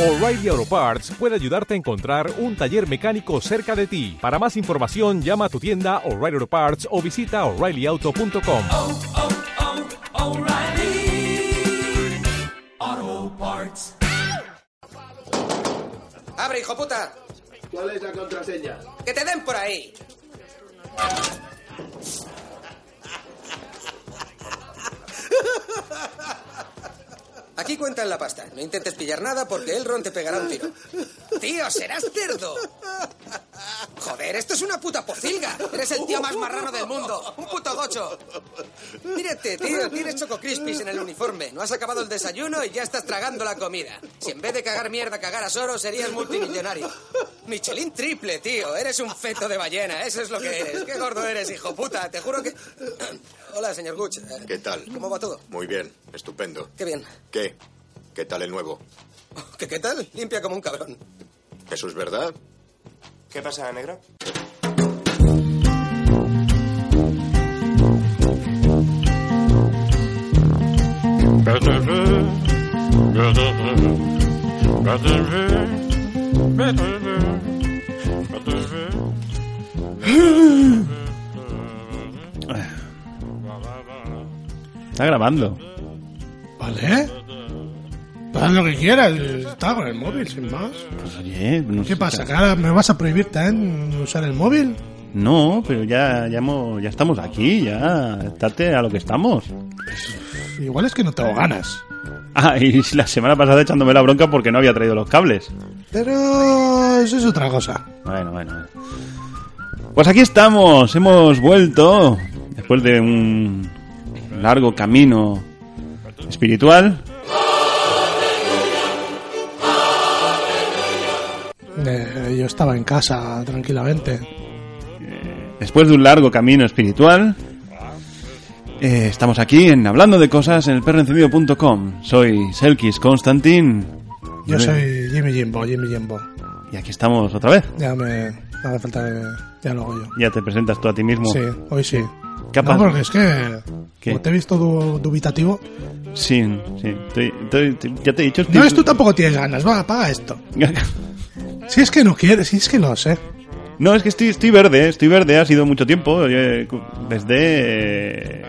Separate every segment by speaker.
Speaker 1: O'Reilly Auto Parts puede ayudarte a encontrar un taller mecánico cerca de ti. Para más información, llama a tu tienda O'Reilly Auto Parts o visita oreillyauto.com.
Speaker 2: O'Reilly Auto Parts.
Speaker 3: ¡Abre, hijo puta!
Speaker 4: ¿Cuál es la contraseña?
Speaker 3: ¡Que te den por ahí! Aquí cuentan la pasta. No intentes pillar nada porque Elrond te pegará un tiro. ¡Tío, serás cerdo! Joder, esto es una puta pocilga. Eres el tío más marrano del mundo. Un puto gocho. Mírate, tío, tienes Choco Crispis en el uniforme. No has acabado el desayuno y ya estás tragando la comida. Si en vez de cagar mierda cagaras oro, serías multimillonario. Michelin triple, tío. Eres un feto de ballena. Eso es lo que eres. Qué gordo eres, hijo puta. Te juro que... Hola, señor Guch. Eh,
Speaker 5: ¿Qué tal?
Speaker 3: ¿Cómo va todo?
Speaker 5: Muy bien, estupendo.
Speaker 3: Qué bien.
Speaker 5: ¿Qué? ¿Qué tal el nuevo?
Speaker 3: ¿Qué, qué tal? Limpia como un cabrón.
Speaker 5: ¿Eso es verdad?
Speaker 6: ¿Qué pasa, negro?
Speaker 7: Está grabando.
Speaker 8: Vale. Haz lo que quieras, está con el móvil, sin más.
Speaker 7: Pues oye, no
Speaker 8: ¿Qué
Speaker 7: sé
Speaker 8: pasa? ¿Que ahora me vas a prohibir también usar el móvil?
Speaker 7: No, pero ya, ya, hemos- ya estamos aquí, ya. Estate a lo que estamos.
Speaker 8: Igual es que no tengo ganas.
Speaker 7: Ah, y la semana pasada echándome la bronca porque no había traído los cables.
Speaker 8: Pero eso es otra cosa.
Speaker 7: Bueno, bueno. bueno. Pues aquí estamos, hemos vuelto después de un largo camino espiritual.
Speaker 8: Eh, yo estaba en casa tranquilamente.
Speaker 7: Después de un largo camino espiritual, eh, estamos aquí en Hablando de Cosas en el perroencendido.com. Soy Selkis Constantin.
Speaker 8: Yo
Speaker 7: Y-
Speaker 8: soy Jimmy Jimbo, Jimmy Jimbo.
Speaker 7: Y aquí estamos otra vez.
Speaker 8: Ya me no hace falta que ya lo hago yo.
Speaker 7: Ya te presentas tú a ti mismo.
Speaker 8: Sí, hoy sí.
Speaker 7: ¿Qué ha
Speaker 8: No,
Speaker 7: pasado?
Speaker 8: porque es que
Speaker 7: ¿Qué?
Speaker 8: como te he visto du- dubitativo.
Speaker 7: Sí, sí. Estoy- estoy- te- ya te he dicho.
Speaker 8: No es tú tampoco tienes ganas, va, apaga esto. Si es que no quieres, si es que no sé.
Speaker 7: No, es que estoy, estoy verde, estoy verde, ha sido mucho tiempo, eh, cu- desde eh,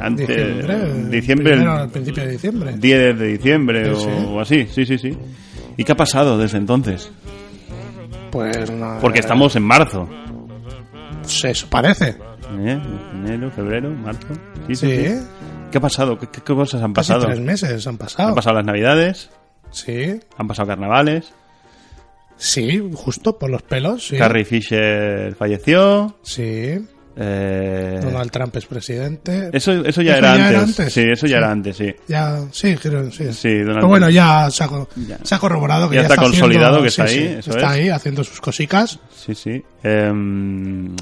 Speaker 7: antes
Speaker 8: Diciembre.
Speaker 7: Eh,
Speaker 8: eh,
Speaker 7: diciembre,
Speaker 8: primero,
Speaker 7: el
Speaker 8: al principio de diciembre.
Speaker 7: 10 de diciembre
Speaker 8: Sí, sí.
Speaker 7: o, o así, sí, sí, sí. ¿Y qué ha pasado desde entonces?
Speaker 8: Pues no,
Speaker 7: Porque
Speaker 8: eh,
Speaker 7: estamos en marzo,
Speaker 8: pues eso parece.
Speaker 7: ¿eh? enero, febrero, marzo. Sí, sí,
Speaker 8: Sí,
Speaker 7: sí. ¿Qué ha pasado? ¿Qué, qué- qué cosas han
Speaker 8: casi
Speaker 7: pasado?
Speaker 8: tres meses han pasado.
Speaker 7: Han pasado las navidades,
Speaker 8: Sí,
Speaker 7: han pasado carnavales,
Speaker 8: sí, justo por los pelos. Sí,
Speaker 7: Carrie Fisher falleció.
Speaker 8: sí.
Speaker 7: eh,
Speaker 8: Donald Trump es presidente.
Speaker 7: eso, eso ya,
Speaker 8: Eso
Speaker 7: era,
Speaker 8: ya
Speaker 7: antes.
Speaker 8: era antes.
Speaker 7: Sí, eso ya era antes, sí.
Speaker 8: Ya, sí, creo, sí.
Speaker 7: Sí, Donald
Speaker 8: Pero bueno,
Speaker 7: Trump.
Speaker 8: ya se ha, co- se ha corroborado que
Speaker 7: Ya
Speaker 8: ya,
Speaker 7: está
Speaker 8: haciendo-
Speaker 7: consolidado que
Speaker 8: sí,
Speaker 7: está ahí,
Speaker 8: sí,
Speaker 7: eso
Speaker 8: está
Speaker 7: es.
Speaker 8: ahí haciendo sus cosicas.
Speaker 7: Sí, sí. Em,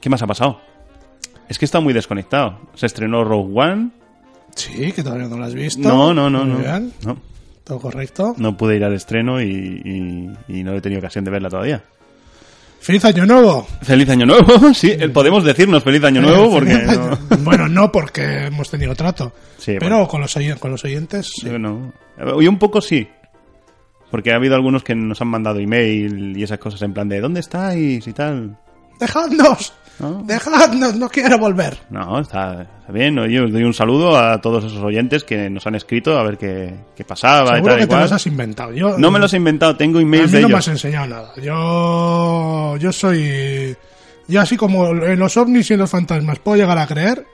Speaker 7: ¿Qué más ha pasado? Es que está muy desconectado. Se estrenó Rogue One.
Speaker 8: Sí, que todavía no lo has visto.
Speaker 7: No, no, no, no.
Speaker 8: Muy bien,
Speaker 7: No,
Speaker 8: Todo correcto.
Speaker 7: no pude ir al estreno y, y- y no he tenido ocasión de verla todavía.
Speaker 8: Feliz año nuevo.
Speaker 7: Feliz año nuevo, sí, eh, podemos decirnos feliz año nuevo porque no,
Speaker 8: Bueno, no porque hemos tenido trato.
Speaker 7: Sí,
Speaker 8: pero
Speaker 7: bueno.
Speaker 8: con, los, oyen- con los oyentes. sí.
Speaker 7: yo no. Hoy un poco sí, porque ha habido algunos que nos han mandado email y esas cosas en plan de ¿dónde estáis? y tal.
Speaker 8: ¡Dejadnos!
Speaker 7: ¿No?
Speaker 8: ¡Dejadnos! ¡No quiero volver!
Speaker 7: No, está, está bien. Oye, os doy un saludo a todos esos oyentes que nos han escrito a ver qué, qué pasaba y
Speaker 8: Seguro
Speaker 7: tal y
Speaker 8: que te
Speaker 7: cual.
Speaker 8: los has inventado. Yo,
Speaker 7: No me los he inventado, tengo
Speaker 8: A mí
Speaker 7: emails de
Speaker 8: no me has
Speaker 7: ellos.
Speaker 8: enseñado nada. Yo, yo soy. Yo, así como en los ovnis y en los fantasmas puedo llegar a creer,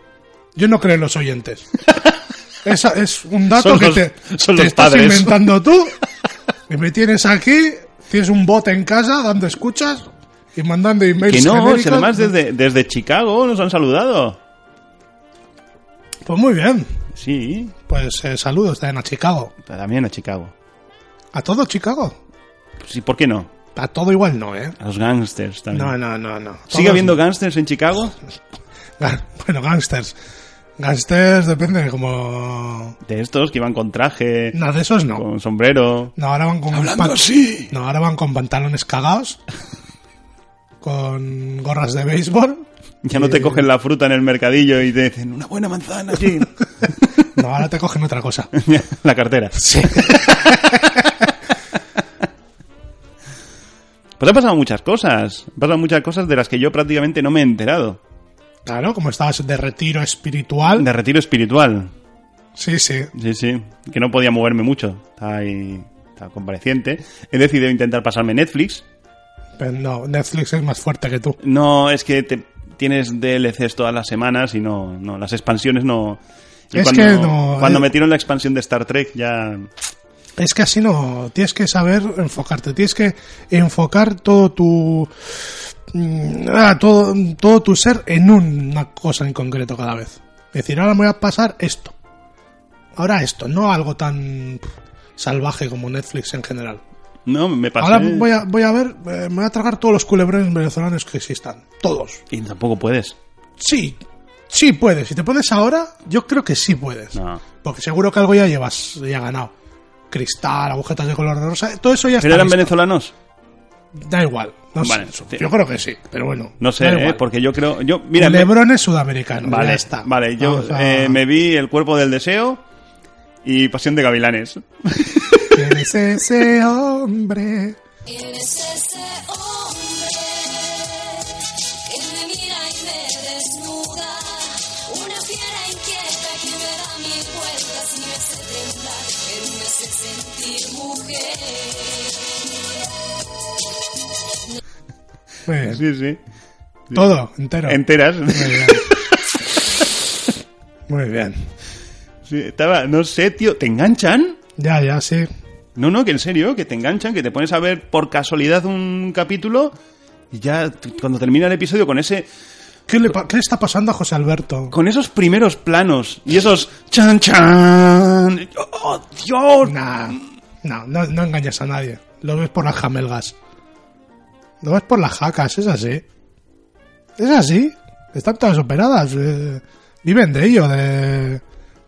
Speaker 8: yo no creo en los oyentes. Esa es un dato
Speaker 7: Son
Speaker 8: que
Speaker 7: los-
Speaker 8: te,
Speaker 7: son
Speaker 8: te
Speaker 7: los
Speaker 8: estás
Speaker 7: padres.
Speaker 8: inventando tú. Y me tienes aquí, tienes un bot en casa dando escuchas y mandando emails.
Speaker 7: Que no, si
Speaker 8: genéricos.
Speaker 7: además desde, desde Chicago nos han saludado.
Speaker 8: Pues muy bien.
Speaker 7: Sí,
Speaker 8: Pues eh, saludos también a Chicago.
Speaker 7: también a Chicago.
Speaker 8: A todo Chicago.
Speaker 7: Sí, ¿por qué no?
Speaker 8: A todo igual no, ¿eh?
Speaker 7: A los gangsters también.
Speaker 8: No, no, no, no.
Speaker 7: ¿Sigue
Speaker 8: Todos-
Speaker 7: habiendo gangsters en Chicago?
Speaker 8: Ga- Bueno, gangsters. Gangsters depende de cómo...
Speaker 7: De estos que iban con traje,
Speaker 8: No, de esos no.
Speaker 7: con sombrero.
Speaker 8: No, ahora van con... pan- No, ahora van con pantalones cagados. con gorras de béisbol.
Speaker 7: Ya no te cogen la fruta en el mercadillo y te dicen una buena manzana, Jim.
Speaker 8: No, ahora te cogen otra cosa.
Speaker 7: la cartera. Sí. Pues han pasado muchas cosas. Han pasado muchas cosas de las que yo prácticamente no me he enterado.
Speaker 8: Claro, como estabas de retiro espiritual.
Speaker 7: De retiro espiritual.
Speaker 8: Sí, sí.
Speaker 7: Sí, sí. Que no podía moverme mucho. Estaba ahí. Estaba compareciente. He decidido intentar pasarme Netflix.
Speaker 8: Pero no, Netflix es más fuerte que tú.
Speaker 7: No, es que te- tienes DLCs todas las semanas y no, no las expansiones no. y
Speaker 8: Es
Speaker 7: cuando,
Speaker 8: que no,
Speaker 7: Cuando
Speaker 8: eh.
Speaker 7: metieron la expansión de Star Trek ya.
Speaker 8: Es que así no, tienes que saber enfocarte, tienes que enfocar todo tu mm, ah, todo, todo tu ser en una cosa en concreto cada vez. Es decir, ahora me voy a pasar esto. Ahora esto, no algo tan salvaje como Netflix en general.
Speaker 7: No, me pasé.
Speaker 8: Ahora voy a, voy a ver, eh, me voy a tragar todos los culebrones venezolanos que existan. Todos.
Speaker 7: Y tampoco puedes.
Speaker 8: Sí, sí puedes. Si te pones ahora, yo creo que sí puedes.
Speaker 7: No.
Speaker 8: Porque seguro que algo ya llevas, ya ganado. Cristal, agujetas de color de rosa, todo eso ya
Speaker 7: ¿Pero
Speaker 8: está.
Speaker 7: eran
Speaker 8: listo.
Speaker 7: venezolanos?
Speaker 8: Da igual. No
Speaker 7: Vale,
Speaker 8: sé,
Speaker 7: sí.
Speaker 8: yo creo que sí, pero bueno.
Speaker 7: No sé,
Speaker 8: da
Speaker 7: eh,
Speaker 8: igual.
Speaker 7: porque yo creo. Yo, mira, me-
Speaker 8: Lebron es sudamericano.
Speaker 7: vale,
Speaker 8: ya está.
Speaker 7: Vale, yo
Speaker 8: Vamos a-
Speaker 7: eh, me vi El cuerpo del deseo y Pasión de Gavilanes.
Speaker 8: ¿Quién es ese hombre?
Speaker 9: ¿Quién es ese hombre que me mira y me desnuda? Una fiera inquieta que me da mil vueltas y me hace temblar, que me hace sentir mujer.
Speaker 8: Muy bien.
Speaker 7: Sí, sí.
Speaker 8: Todo, entero.
Speaker 7: Enteras.
Speaker 8: Muy bien.
Speaker 7: Sí, estaba, no sé, tío. ¿Te enganchan?
Speaker 8: Ya, ya, sí.
Speaker 7: No, no, que en serio, que te enganchan, que te pones a ver por casualidad un capítulo y ya t- cuando termina el episodio con ese
Speaker 8: ¿Qué le, pa- qué le está pasando a José Alberto?
Speaker 7: con esos primeros planos y esos chan chan. ¡Oh, Dios!
Speaker 8: Nah, no, no, no engañas a nadie. Lo ves por las jamelgas. Lo ves por las jacas, es así. Es así. Están todas operadas. eh, viven de ello, de,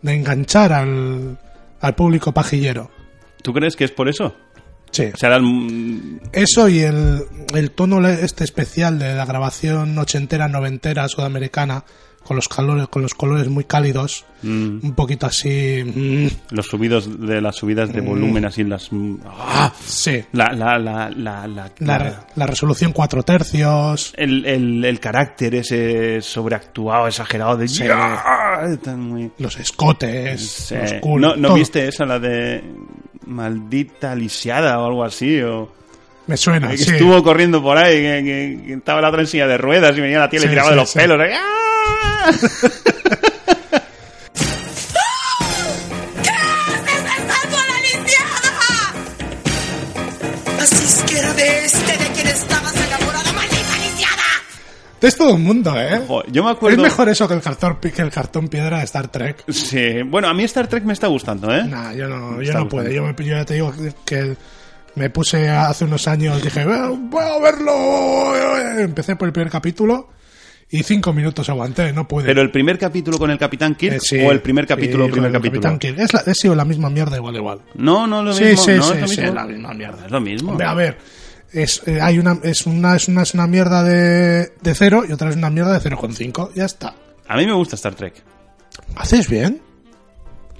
Speaker 8: de enganchar al, al público pajillero.
Speaker 7: ¿Tú crees que es por eso?
Speaker 8: Sí.
Speaker 7: O sea, eran, mm,
Speaker 8: Eso y el, el tono le- este especial de la grabación ochentera, noventera, sudamericana, con los, calores, con los colores muy cálidos,
Speaker 7: Mm.
Speaker 8: un poquito así... mm,
Speaker 7: los subidos de las subidas de volumen así las mm, ¡ah!
Speaker 8: sí.
Speaker 7: la la la la la,
Speaker 8: La,
Speaker 7: la-
Speaker 8: la resolución cuatro tercios.
Speaker 7: el, el, el carácter ese sobreactuado, exagerado de ¡Ya! Tan muy
Speaker 8: los escotes,
Speaker 7: Sí.
Speaker 8: los
Speaker 7: ¿No,
Speaker 8: culos.
Speaker 7: no
Speaker 8: todo.
Speaker 7: viste esa, la de maldita lisiada o algo así? O...
Speaker 8: Me suena,
Speaker 7: que
Speaker 8: Ah, sí.
Speaker 7: Estuvo corriendo por ahí, que, que- que estaba la otra en silla de ruedas y venía la tía y le
Speaker 8: Sí,
Speaker 7: tiraba
Speaker 8: sí,
Speaker 7: de los
Speaker 8: sí.
Speaker 7: pelos. ¿eh? ¡Ah!
Speaker 9: ¡Salvo a la lisiada! Así es que era de este de quien estabas enamorada, maldita lisiada.
Speaker 8: Es todo un mundo, ¿eh?
Speaker 7: Jo, Yo me
Speaker 8: es
Speaker 7: acuerdo...
Speaker 8: mejor eso que el, cartón, pi- que el cartón piedra de Star Trek.
Speaker 7: Sí. Bueno, a mí Star Trek me está gustando, ¿eh?
Speaker 8: Nah, yo no, yo
Speaker 7: Está
Speaker 8: no
Speaker 7: gustando.
Speaker 8: puedo. Yo, me- yo ya te digo que me puse hace unos años, dije, "Eh, voy a verlo. Empecé por el primer capítulo y cinco minutos aguanté, no pude.
Speaker 7: Pero el primer capítulo con el Capitán Kirk
Speaker 8: Eh, sí,
Speaker 7: o el primer
Speaker 8: sí,
Speaker 7: capítulo,
Speaker 8: con
Speaker 7: primer
Speaker 8: el
Speaker 7: capítulo.
Speaker 8: Capitán Kirk. Es, la, es sido la misma mierda, igual, igual.
Speaker 7: No, no lo
Speaker 8: Sí,
Speaker 7: mismo.
Speaker 8: sí,
Speaker 7: no,
Speaker 8: sí,
Speaker 7: es lo
Speaker 8: sí,
Speaker 7: mismo.
Speaker 8: la misma mierda.
Speaker 7: Es lo mismo.
Speaker 8: Hombre, a ver. Es, eh, hay una, es, una, es, una, es una mierda de, de cero y otra es una mierda de 0,5. Ya está.
Speaker 7: A mí me gusta Star Trek.
Speaker 8: ¿Haces bien?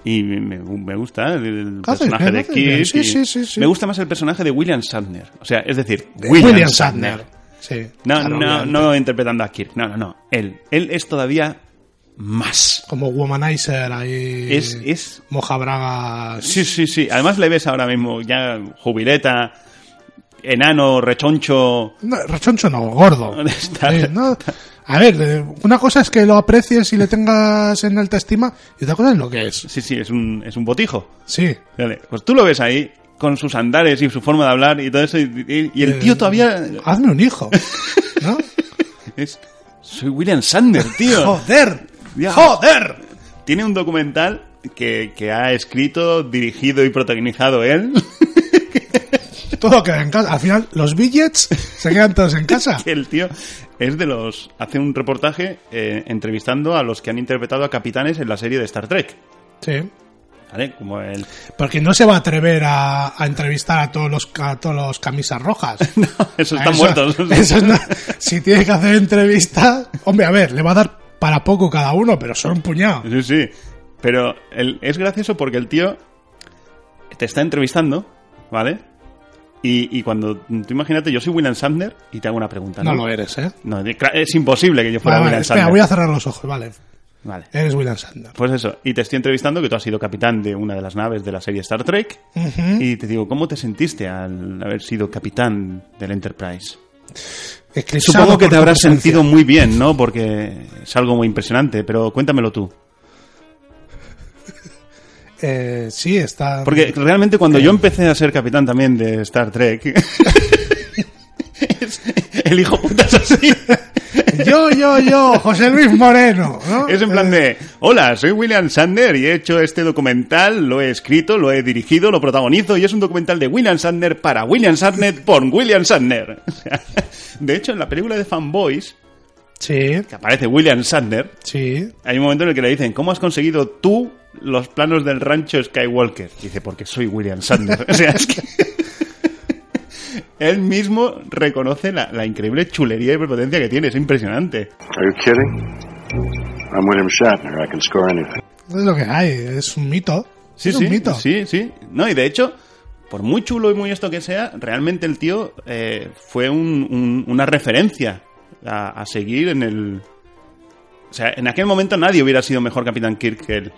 Speaker 7: Y me, me- me gusta el, el
Speaker 8: Haces
Speaker 7: personaje
Speaker 8: bien,
Speaker 7: de
Speaker 8: haces bien.
Speaker 7: Kirk.
Speaker 8: Sí,
Speaker 7: y-
Speaker 8: sí, sí, sí.
Speaker 7: Me gusta más el personaje de William Shatner. O sea, es decir,
Speaker 8: William Shatner. Sí.
Speaker 7: No,
Speaker 8: claro,
Speaker 7: no,
Speaker 8: obviamente.
Speaker 7: no interpretando a Kirk. No, no, no. Él. Él es todavía más.
Speaker 8: Como Womanizer ahí.
Speaker 7: Es, es.
Speaker 8: Moja Braga.
Speaker 7: Sí, sí, sí. Además le ves ahora mismo ya jubileta, enano, rechoncho.
Speaker 8: No, rechoncho no, gordo.
Speaker 7: Está-
Speaker 8: Sí, no. A ver, eh, una cosa es que lo aprecies y le tengas en alta estima y otra cosa es lo que es.
Speaker 7: Sí, sí, es un, es un botijo.
Speaker 8: Sí.
Speaker 7: Vale, Pues tú lo ves ahí, con sus andares y su forma de hablar y todo eso. Y, y- y
Speaker 8: Eh.
Speaker 7: el tío todavía.
Speaker 8: Hazme un hijo. ¿No? Ah.
Speaker 7: Es, soy William Sanders, tío.
Speaker 8: ¡Joder!
Speaker 7: Ya.
Speaker 8: ¡Joder!
Speaker 7: Tiene un documental que, que ha escrito, dirigido y protagonizado él.
Speaker 8: Todo queda en casa. Al final, los billets se quedan todos en casa.
Speaker 7: que el tío es de los. Hace un reportaje eh, entrevistando a los que han interpretado a capitanes en la serie de Star Trek.
Speaker 8: Sí.
Speaker 7: ¿Vale? Como el.
Speaker 8: Porque no se va a atrever a, a entrevistar a todos los a todos los camisas rojas.
Speaker 7: No, esos están
Speaker 8: Eso-
Speaker 7: muertos.
Speaker 8: eso no- si tiene que hacer entrevistas, hombre, a ver, le va a dar para poco cada uno, pero son un puñado.
Speaker 7: Sí, sí. Pero el- es gracioso porque el tío te está entrevistando, ¿vale? Y, y cuando, tú imagínate, yo soy William Sandner y te hago una pregunta.
Speaker 8: No
Speaker 7: No,
Speaker 8: lo eres, ¿eh?
Speaker 7: No, de- cla- es imposible que yo fuera
Speaker 8: Vale, vale,
Speaker 7: William
Speaker 8: espera,
Speaker 7: Sandner.
Speaker 8: voy a cerrar los ojos, vale.
Speaker 7: Vale.
Speaker 8: Eres William Sandner.
Speaker 7: Pues eso, y te estoy entrevistando que tú has sido capitán de una de las naves de la serie Star Trek. Y te digo, ¿cómo te sentiste al haber sido capitán del Enterprise?
Speaker 8: Eclipsado
Speaker 7: Supongo que
Speaker 8: por
Speaker 7: te
Speaker 8: tu
Speaker 7: habrás
Speaker 8: presencia.
Speaker 7: sentido muy bien, ¿no? Porque es algo muy impresionante, pero cuéntamelo tú.
Speaker 8: Eh, sí, está.
Speaker 7: Porque realmente cuando yo empecé a ser capitán también de Star Trek, es- el hijo puta es así.
Speaker 8: Yo, yo, yo, José Luis Moreno, ¿no? Eh,
Speaker 7: Es en plan de, hola, soy William Sander y he hecho este documental, lo he escrito, lo he dirigido, lo protagonizo y es un documental de William Sandner para William Sandner por William Sandner. O sea, De hecho, en la película de Fanboys,
Speaker 8: Sí,
Speaker 7: que aparece William Sandner,
Speaker 8: sí.
Speaker 7: hay un momento en el que le dicen, ¿cómo has conseguido tú los planos del rancho Skywalker? Y dice, porque soy William Sandner. O sea, es que... Él mismo reconoce la, la increíble chulería y prepotencia que tiene, es impresionante.
Speaker 10: Are you kidding? I'm William Shatner. I can score anything.
Speaker 8: Es lo que hay, es un mito.
Speaker 7: Sí,
Speaker 8: es
Speaker 7: sí,
Speaker 8: un mito.
Speaker 7: sí, sí. No, y de hecho, por muy chulo y muy esto que sea, realmente el tío eh, fue un- un- una referencia a, a seguir en el... O sea, en aquel momento nadie hubiera sido mejor Capitán Kirk que él.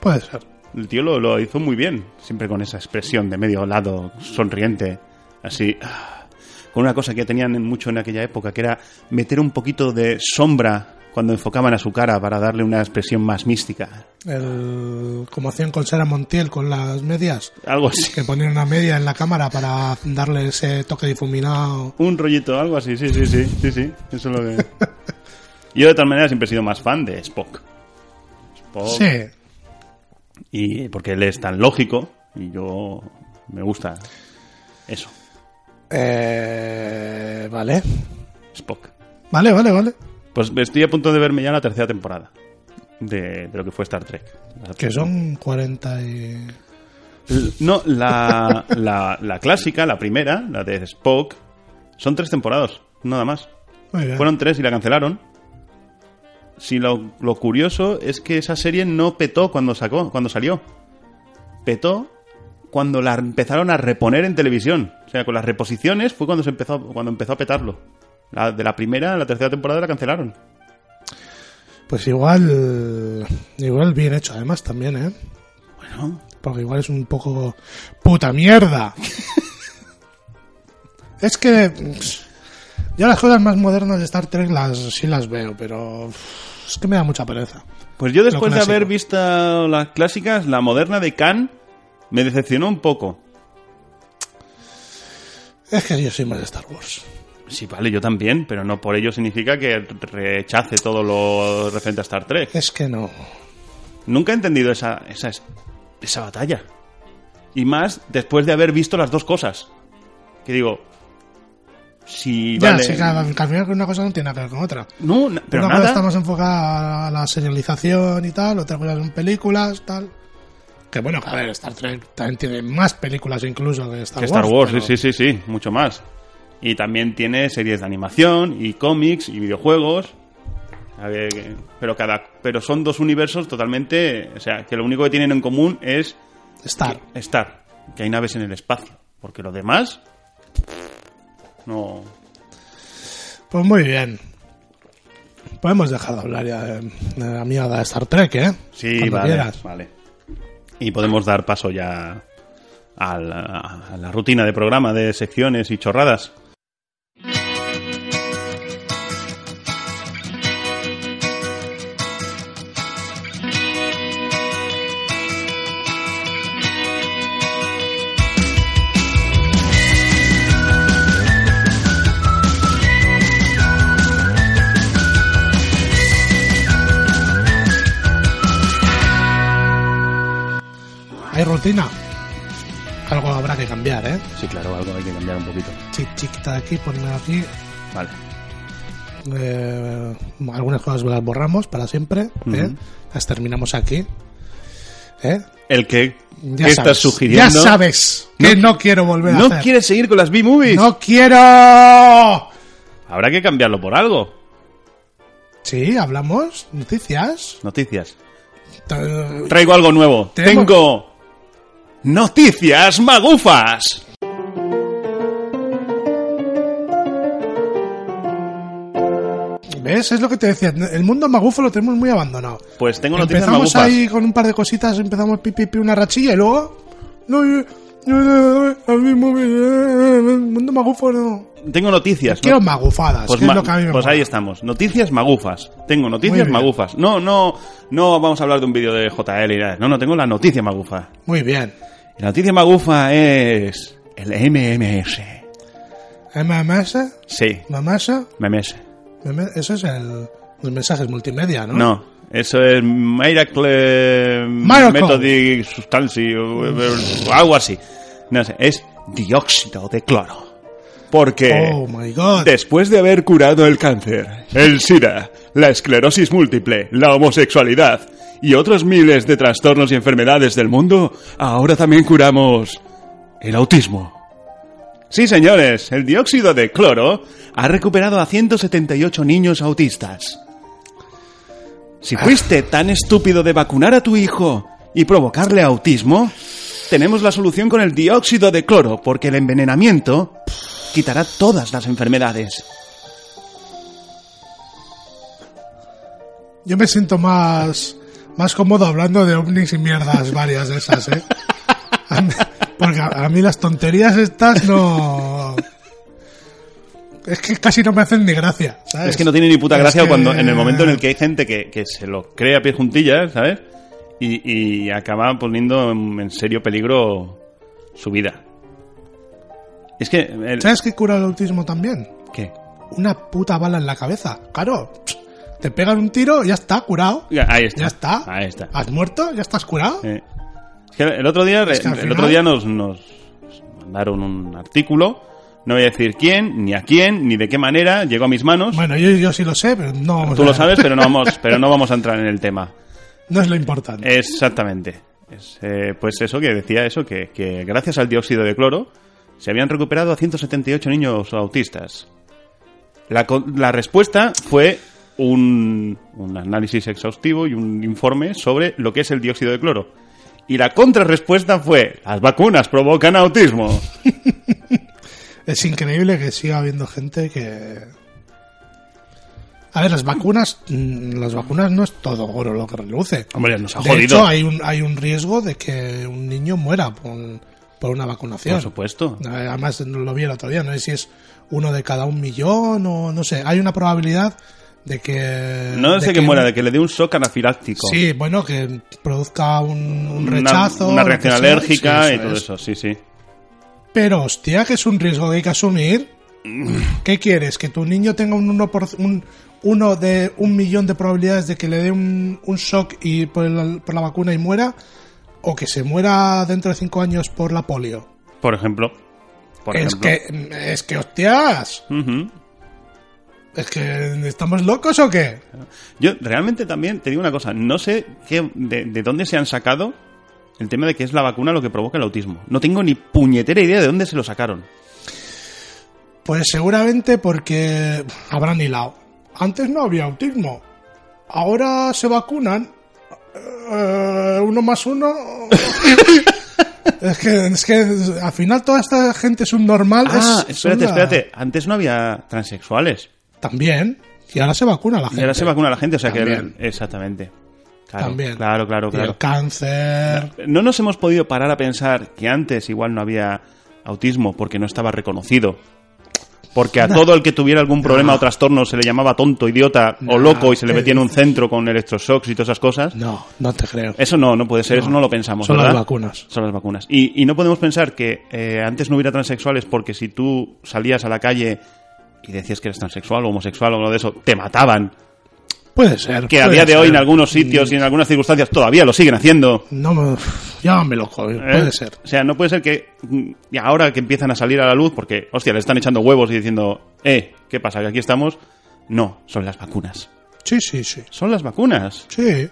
Speaker 8: Puede ser.
Speaker 7: El tío lo, lo hizo muy bien, siempre con esa expresión de medio lado, sonriente, así. ah, Con una cosa que tenían mucho en aquella época, que era meter un poquito de sombra cuando enfocaban a su cara para darle una expresión más mística.
Speaker 8: El, como hacían con Sara Montiel con las medias,
Speaker 7: Algo así.
Speaker 8: que ponían una media en la cámara para darle ese toque difuminado.
Speaker 7: Un rollito, algo así, sí, sí, sí, sí, sí. Eso es lo que... Yo de todas maneras siempre he sido más fan de Spock. Spock.
Speaker 8: Sí,
Speaker 7: Y porque él es tan lógico y yo me gusta eso,
Speaker 8: Eh, vale.
Speaker 7: Spock.
Speaker 8: Vale, vale, vale.
Speaker 7: Pues estoy a punto de verme ya la tercera temporada de, de lo que fue Star Trek. La-
Speaker 8: Que son 40 y...
Speaker 7: L- No, la, la, la clásica, la primera, la de Spock, son tres temporadas, nada más.
Speaker 8: Muy bien.
Speaker 7: Fueron tres y la cancelaron. Si lo, lo curioso es que esa serie no petó cuando sacó, cuando salió. Petó cuando la empezaron a reponer en televisión. O sea, con las reposiciones fue cuando se empezó, cuando empezó a petarlo. La, de la primera a la tercera temporada la cancelaron.
Speaker 8: Pues igual... Igual bien hecho además también, ¿eh?
Speaker 7: Bueno,
Speaker 8: Porque igual es un poco... ¡Puta mierda! es que... pff, Yo las cosas más modernas de Star Trek las, sí las veo, pero... pff, Es que me da mucha pereza.
Speaker 7: Pues yo después
Speaker 8: Lo
Speaker 7: de
Speaker 8: clásico.
Speaker 7: haber visto las clásicas, la moderna de Khan me decepcionó un poco.
Speaker 8: Es que yo soy más de Star Wars.
Speaker 7: Sí, vale, yo también, pero no por ello significa que rechace todo lo referente a Star Trek.
Speaker 8: Es que no...
Speaker 7: Nunca he entendido esa, esa, es- esa batalla. Y más después de haber visto las dos cosas. Que digo, si...
Speaker 8: ya,
Speaker 7: vale,
Speaker 8: sí, claro, al final una cosa no tiene nada que ver con otra.
Speaker 7: No, na- pero
Speaker 8: una cosa está
Speaker 7: nada.
Speaker 8: más enfocada a la serialización y tal, otra cosa son películas, tal. Que bueno, que a ver, Star Trek también tiene más películas incluso que Star
Speaker 7: Que
Speaker 8: Wars.
Speaker 7: Star Wars,
Speaker 8: pero-
Speaker 7: sí, sí, sí, sí, mucho más. Y también tiene series de animación y cómics y videojuegos. A ver, que- pero cada pero son dos universos totalmente, o sea, que lo único que tienen en común es
Speaker 8: Star.
Speaker 7: estar, que hay naves en el espacio, porque lo demás no
Speaker 8: Pues muy bien. Podemos dejar de hablar ya de, de la mierda de Star Trek, ¿eh?
Speaker 7: Sí,
Speaker 8: Cuando
Speaker 7: vale,
Speaker 8: quieras.
Speaker 7: vale. Y podemos dar paso ya a la, a la rutina de programa de secciones y chorradas.
Speaker 8: Hay rutina. Algo habrá que cambiar, ¿eh?
Speaker 7: Sí, claro, algo hay que cambiar un poquito.
Speaker 8: Chic, chiquita de aquí, ponme aquí.
Speaker 7: Vale.
Speaker 8: Eh, algunas cosas las borramos para siempre, ¿eh?
Speaker 7: Ujú.
Speaker 8: Las terminamos aquí. ¿Eh?
Speaker 7: El que
Speaker 8: Ya
Speaker 7: ¿qué
Speaker 8: sabes,
Speaker 7: estás sugiriendo.
Speaker 8: Ya sabes que no, quiero volver a
Speaker 7: No
Speaker 8: hacer.
Speaker 7: quieres seguir con las B-movies.
Speaker 8: ¡No quiero!
Speaker 7: Habrá que cambiarlo por algo.
Speaker 8: Sí, hablamos, noticias.
Speaker 7: Noticias.
Speaker 8: Ta-
Speaker 7: Traigo algo nuevo.
Speaker 8: Tenemos-
Speaker 7: Tengo noticias magufas.
Speaker 8: ¿Ves? Es lo que te decía. El mundo magufo lo tenemos muy abandonado.
Speaker 7: Pues tengo noticias
Speaker 8: Empezamos
Speaker 7: magufas.
Speaker 8: ahí con un par de cositas, empezamos pi, pi, pi, una rachilla y luego... No, yo- yo- yo- a mí móvil, eh, eh, mundo magufo no.
Speaker 7: Tengo noticias.
Speaker 8: Quiero
Speaker 7: ¿no?
Speaker 8: magufadas,
Speaker 7: Pues,
Speaker 8: que
Speaker 7: ma-
Speaker 8: es lo que a mí me
Speaker 7: pues
Speaker 8: mola.
Speaker 7: ahí estamos. Noticias magufas. Tengo noticias
Speaker 8: Muy bien.
Speaker 7: magufas. No, no, no vamos a hablar de un vídeo de JL y nada. No, no, tengo la noticia magufa.
Speaker 8: Muy bien.
Speaker 7: La noticia magufa es el MMS.
Speaker 8: ¿Eh, ¿Mamasa?
Speaker 7: Sí,
Speaker 8: ¿Mamasa?
Speaker 7: MMS.
Speaker 8: Meme- Eso es el... Los mensajes multimedia, ¿no?
Speaker 7: No, eso es Miracle
Speaker 8: Miracle.
Speaker 7: Methodic Substancy o, o algo así. No sé, es dióxido de cloro. Porque
Speaker 8: Oh, my God.
Speaker 7: después de haber curado el cáncer, el SIDA, la esclerosis múltiple, la homosexualidad y otros miles de trastornos y enfermedades del mundo, ahora también curamos el autismo. Sí, señores, el dióxido de cloro ha recuperado a 178 niños autistas. Si fuiste tan estúpido de vacunar a tu hijo y provocarle autismo, tenemos la solución con el dióxido de cloro, porque el envenenamiento quitará todas las enfermedades.
Speaker 8: Yo me siento más, más cómodo hablando de ovnis y mierdas varias de esas, ¿eh? A mí- porque a, a mí las tonterías estas no... Es que casi no me hacen ni gracia, ¿sabes?
Speaker 7: Es que no tiene ni puta gracia
Speaker 8: Ah, Es que-
Speaker 7: cuando en el momento en el que hay gente que, que se lo cree a pie juntillas, ¿sabes? Y, y acaba poniendo en en serio peligro su vida. Es que... el-
Speaker 8: ¿Sabes qué cura el autismo también?
Speaker 7: ¿Qué?
Speaker 8: Una puta bala en la cabeza. Claro, te pegan un tiro, ya está, curado.
Speaker 7: Ya- Ahí está.
Speaker 8: Ya está. Ah.
Speaker 7: Ahí está.
Speaker 8: ¿Has muerto? ¿Ya estás curado?
Speaker 7: Eh, es que el otro día,
Speaker 8: Es que al
Speaker 7: el
Speaker 8: final-
Speaker 7: otro día nos, nos mandaron un artículo. No voy a decir quién, ni a quién, ni de qué manera llegó a mis manos.
Speaker 8: Bueno, pues, yo, yo sí lo sé, pero no vamos
Speaker 7: Tú
Speaker 8: a-
Speaker 7: lo sabes, pero no vamos, pero no vamos a entrar en el tema.
Speaker 8: No es lo importante.
Speaker 7: Exactamente. Es, eh, pues eso que decía eso, que, que gracias al dióxido de cloro se habían recuperado a 178 niños autistas. La, co- la respuesta fue un, un análisis exhaustivo y un informe sobre lo que es el dióxido de cloro. Y la contrarrespuesta fue, las vacunas provocan autismo.
Speaker 8: Es increíble que siga habiendo gente que. A ver, las vacunas. mm, Las vacunas no es todo oro lo que reluce.
Speaker 7: Hombre, nos ha
Speaker 8: de
Speaker 7: jodido.
Speaker 8: hecho, hay un, hay un riesgo de que un niño muera por, por una vacunación.
Speaker 7: Por supuesto.
Speaker 8: Eh, Además, no lo vi el otro día. No sé si es uno de cada un millón o no sé. Hay una probabilidad de que.
Speaker 7: No
Speaker 8: de
Speaker 7: sé que muera, de que le dé un shock anafiláctico.
Speaker 8: Sí, bueno, que produzca un, un
Speaker 7: Una-
Speaker 8: rechazo.
Speaker 7: Una,
Speaker 8: lo que
Speaker 7: reacción
Speaker 8: sea.
Speaker 7: alérgica
Speaker 8: Sí,
Speaker 7: y todo
Speaker 8: es.
Speaker 7: eso, sí, sí.
Speaker 8: Pero hostia, que es un riesgo que hay que asumir. ¿Qué quieres? ¿Que tu niño tenga un 1, por, un, uno de un millón de probabilidades de que le dé un, un shock y por, el- por la vacuna y muera? ¿O que se muera dentro de 5 años por la polio?
Speaker 7: Por ejemplo. Por
Speaker 8: es,
Speaker 7: ejemplo.
Speaker 8: Que, es que, hostias,
Speaker 7: Ujú.
Speaker 8: es que estamos locos o qué?
Speaker 7: Yo realmente también te digo una cosa, no sé qué, de, de dónde se han sacado el tema de que es la vacuna lo que provoca el autismo. No tengo ni puñetera idea de dónde se lo sacaron.
Speaker 8: Pues seguramente porque habrán hilado. Antes no había autismo. Ahora se vacunan. Eh, uno más uno. es, que, es que al final toda esta gente subnormal es.
Speaker 7: Ah,
Speaker 8: Pues es
Speaker 7: espérate,
Speaker 8: una-
Speaker 7: espérate. Antes no había transexuales.
Speaker 8: También. Y ahora se vacuna la
Speaker 7: Y
Speaker 8: gente.
Speaker 7: ahora se vacuna a la gente, o sea
Speaker 8: También.
Speaker 7: que... Exactamente. Claro,
Speaker 8: También.
Speaker 7: claro, claro.
Speaker 8: Y
Speaker 7: claro.
Speaker 8: el cáncer.
Speaker 7: No nos hemos podido parar a pensar que antes igual no había autismo porque no estaba reconocido. Porque a todo el que tuviera algún problema o trastorno se le llamaba tonto, idiota o loco y se le
Speaker 8: ¿qué
Speaker 7: metía en un centro con electroshocks y todas esas cosas.
Speaker 8: No, no te creo.
Speaker 7: Eso no, no puede ser, eso no lo pensamos.
Speaker 8: Son las
Speaker 7: ¿verdad?
Speaker 8: vacunas.
Speaker 7: Son las vacunas. Y, y no podemos pensar que eh, antes no hubiera transexuales porque si tú salías a la calle y decías que eres transexual o homosexual o algo de eso, te mataban.
Speaker 8: Puede ser.
Speaker 7: Que a
Speaker 8: puede
Speaker 7: día de hoy en
Speaker 8: ser.
Speaker 7: algunos sitios y en algunas circunstancias todavía lo siguen haciendo.
Speaker 8: No me. Llámame loco, eh,
Speaker 7: ¿Eh?
Speaker 8: puede ser.
Speaker 7: O sea, no puede ser que mm, y ahora que empiezan a salir a la luz, porque, hostia, le están echando huevos y diciendo, eh, ¿qué pasa? ¿Que aquí estamos? No, son las vacunas.
Speaker 8: Sí, sí, sí.
Speaker 7: Son las vacunas.
Speaker 8: Sí.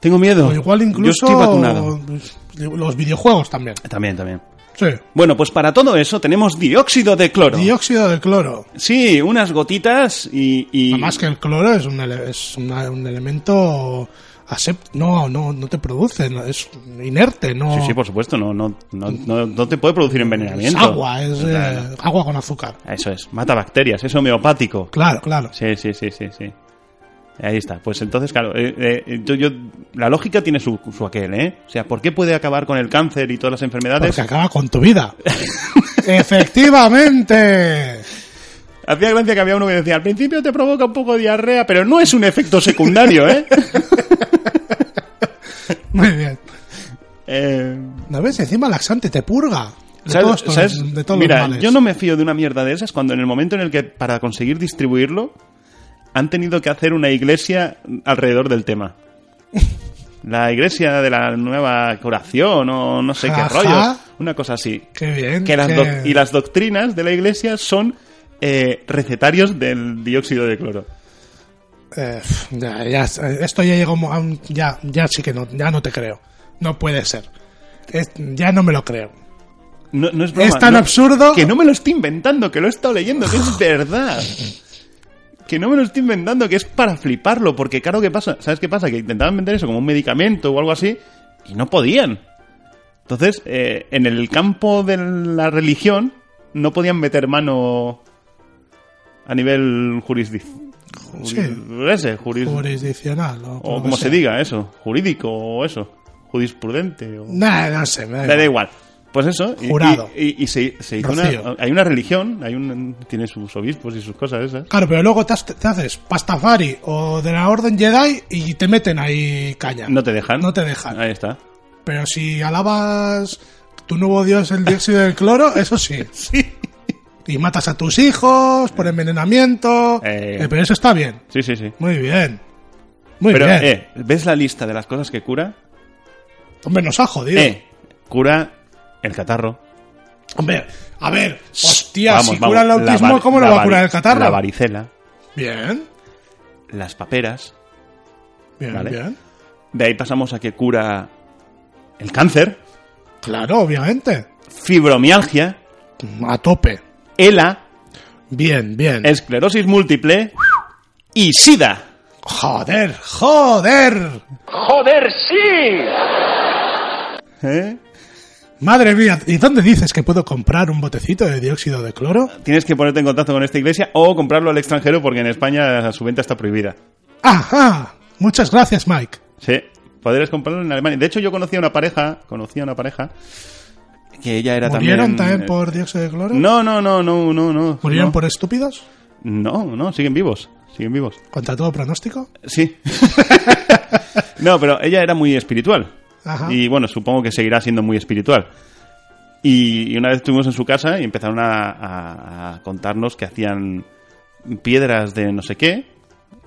Speaker 7: Tengo miedo.
Speaker 8: O igual
Speaker 7: Yo
Speaker 8: incluso.
Speaker 7: estoy vacunado.
Speaker 8: Los videojuegos también.
Speaker 7: También, también.
Speaker 8: Sí.
Speaker 7: Bueno, pues para todo eso tenemos dióxido de cloro.
Speaker 8: Dióxido de cloro.
Speaker 7: sí, unas gotitas y... y-
Speaker 8: Además que el cloro es un, ele- es una- un elemento asept- no, no, no te produce, no- es inerte, no
Speaker 7: Sí, sí, por supuesto, no, no, no, no, no te puede producir
Speaker 8: es
Speaker 7: envenenamiento.
Speaker 8: agua, es eh, agua con azúcar.
Speaker 7: Eso es, mata bacterias, es homeopático.
Speaker 8: Claro, claro.
Speaker 7: Sí, sí, sí, sí, sí. Ahí está. Pues entonces, claro, eh, eh, yo, yo- la lógica tiene su, su aquel, ¿eh? O sea, ¿por qué puede acabar con el cáncer y todas las enfermedades?
Speaker 8: Porque acaba con tu vida. Efectivamente.
Speaker 7: Hacía gracia que había uno que decía, al principio te provoca un poco de diarrea, pero no es un efecto secundario, ¿eh?
Speaker 8: Muy bien.
Speaker 7: Eh,
Speaker 8: ¿No ves? Encima laxante te purga. De
Speaker 7: ¿sabes-
Speaker 8: todos, tus-
Speaker 7: sabes?
Speaker 8: de todos
Speaker 7: Mira,
Speaker 8: los males.
Speaker 7: yo no me fío de una mierda de esas cuando en el momento en el que para conseguir distribuirlo han tenido que hacer una iglesia alrededor del tema. La iglesia de la nueva curación o no sé
Speaker 8: Ajá.
Speaker 7: qué rollo. Una cosa así.
Speaker 8: Qué bien.
Speaker 7: Que las
Speaker 8: qué-
Speaker 7: doc- y las doctrinas de la iglesia son eh, recetarios del dióxido de cloro.
Speaker 8: Eh, ya, ya, esto ya llegó mo- a un- ya, ya sí que no, ya no te creo. No puede ser. Es- ya no me lo creo.
Speaker 7: No, no es broma,
Speaker 8: Es tan
Speaker 7: no-
Speaker 8: absurdo.
Speaker 7: Que no me lo estoy inventando, que lo he estado leyendo, que es verdad. Que no me lo estoy inventando, que es para fliparlo, porque claro, ¿qué pasa? ¿Sabes qué pasa? Que intentaban vender eso como un medicamento o algo así, y no podían. Entonces, eh, en el campo de la religión, no podían meter mano a nivel jurisdicción.
Speaker 8: Sí. Jurisdiccional. O,
Speaker 7: o
Speaker 8: lo
Speaker 7: como
Speaker 8: que
Speaker 7: se
Speaker 8: sea.
Speaker 7: diga, eso, jurídico o eso, jurisprudente. O...
Speaker 8: Nah, no sé. me da
Speaker 7: Da, da
Speaker 8: igual.
Speaker 7: igual. Pues eso, y,
Speaker 8: Jurado.
Speaker 7: y, y- y se, se hizo
Speaker 8: Rocío.
Speaker 7: una, hay una religión, hay un, tiene sus obispos y sus cosas esas.
Speaker 8: Claro, pero luego te, has- te haces Pastafari o de la Orden Jedi y te meten ahí caña.
Speaker 7: No te dejan.
Speaker 8: No te dejan.
Speaker 7: Ahí está.
Speaker 8: Pero si alabas tu nuevo dios el dióxido del cloro, eso sí.
Speaker 7: Sí.
Speaker 8: Y matas a tus hijos por envenenamiento.
Speaker 7: Eh.
Speaker 8: Eh, pero eso está bien.
Speaker 7: Sí, sí, sí.
Speaker 8: Muy bien. Muy
Speaker 7: Pero,
Speaker 8: bien.
Speaker 7: eh, ¿ves la lista de las cosas que cura?
Speaker 8: Hombre, nos ha jodido.
Speaker 7: Eh, cura el catarro.
Speaker 8: Hombre, a ver. Hostia,
Speaker 7: Vamos,
Speaker 8: si
Speaker 7: vamos,
Speaker 8: cura el
Speaker 7: la
Speaker 8: autismo,
Speaker 7: var-
Speaker 8: ¿cómo lo
Speaker 7: la
Speaker 8: va a curar
Speaker 7: vari-
Speaker 8: el catarro?
Speaker 7: La varicela,
Speaker 8: Bien.
Speaker 7: las paperas.
Speaker 8: Bien,
Speaker 7: Vale.
Speaker 8: bien.
Speaker 7: De ahí pasamos a que cura el cáncer,
Speaker 8: Claro, obviamente.
Speaker 7: fibromialgia,
Speaker 8: A tope.
Speaker 7: ELA,
Speaker 8: Bien, bien.
Speaker 7: esclerosis múltiple y SIDA.
Speaker 8: Joder, joder.
Speaker 7: ¿Eh?
Speaker 8: Madre mía, ¿y dónde dices que puedo comprar un botecito de dióxido de cloro?
Speaker 7: tienes que ponerte en contacto con esta iglesia o comprarlo al extranjero porque en España su venta está prohibida.
Speaker 8: Ajá. Muchas gracias, Mike.
Speaker 7: Sí, podrías comprarlo en Alemania. De hecho, yo conocía una pareja, conocía una pareja que ella era
Speaker 8: ¿Murieron
Speaker 7: también eh,
Speaker 8: también por dióxido de cloro?
Speaker 7: No, no, no, no, no, no.
Speaker 8: ¿Murieron
Speaker 7: no.
Speaker 8: por estúpidos?
Speaker 7: No, no, siguen vivos, siguen vivos.
Speaker 8: ¿Contra todo pronóstico?
Speaker 7: Sí. no, pero ella era muy espiritual.
Speaker 8: Ajá.
Speaker 7: Y bueno, supongo que seguirá siendo muy espiritual. Y, y una vez estuvimos en su casa y empezaron a, a- a contarnos que hacían piedras de no sé qué,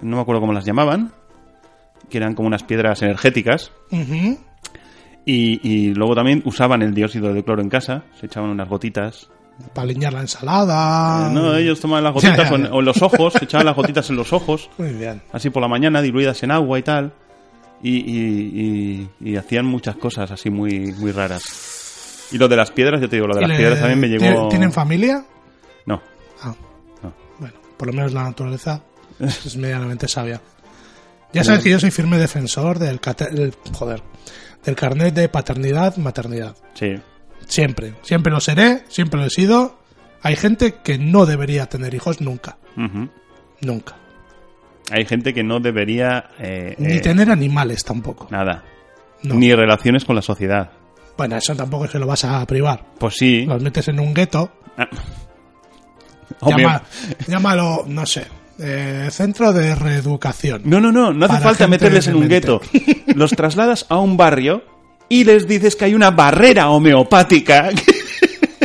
Speaker 7: no me acuerdo cómo las llamaban, que eran como unas piedras energéticas.
Speaker 8: Ujú.
Speaker 7: Y, y luego también usaban el dióxido de cloro en casa, se echaban unas gotitas.
Speaker 8: Para alinear la ensalada.
Speaker 7: Eh, no, ellos tomaban las
Speaker 8: Ah. Ya, ya,
Speaker 7: gotitas o en-
Speaker 8: ya.
Speaker 7: o en los ojos, se echaban las gotitas en los ojos
Speaker 8: Muy bien.
Speaker 7: así por la mañana, diluidas en agua y tal. Y, y- y- y hacían muchas cosas así muy, muy raras. Y lo de las piedras, yo te digo, lo de
Speaker 8: ¿Y
Speaker 7: las
Speaker 8: le-
Speaker 7: piedras también me
Speaker 8: tie-
Speaker 7: llegó.
Speaker 8: ¿Tienen familia?
Speaker 7: No.
Speaker 8: Ah.
Speaker 7: No.
Speaker 8: Bueno, por lo menos la naturaleza es medianamente sabia. Ya sabes que yo soy firme defensor del, cate- del- joder, del carnet de paternidad, maternidad.
Speaker 7: Sí.
Speaker 8: Siempre, siempre lo seré, siempre lo he sido. Hay gente que no debería tener hijos nunca,
Speaker 7: Ujú.
Speaker 8: nunca.
Speaker 7: Hay gente que no debería. eh,
Speaker 8: Ni
Speaker 7: eh,
Speaker 8: tener animales tampoco.
Speaker 7: Nada.
Speaker 8: No.
Speaker 7: Ni relaciones con la sociedad.
Speaker 8: Bueno, eso tampoco se lo vas a privar.
Speaker 7: Pues sí. Oh,
Speaker 8: Los metes en un gueto,
Speaker 7: Ah. Hombre.
Speaker 8: llama- llámalo, no sé, eh, centro de reeducación.
Speaker 7: No, no, no. No hace
Speaker 8: Para
Speaker 7: falta
Speaker 8: gente
Speaker 7: meterles en un
Speaker 8: demente.
Speaker 7: gueto. Los trasladas a un barrio y les dices que hay una barrera homeopática.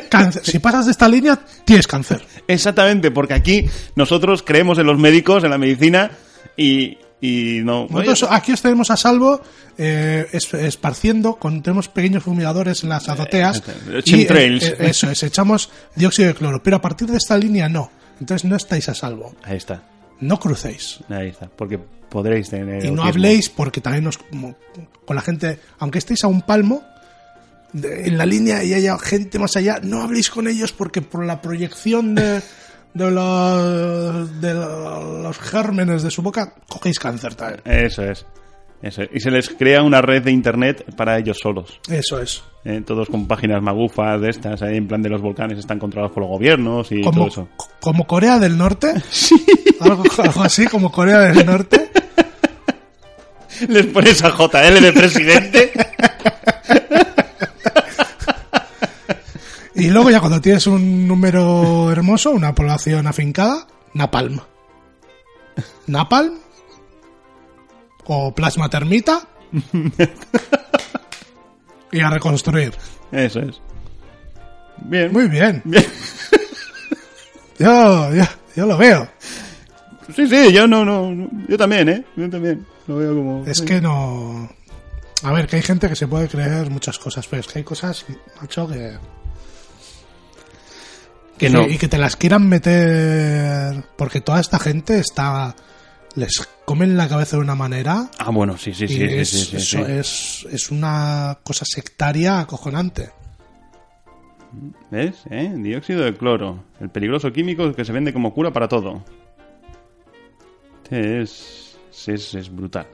Speaker 8: Cáncer. Si pasas de esta línea, tienes cáncer.
Speaker 7: Exactamente, porque aquí nosotros creemos en los médicos, en la medicina y, y no.
Speaker 8: Nosotros
Speaker 7: Oye,
Speaker 8: aquí os tenemos a salvo eh, es- esparciendo, con, tenemos pequeños fumigadores en las azoteas.
Speaker 7: exacto, chemtrails.
Speaker 8: eh, eh, eso es, echamos dióxido de cloro. Pero a partir de esta línea no. Entonces no estáis a salvo.
Speaker 7: Ahí está,
Speaker 8: No crucéis.
Speaker 7: ahí está, porque podréis tener.
Speaker 8: Y
Speaker 7: autismo.
Speaker 8: no habléis porque también nos, como- con la gente, aunque estéis a un palmo, de- en la línea y haya gente más allá, no habléis con ellos porque por la proyección de, de, los, de los gérmenes de su boca cogéis cáncer también.
Speaker 7: Eso es. Eso, y se les crea una red de internet para ellos solos.
Speaker 8: Eso es.
Speaker 7: Eh, todos con páginas magufas de estas, ahí en plan de los volcanes están controlados por los gobiernos y todo
Speaker 8: Como,
Speaker 7: eso.
Speaker 8: co- como Corea del Norte. Algo, algo así, como Corea del Norte.
Speaker 7: Les pones a JL de presidente.
Speaker 8: Y luego ya cuando tienes un número hermoso, una población afincada, Napalm. Napalm. O plasma termita. Y a reconstruir.
Speaker 7: eso es. Bien.
Speaker 8: Muy bien. Yo, yo, yo lo veo.
Speaker 7: Sí, sí, yo no, no, no, yo también, ¿eh? Yo también. Lo veo como...
Speaker 8: Es que no. A ver, que hay gente que se puede creer muchas cosas, pero es que hay cosas, macho, que.
Speaker 7: Que no.
Speaker 8: Y que te las quieran meter. Porque toda esta gente está. Les comen la cabeza de una manera.
Speaker 7: Ah, bueno, sí, sí,
Speaker 8: Y
Speaker 7: sí, sí,
Speaker 8: es,
Speaker 7: sí, sí,
Speaker 8: eso eh.
Speaker 7: sí.
Speaker 8: Es, es una cosa sectaria acojonante.
Speaker 7: ¿Ves? ¿Eh? Dióxido de cloro. El peligroso químico que se vende como cura para todo. Es, es, es brutal.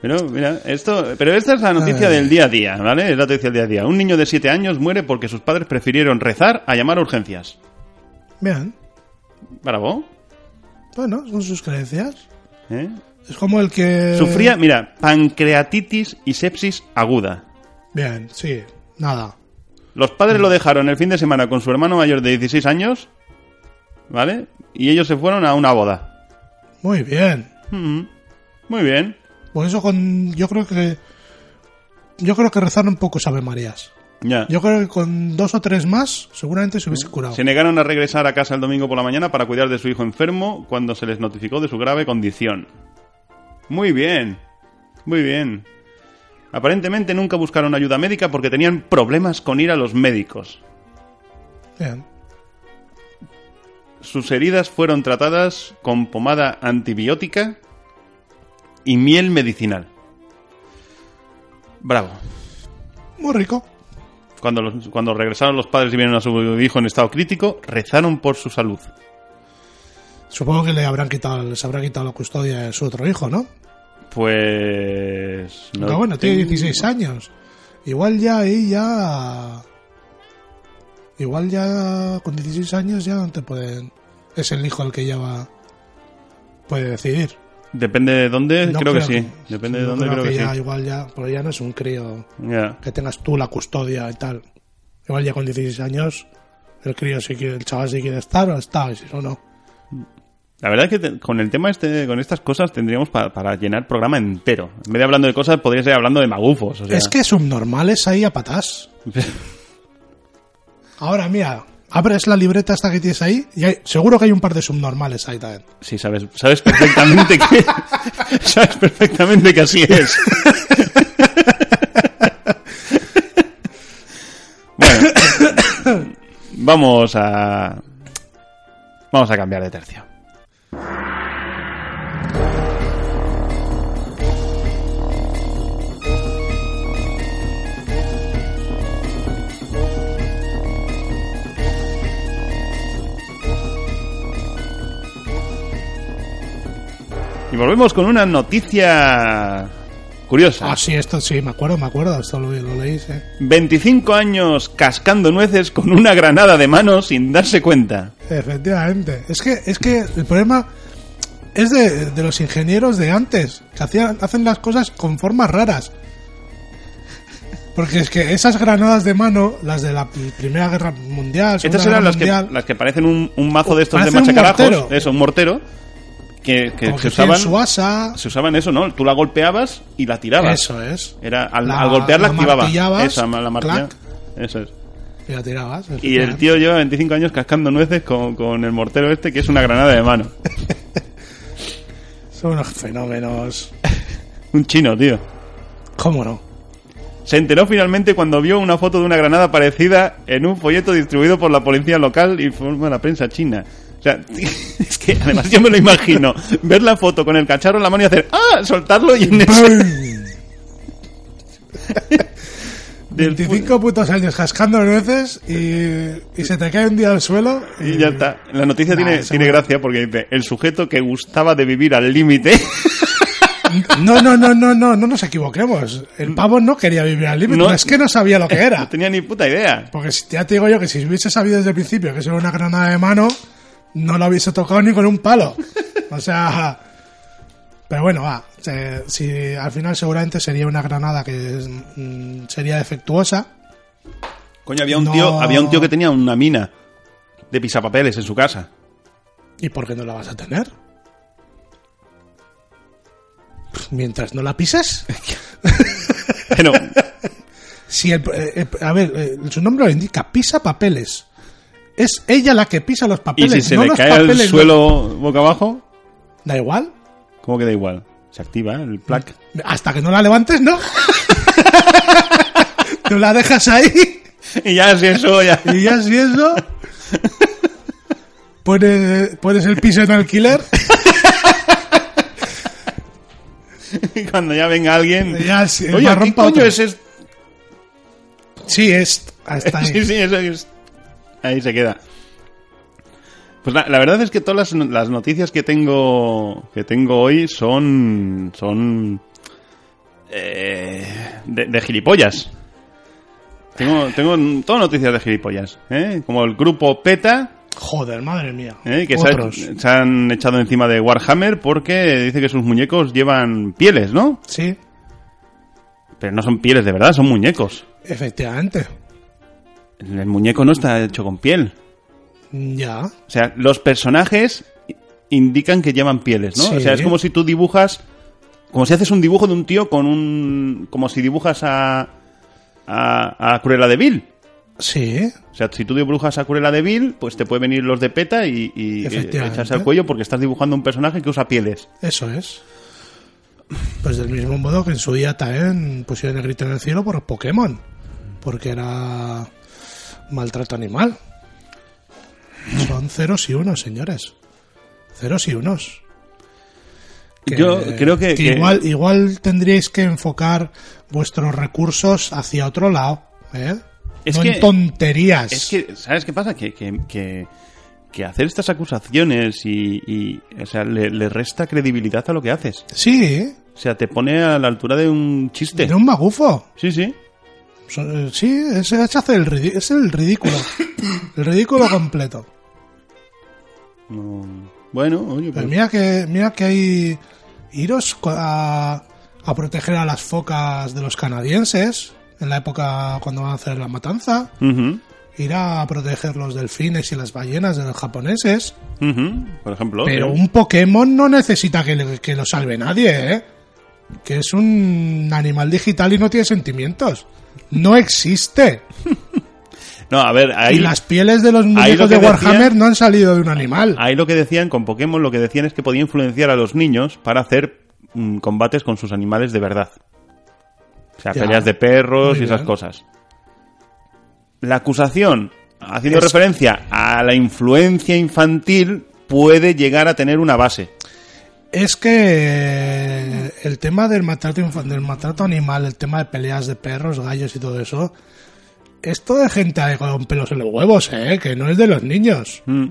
Speaker 7: Pero, mira, esto, pero esta es la noticia del día a día, ¿vale? Es la noticia del día a día. Un niño de 7 años muere porque sus padres prefirieron rezar a llamar a urgencias.
Speaker 8: Bien.
Speaker 7: Bravo.
Speaker 8: Bueno, son sus creencias.
Speaker 7: ¿Eh?
Speaker 8: Es como el que.
Speaker 7: Sufría, mira, pancreatitis y sepsis aguda.
Speaker 8: Bien, sí. Nada.
Speaker 7: Los padres lo dejaron el fin de semana con su hermano mayor de 16 años, ¿vale? Y ellos se fueron a una boda.
Speaker 8: Muy bien.
Speaker 7: Mm, Muy bien.
Speaker 8: Por eso con yo creo que yo creo que rezaron pocos Ave Marías.
Speaker 7: Ya.
Speaker 8: Yo creo que con dos o tres más seguramente se hubiese curado.
Speaker 7: Se negaron a regresar a casa el domingo por la mañana para cuidar de su hijo enfermo cuando se les notificó de su grave condición. Muy bien. Muy bien. Aparentemente nunca buscaron ayuda médica porque tenían problemas con ir a los médicos.
Speaker 8: Bien.
Speaker 7: Sus heridas fueron tratadas con pomada antibiótica y miel medicinal. Bravo.
Speaker 8: Muy rico.
Speaker 7: Cuando, los- cuando regresaron los padres y vieron a su hijo en estado crítico, rezaron por su salud.
Speaker 8: Supongo que le habrán quitado, les habrá quitado la custodia de su otro hijo, ¿no?
Speaker 7: Pues...
Speaker 8: Pero Ah, bueno, tiene 16 años. Igual ya ahí ya. Igual ya con 16 años ya no te pueden. Es el hijo el que ya va. Puede decidir.
Speaker 7: Depende de dónde,
Speaker 8: No
Speaker 7: Eh, creo, que sí. Depende de
Speaker 8: no
Speaker 7: dónde, creo, que,
Speaker 8: ya,
Speaker 7: sí.
Speaker 8: Igual ya, pero ya no es un crío.
Speaker 7: Ya.
Speaker 8: que tengas tú la custodia y tal. Igual ya con 16 años, el crío si quiere, el chaval si quiere estar o está, y si no, no.
Speaker 7: La verdad es que te- con el tema este, con estas cosas, tendríamos pa- para llenar programa entero. En vez de hablando de cosas, podría ser hablando de magufos. o sea.
Speaker 8: Es que subnormales ahí a patás. Ahora, mira, abres la libreta esta que tienes ahí y hay- seguro que hay un par de subnormales ahí también.
Speaker 7: Sí, sabes, sabes perfectamente que sabes perfectamente que así es. bueno, vamos a vamos a cambiar de tercio. Y volvemos con una noticia curiosa.
Speaker 8: Ah, sí, esto sí, me acuerdo, me acuerdo, esto lo, lo leí, sí.
Speaker 7: 25 años cascando nueces con una granada de mano sin darse cuenta.
Speaker 8: Efectivamente. Es que, es que el problema es de, de los ingenieros de antes, que hacían, hacen las cosas con formas raras. Porque es que esas granadas de mano, las de la Primera Guerra Mundial, Segunda
Speaker 7: Estas eran
Speaker 8: Guerra
Speaker 7: las que,
Speaker 8: Mundial,
Speaker 7: las que parecen un, un mazo de estos de
Speaker 8: Parecen un
Speaker 7: machacarajos.
Speaker 8: mortero.
Speaker 7: eso, un mortero. Que, que
Speaker 8: como
Speaker 7: se,
Speaker 8: que tienen
Speaker 7: usaban,
Speaker 8: su asa,
Speaker 7: se usaban eso, ¿no? Tú la golpeabas y la tirabas.
Speaker 8: eso es,
Speaker 7: Era, al,
Speaker 8: La-
Speaker 7: al golpearla
Speaker 8: la
Speaker 7: activaba.
Speaker 8: martillabas,
Speaker 7: Esa, la martilla.
Speaker 8: clac.
Speaker 7: Eso es.
Speaker 8: y la tirabas.
Speaker 7: Y el tío lleva 25 años cascando nueces con, con el mortero este, que es una granada de mano.
Speaker 8: Son unos fenómenos.
Speaker 7: Un chino, tío.
Speaker 8: ¿Cómo no?
Speaker 7: Se enteró finalmente cuando vio una foto de una granada parecida en un folleto distribuido por la policía local, informa la prensa china. O sea, es que además yo me lo imagino, ver la foto con el cacharro en la mano y hacer ¡Ah! soltarlo y en ese... del pu-
Speaker 8: 25 putos años cascando nueces y, y se te cae un día al suelo
Speaker 7: Y ya está. La noticia
Speaker 8: Nah,
Speaker 7: tiene,
Speaker 8: eso
Speaker 7: tiene
Speaker 8: me-
Speaker 7: gracia porque dice, el sujeto que gustaba de vivir al límite
Speaker 8: No, no, no, no, no, no nos equivoquemos. El pavo no quería vivir al límite,
Speaker 7: No.
Speaker 8: es que no sabía lo que
Speaker 7: No
Speaker 8: era.
Speaker 7: tenía ni puta idea.
Speaker 8: Porque si- ya te digo yo que si hubiese sabido desde el principio que eso era una granada de mano, no lo hubiese tocado ni con un palo. O sea. Pero bueno, va. eh, si al final seguramente sería una granada que es, mm, sería defectuosa.
Speaker 7: Coño, había un,
Speaker 8: No.
Speaker 7: tío, había un tío que tenía una mina de pisapapeles en su casa.
Speaker 8: ¿Y por qué no la vas a tener? Mientras no la pises.
Speaker 7: Pero,
Speaker 8: Si el- eh, eh, a ver, eh, su nombre lo indica, pisa papeles. Es ella la que pisa los
Speaker 7: y
Speaker 8: papeles.
Speaker 7: si se
Speaker 8: no
Speaker 7: le
Speaker 8: los
Speaker 7: cae al
Speaker 8: papeles, no-
Speaker 7: suelo boca abajo,
Speaker 8: Da igual.
Speaker 7: ¿cómo queda igual? Se activa el plac.
Speaker 8: Hasta que no la levantes, ¿no? Tú la dejas ahí
Speaker 7: Y ya, si eso, ya.
Speaker 8: y ya si eso... Pones, pones el piso en alquiler
Speaker 7: Y cuando ya venga alguien.
Speaker 8: Ya, sí,
Speaker 7: Oye,
Speaker 8: marrón
Speaker 7: ¿qué
Speaker 8: pa'
Speaker 7: coño
Speaker 8: otro".
Speaker 7: es esto?
Speaker 8: Sí, es... Hasta ahí.
Speaker 7: Sí, sí, eso es. Ahí se queda. Pues la, la verdad es que todas las, las noticias que tengo que tengo hoy son son eh, de, de gilipollas. Tengo, tengo todas noticias de gilipollas, ¿eh? como el grupo PETA,
Speaker 8: Joder, madre mía.
Speaker 7: ¿eh? que se, ha-
Speaker 8: Otros.
Speaker 7: se han echado encima de Warhammer porque dice que sus muñecos llevan pieles, ¿no?
Speaker 8: Sí,
Speaker 7: Pero no son pieles de verdad, son muñecos.
Speaker 8: efectivamente.
Speaker 7: El muñeco no está hecho con piel.
Speaker 8: Ya.
Speaker 7: O sea, los personajes indican que llevan pieles, ¿no?
Speaker 8: Sí.
Speaker 7: O sea, es como si tú dibujas. Como si haces un dibujo de un tío con un. Como si dibujas a. A, a Cruella de Vil.
Speaker 8: Sí.
Speaker 7: O sea, si tú dibujas a Cruella de Vil, pues te pueden venir los de PETA y, y eh,
Speaker 8: Efectivamente.
Speaker 7: echarse al cuello porque estás dibujando un personaje que usa pieles.
Speaker 8: Eso es. Pues del mismo modo que en su día también pusieron el grito en el cielo por Pokémon. Porque era maltrato animal. Son ceros y unos, señores. Ceros y unos. Que-
Speaker 7: Yo creo que- que-
Speaker 8: Igual, igual tendríais que enfocar vuestros recursos hacia otro lado. ¿eh?
Speaker 7: Es
Speaker 8: no
Speaker 7: que-
Speaker 8: en tonterías.
Speaker 7: Es que, ¿sabes qué pasa? Que, que, que, que hacer estas acusaciones y. y, o sea, le, le resta credibilidad a lo que haces.
Speaker 8: Sí,
Speaker 7: O sea, te pone a la altura de un chiste.
Speaker 8: de un magufo.
Speaker 7: Sí, sí.
Speaker 8: So- eh, Sí, es, es hacer el, ridi- es el ridículo. El ridículo completo.
Speaker 7: No. Bueno, oye,
Speaker 8: Pues
Speaker 7: pues-
Speaker 8: mira que, mira que hay. Iros co- a, a proteger a las focas de los canadienses en la época cuando van a hacer la matanza.
Speaker 7: Ujú,
Speaker 8: Ir a proteger los delfines y las ballenas de los japoneses.
Speaker 7: ujú, Por ejemplo. ¿eh?
Speaker 8: Pero
Speaker 7: sí.
Speaker 8: un Pokémon no necesita que, le- que lo salve nadie, ¿eh? Que es un animal digital y no tiene sentimientos. No existe.
Speaker 7: No, a ver, ahí,
Speaker 8: y las pieles de los
Speaker 7: lo
Speaker 8: muñecos
Speaker 7: que
Speaker 8: de Warhammer
Speaker 7: decían-
Speaker 8: no han salido de un animal.
Speaker 7: ahí lo que decían con Pokémon, lo que decían es que podía influenciar a los niños para hacer mm, combates con sus animales de verdad. O sea,
Speaker 8: Ya.
Speaker 7: peleas de perros
Speaker 8: Muy
Speaker 7: y esas
Speaker 8: bien.
Speaker 7: cosas. La acusación, haciendo
Speaker 8: Es-
Speaker 7: referencia a la influencia infantil, puede llegar a tener una base.
Speaker 8: Es que el tema del maltrato, infa- del maltrato animal, el tema de peleas de perros, gallos y todo eso, esto de gente con pelos en los huevos, ¿eh? que no es de los niños,
Speaker 7: Mm.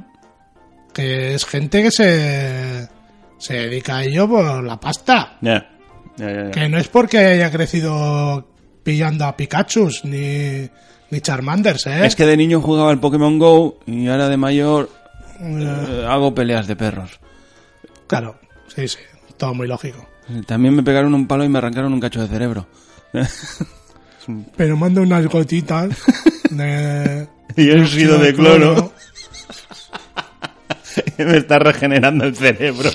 Speaker 8: que es gente que se, se dedica a ello por la pasta,
Speaker 7: Ya. Ya, ya, ya.
Speaker 8: que no es porque haya crecido pillando a Pikachu ni, ni Charmanders, ¿eh?
Speaker 7: Es que de niño jugaba al Pokémon Go y ahora de mayor eh, hago peleas de perros.
Speaker 8: Claro, sí, sí, todo muy lógico.
Speaker 7: También me pegaron un palo y me arrancaron un cacho de cerebro.
Speaker 8: Pero manda unas gotitas de...
Speaker 7: Y he sido de cloro.
Speaker 8: cloro.
Speaker 7: me está regenerando el cerebro.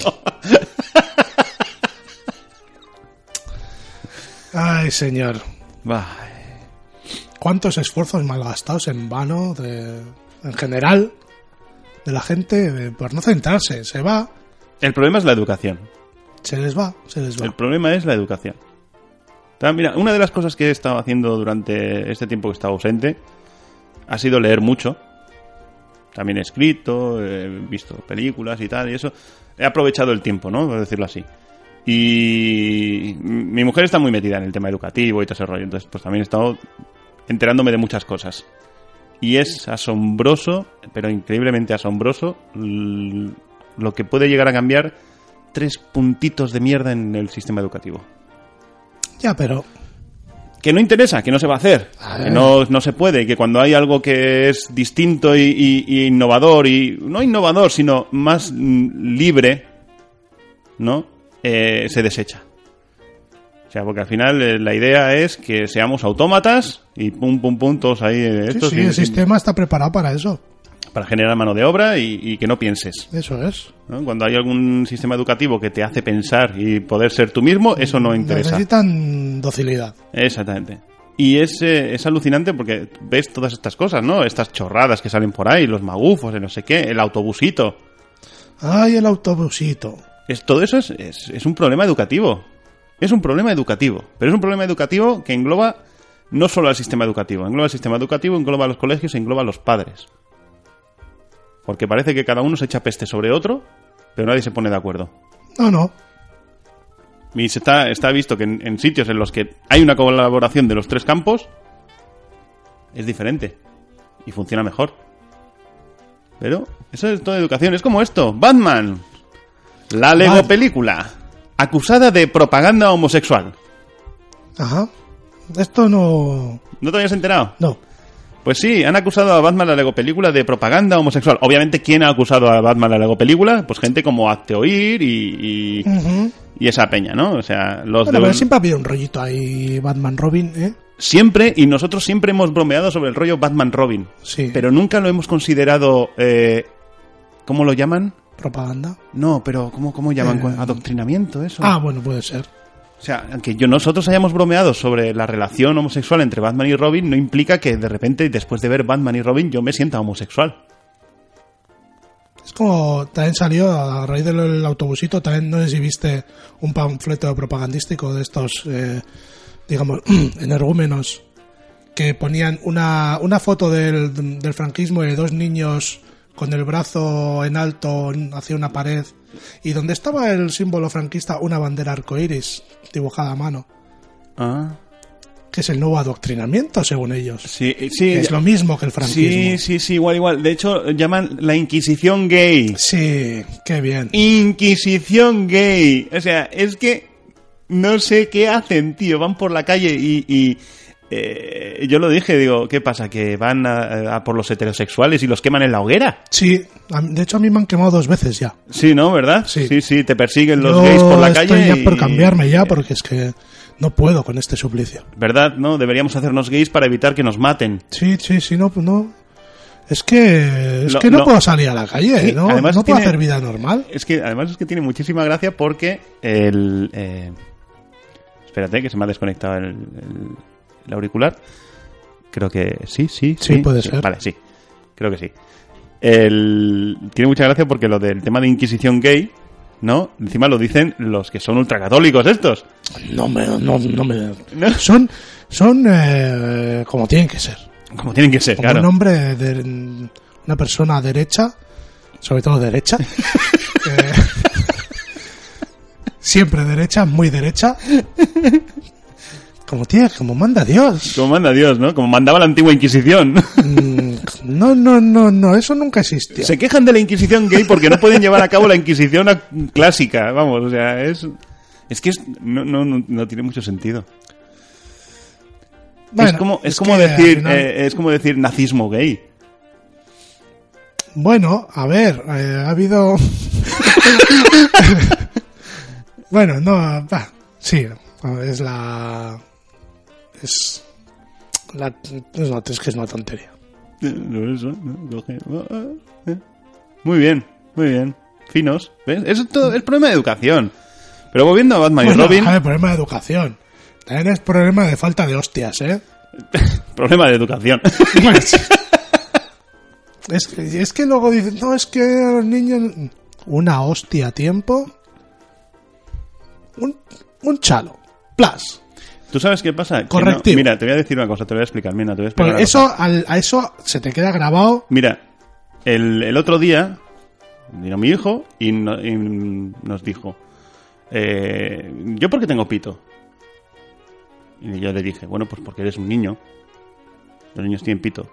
Speaker 8: Ay, señor.
Speaker 7: Bah,
Speaker 8: cuántos esfuerzos malgastados en vano de, en general de la gente eh, por no centrarse. Se va,
Speaker 7: El problema es la educación.
Speaker 8: se les va, se les
Speaker 7: El
Speaker 8: va.
Speaker 7: problema es la educación. Ta- Mira, una de las cosas que he estado haciendo durante este tiempo que he estado ausente ha sido leer mucho. También he escrito, he visto películas y tal, y eso. He aprovechado el tiempo, ¿no? Por decirlo así. Y m- mi mujer está muy metida en el tema educativo y todo ese rollo, entonces pues también he estado enterándome de muchas cosas. Y es asombroso, pero increíblemente asombroso, l- lo que puede llegar a cambiar tres puntitos de mierda en el sistema educativo.
Speaker 8: Ya, pero.
Speaker 7: Que no interesa, que no se va a hacer, que no, no se puede, que cuando hay algo que es distinto y, y- y innovador, y no innovador, sino más mm, libre, ¿no? Eh, se desecha. O sea, porque al final eh, la idea es que seamos autómatas y pum, pum, pum, todos ahí. eh,
Speaker 8: Sí,
Speaker 7: esto
Speaker 8: sí,
Speaker 7: sin-
Speaker 8: el
Speaker 7: sin-
Speaker 8: sistema está preparado para eso.
Speaker 7: para generar mano de obra y, y que no pienses.
Speaker 8: Eso es.
Speaker 7: ¿no? Cuando hay algún sistema educativo que te hace pensar y poder ser tú mismo, eso no interesa.
Speaker 8: Necesitan docilidad.
Speaker 7: Exactamente. Y es, eh, es alucinante porque ves todas estas cosas, ¿no? Estas chorradas que salen por ahí, los magufos, el no sé qué, el autobusito.
Speaker 8: Ay, el autobusito.
Speaker 7: Es, todo eso es, es- es un problema educativo. Es un problema educativo. Pero es un problema educativo que engloba no solo al sistema educativo. Engloba el sistema educativo, engloba a los colegios, engloba a los padres. Porque parece que cada uno se echa peste sobre otro, pero nadie se pone de acuerdo.
Speaker 8: No, no.
Speaker 7: Y se está, está visto que en, en sitios en los que hay una colaboración de los tres campos, es diferente. Y funciona mejor. Pero eso es toda educación. Es como esto. Batman. La Lego
Speaker 8: Bat-
Speaker 7: película. Acusada de propaganda homosexual.
Speaker 8: Ajá. Esto no.
Speaker 7: ¿No te habías enterado?
Speaker 8: No.
Speaker 7: Pues sí, han acusado a Batman la Lego película de propaganda homosexual. Obviamente, ¿quién ha acusado a Batman la Lego película? Pues gente como Hazte Oír y, y,
Speaker 8: Ujú.
Speaker 7: y esa peña, ¿no? O sea, los
Speaker 8: Bueno,
Speaker 7: de
Speaker 8: pero
Speaker 7: un-
Speaker 8: siempre ha habido un rollito ahí, Batman Robin, ¿eh?
Speaker 7: Siempre, y nosotros siempre hemos bromeado sobre el rollo Batman Robin.
Speaker 8: Sí.
Speaker 7: Pero nunca lo hemos considerado. Eh, ¿Cómo lo llaman?
Speaker 8: Propaganda.
Speaker 7: No, pero ¿cómo, cómo llaman?
Speaker 8: Eh,
Speaker 7: Adoctrinamiento, eso.
Speaker 8: Ah, bueno, puede ser.
Speaker 7: O sea, aunque yo, nosotros hayamos bromeado sobre la relación homosexual entre Batman y Robin, no implica que de repente, después de ver Batman y Robin, yo me sienta homosexual.
Speaker 8: Es como también salió a raíz del el autobusito, también no sé si viste un panfleto propagandístico de estos, eh, digamos, energúmenos que ponían una, una foto del, del franquismo y de dos niños con el brazo en alto hacia una pared y donde estaba el símbolo franquista una bandera arcoíris dibujada a mano,
Speaker 7: Ah,
Speaker 8: que es el nuevo adoctrinamiento según ellos.
Speaker 7: sí, eh, sí.
Speaker 8: es
Speaker 7: ya-
Speaker 8: lo mismo que el
Speaker 7: sí,
Speaker 8: franquismo.
Speaker 7: sí, sí, igual, igual. De hecho, llaman la Inquisición gay.
Speaker 8: sí qué bien.
Speaker 7: Inquisición gay. O sea, es que no sé qué hacen, tío. Van por la calle y... y, eh, yo lo dije, digo, ¿qué pasa? ¿Que van a, a por los heterosexuales y los queman en la hoguera?
Speaker 8: Sí, a mí- de hecho a mí me han quemado dos veces ya.
Speaker 7: Sí, ¿no? ¿Verdad?
Speaker 8: Sí.
Speaker 7: sí, te persiguen los
Speaker 8: Yo
Speaker 7: gays por la calle.
Speaker 8: estoy ya
Speaker 7: y-
Speaker 8: por cambiarme ya porque es que no puedo con este suplicio.
Speaker 7: ¿Verdad? ¿No? Deberíamos hacernos gays para evitar que nos maten.
Speaker 8: Sí, sí, sí, no, no. Es que es
Speaker 7: No,
Speaker 8: que no,
Speaker 7: no.
Speaker 8: puedo salir a la calle,
Speaker 7: Sí,
Speaker 8: no,
Speaker 7: además
Speaker 8: no puedo
Speaker 7: tiene-
Speaker 8: hacer vida normal.
Speaker 7: Es que además es que tiene muchísima gracia porque el... eh, espérate, que se me ha desconectado el, el- el auricular. Creo que sí, sí.
Speaker 8: Sí, puede ser.
Speaker 7: Vale, sí. Creo que sí. El- tiene mucha gracia porque lo del tema de Inquisición gay, ¿no? Encima lo dicen los que son ultracatólicos estos.
Speaker 8: No me, no, no me.
Speaker 7: ¿no?
Speaker 8: Son, son eh, como tienen que ser.
Speaker 7: Como tienen que ser,
Speaker 8: Como
Speaker 7: claro.
Speaker 8: un hombre de una persona derecha, sobre todo derecha. eh, siempre derecha, muy derecha. Como tiene, como manda Dios.
Speaker 7: Como manda Dios, ¿no? Como mandaba la antigua Inquisición.
Speaker 8: Mm, No, no, no, no, eso nunca existió.
Speaker 7: Se quejan de la Inquisición gay porque no pueden llevar a cabo la Inquisición ac- clásica. Vamos, o sea, es. Es que es- no, no, no, no tiene mucho sentido.
Speaker 8: Bueno,
Speaker 7: es como, es
Speaker 8: es
Speaker 7: como
Speaker 8: que al
Speaker 7: decir,
Speaker 8: final-
Speaker 7: eh, es como decir nazismo gay.
Speaker 8: Bueno, a ver, eh, ha habido. bueno, no, va, sí, es la. Es. La, es, una- es que es una tontería.
Speaker 7: Eh, no, eso, no, coge- ah, ah, eh. Muy bien, muy bien. Finos. ¿Ves? Eso es todo es problema de educación. Pero volviendo a Batman y
Speaker 8: Bueno,
Speaker 7: Robin,
Speaker 8: a ver, problema de educación. También es problema de falta de hostias, ¿eh?
Speaker 7: problema de educación.
Speaker 8: Bueno, sí. es, que, es que luego dicen, no, es que los niños. Una hostia a tiempo. Un, un chalo. Plas.
Speaker 7: ¿Tú sabes qué pasa? Que no-
Speaker 8: Correctivo.
Speaker 7: mira, te voy a decir una cosa, te voy a explicar. Mira, te voy a explicar.
Speaker 8: Pero
Speaker 7: una
Speaker 8: eso, al- a eso se te queda grabado.
Speaker 7: Mira, el, el otro día vino mi hijo y, no- y nos dijo, eh, ¿yo por qué tengo pito? Y yo le dije, bueno, pues porque eres un niño. Los niños tienen pito.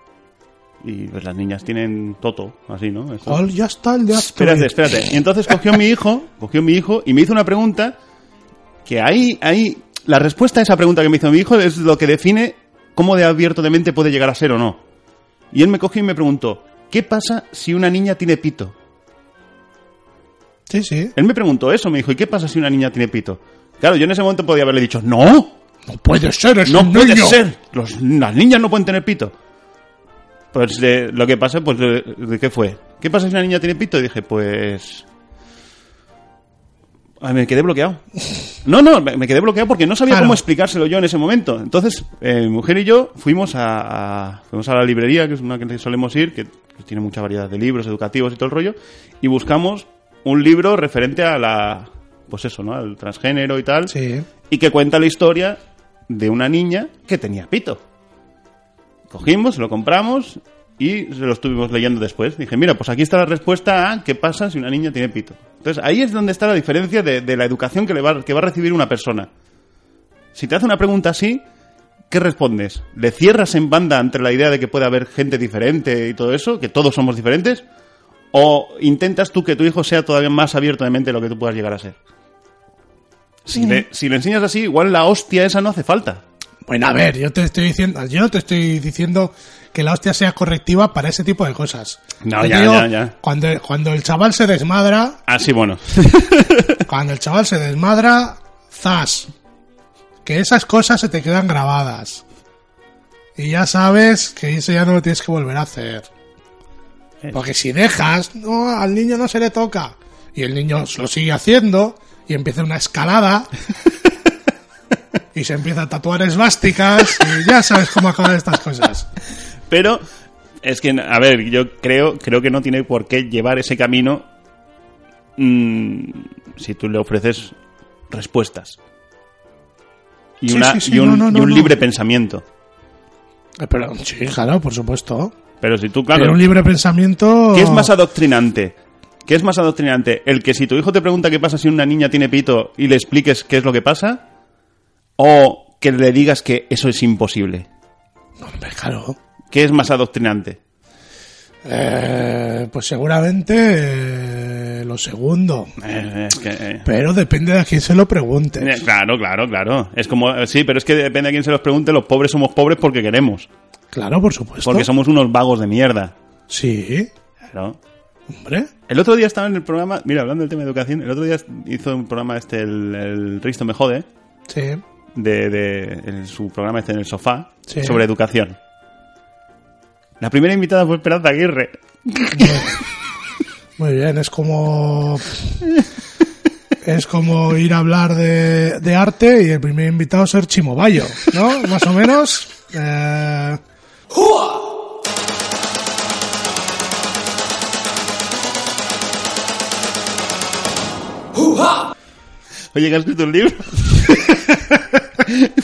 Speaker 7: Y pues las niñas tienen toto, así, ¿no? Eso.
Speaker 8: All just all the
Speaker 7: Espérate, espérate. Y entonces cogió mi hijo, cogió mi hijo y me hizo una pregunta que ahí, ahí, la respuesta a esa pregunta que me hizo mi hijo es lo que define cómo de abierto de mente puede llegar a ser o no. Y él me cogió y me preguntó, ¿qué pasa si una niña tiene pito?
Speaker 8: Sí, sí.
Speaker 7: Él me preguntó eso, me dijo, ¿y qué pasa si una niña tiene pito? Claro, yo en ese momento podía haberle dicho, no,
Speaker 8: No puede ser, es
Speaker 7: no
Speaker 8: un
Speaker 7: puede
Speaker 8: niño.
Speaker 7: ser, Los- las niñas no pueden tener pito. Pues eh, lo que pasa, pues, eh, ¿de qué fue? ¿Qué pasa si una niña tiene pito? Y dije, pues... Ay, me quedé bloqueado. No, no, me me quedé bloqueado porque no sabía
Speaker 8: Claro.
Speaker 7: cómo explicárselo yo en ese momento. Entonces, eh, mi mujer y yo fuimos a, a- fuimos a la librería, que es una que solemos ir, que tiene mucha variedad de libros educativos y todo el rollo, y buscamos un libro referente a la... Pues eso, ¿no? Al transgénero y tal.
Speaker 8: Sí.
Speaker 7: Y que cuenta la historia de una niña que tenía pito. Cogimos, lo compramos y se lo estuvimos leyendo después. Dije, mira, pues aquí está la respuesta a qué pasa si una niña tiene pito. Entonces ahí es donde está la diferencia de, de la educación que, le va, que va a recibir una persona. Si te hace una pregunta así, ¿qué respondes? ¿Le cierras en banda ante la idea de que puede haber gente diferente y todo eso? ¿Que todos somos diferentes? ¿O intentas tú que tu hijo sea todavía más abierto de mente de lo que tú puedas llegar a ser? Si le, si le enseñas así, igual la hostia esa no hace falta.
Speaker 8: Bueno, Pues a ver, yo te estoy diciendo, yo no te estoy diciendo que la hostia sea correctiva para ese tipo de cosas.
Speaker 7: No,
Speaker 8: Yo
Speaker 7: ya,
Speaker 8: te
Speaker 7: ya, ya.
Speaker 8: Cuando, cuando el chaval se desmadra,
Speaker 7: Así Ah, bueno.
Speaker 8: cuando el chaval se desmadra, zas. Que esas cosas se te quedan grabadas. Y ya sabes que eso ya no lo tienes que volver a hacer. Porque si dejas, no, al niño no se le toca. Y el niño lo sigue haciendo y empieza una escalada. y se empieza a tatuar esvásticas. Y ya sabes cómo acaban estas cosas.
Speaker 7: Pero es que, a ver, yo creo, creo que no tiene por qué llevar ese camino mm, si tú le ofreces respuestas. Y,
Speaker 8: Sí,
Speaker 7: una-
Speaker 8: sí, sí,
Speaker 7: y un,
Speaker 8: no, no,
Speaker 7: y
Speaker 8: no,
Speaker 7: un
Speaker 8: no.
Speaker 7: libre pensamiento.
Speaker 8: Eh, Pero sí, claro, por supuesto.
Speaker 7: Pero si tú,
Speaker 8: Pero
Speaker 7: claro,
Speaker 8: un libre pensamiento.
Speaker 7: ¿qué es más adoctrinante? ¿Qué es más adoctrinante? ¿El que si tu hijo te pregunta qué pasa si una niña tiene pito y le expliques qué es lo que pasa? ¿O que le digas que eso es imposible?
Speaker 8: Hombre, claro.
Speaker 7: ¿Qué es más adoctrinante?
Speaker 8: Eh, pues seguramente eh, lo segundo.
Speaker 7: Eh, es que, eh.
Speaker 8: Pero depende de a quién se lo pregunte.
Speaker 7: Eh, Claro, claro, claro. Es como, eh, sí, pero es que depende a quién se los pregunte, los pobres somos pobres porque queremos.
Speaker 8: Claro, por supuesto.
Speaker 7: Porque somos unos vagos de mierda.
Speaker 8: Sí,
Speaker 7: Claro.
Speaker 8: hombre.
Speaker 7: El otro día estaba en el programa, mira, hablando del tema de educación, el otro día hizo un programa este, el, el Risto Me Jode,
Speaker 8: Sí.
Speaker 7: de, de- en su programa este en el sofá,
Speaker 8: Sí.
Speaker 7: sobre educación. La primera invitada fue Esperanza Aguirre.
Speaker 8: Muy bien, es como. Es como ir a hablar de, de arte y el primer invitado ser Chimo Bayo, ¿no? Más o menos. Eh,
Speaker 7: Oye, que has escrito un libro.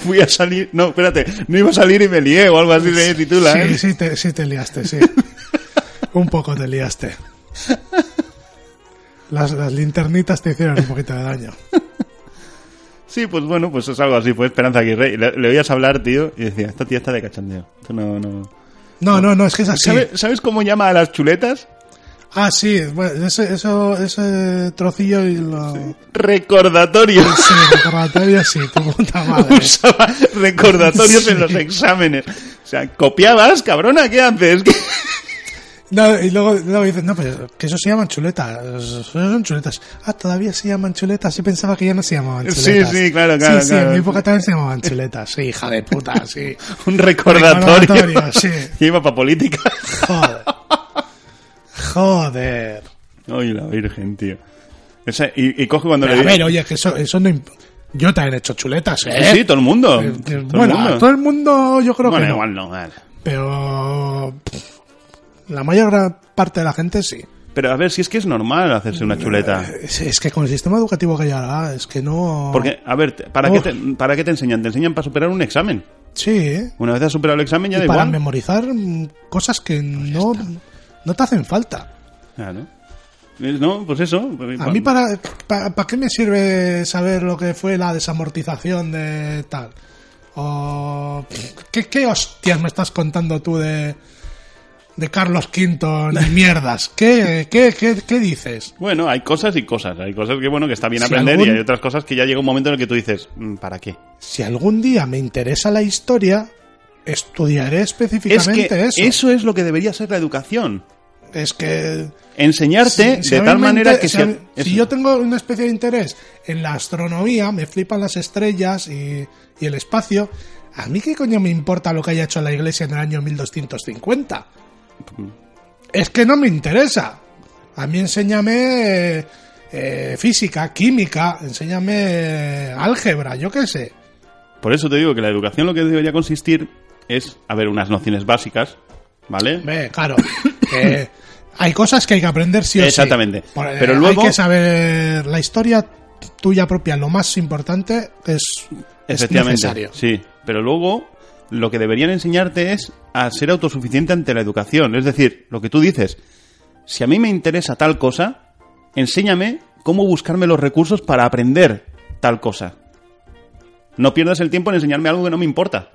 Speaker 7: Fui a salir, no, espérate, no iba a salir y me lié o algo así de titula, ¿eh?
Speaker 8: sí, sí te, sí te liaste, sí. Un poco te liaste. Las, las linternitas te hicieron un poquito de daño.
Speaker 7: Sí, pues bueno, pues es algo así, fue Esperanza Aguirre. Y Le, le oías hablar, tío, y decía, esta tía está de cachondeo. Esto no, no.
Speaker 8: No, no, no, es que es así.
Speaker 7: ¿Sabe- ¿Sabes cómo llama a las chuletas?
Speaker 8: Ah, sí, bueno, ese, eso, ese trocillo y lo...
Speaker 7: Recordatorios.
Speaker 8: Sí, recordatorio, sí, tu puta madre.
Speaker 7: Usaba recordatorios
Speaker 8: Sí.
Speaker 7: en los exámenes. O sea, copiabas, cabrona, ¿qué haces?
Speaker 8: No, y luego, luego dices, no, pues que eso se llaman chuletas. Eso son chuletas. Ah, todavía se llaman chuletas. Yo pensaba que ya no se llamaban
Speaker 7: Sí,
Speaker 8: chuletas.
Speaker 7: sí, claro, claro,
Speaker 8: Sí, sí,
Speaker 7: claro.
Speaker 8: en mi época también se llamaban chuletas. Sí, hija de puta, sí.
Speaker 7: Un recordatorio.
Speaker 8: Recordatorio, sí.
Speaker 7: Y iba para política.
Speaker 8: Joder. Joder.
Speaker 7: Ay, la virgen, tío. Esa- y, y coge cuando
Speaker 8: Pero
Speaker 7: le
Speaker 8: a ver, oye, que eso, eso no... imp- Yo también he hecho chuletas, ¿eh?
Speaker 7: Sí, sí, todo el mundo.
Speaker 8: Eh,
Speaker 7: Todo el
Speaker 8: bueno,
Speaker 7: mundo.
Speaker 8: a todo el mundo yo creo
Speaker 7: Bueno,
Speaker 8: que no.
Speaker 7: igual no. vale.
Speaker 8: Pero pff, la mayor gran parte de la gente sí.
Speaker 7: Pero a ver, si es que es normal hacerse una chuleta.
Speaker 8: Es, es que con el sistema educativo que hay ahora, es que Eh, no...
Speaker 7: Porque, a ver, te- ¿para,
Speaker 8: Uf.
Speaker 7: qué te, ¿para qué te enseñan? Te enseñan para superar un examen.
Speaker 8: Sí, ¿eh?
Speaker 7: Una vez has superado el examen, ya da
Speaker 8: Y para
Speaker 7: igual. Pues
Speaker 8: memorizar mm, cosas que no, no te hacen falta.
Speaker 7: Claro. Es- No, pues eso.
Speaker 8: A mí, para, ¿para para qué me sirve saber lo que fue la desamortización de tal? O, ¿qué, ¿Qué hostias me estás contando tú de, de Carlos Quinto ni mierdas. ¿Qué, qué, qué, qué dices?
Speaker 7: Bueno, hay cosas y cosas. Hay cosas que, bueno, que está bien
Speaker 8: Si
Speaker 7: aprender y
Speaker 8: algún-
Speaker 7: hay otras cosas que ya llega un momento en el que tú dices, "Mm, ¿para qué?
Speaker 8: Si algún día me interesa la historia, estudiaré
Speaker 7: Es que
Speaker 8: específicamente
Speaker 7: eso.
Speaker 8: eso.
Speaker 7: es lo que debería ser la educación.
Speaker 8: Es que
Speaker 7: Enseñarte
Speaker 8: Si- si
Speaker 7: de
Speaker 8: a mí
Speaker 7: tal
Speaker 8: me
Speaker 7: manera
Speaker 8: inter-
Speaker 7: que...
Speaker 8: si,
Speaker 7: sea-
Speaker 8: a mí-
Speaker 7: eso.
Speaker 8: si yo tengo una especie de interés en la astronomía, me flipan las estrellas y, y el espacio, ¿a mí qué coño me importa lo que haya hecho la iglesia en el año 1250? Es que no me interesa. A mí enséñame eh, eh, física, química, enséñame eh, álgebra, yo qué sé.
Speaker 7: Por eso te digo que la educación lo que debería consistir es, a ver, unas nociones básicas, ¿vale?
Speaker 8: Ve, claro. que hay cosas que hay que aprender sí o sí.
Speaker 7: Exactamente.
Speaker 8: Por- eh,
Speaker 7: Pero
Speaker 8: hay
Speaker 7: luego-
Speaker 8: que saber la historia tuya propia. Lo más importante es, es necesario.
Speaker 7: Sí, pero luego lo que deberían enseñarte es a ser autosuficiente ante la educación. Es decir, lo que tú dices, si a mí me interesa tal cosa, enséñame cómo buscarme los recursos para aprender tal cosa. No pierdas el tiempo en enseñarme algo que no me importa.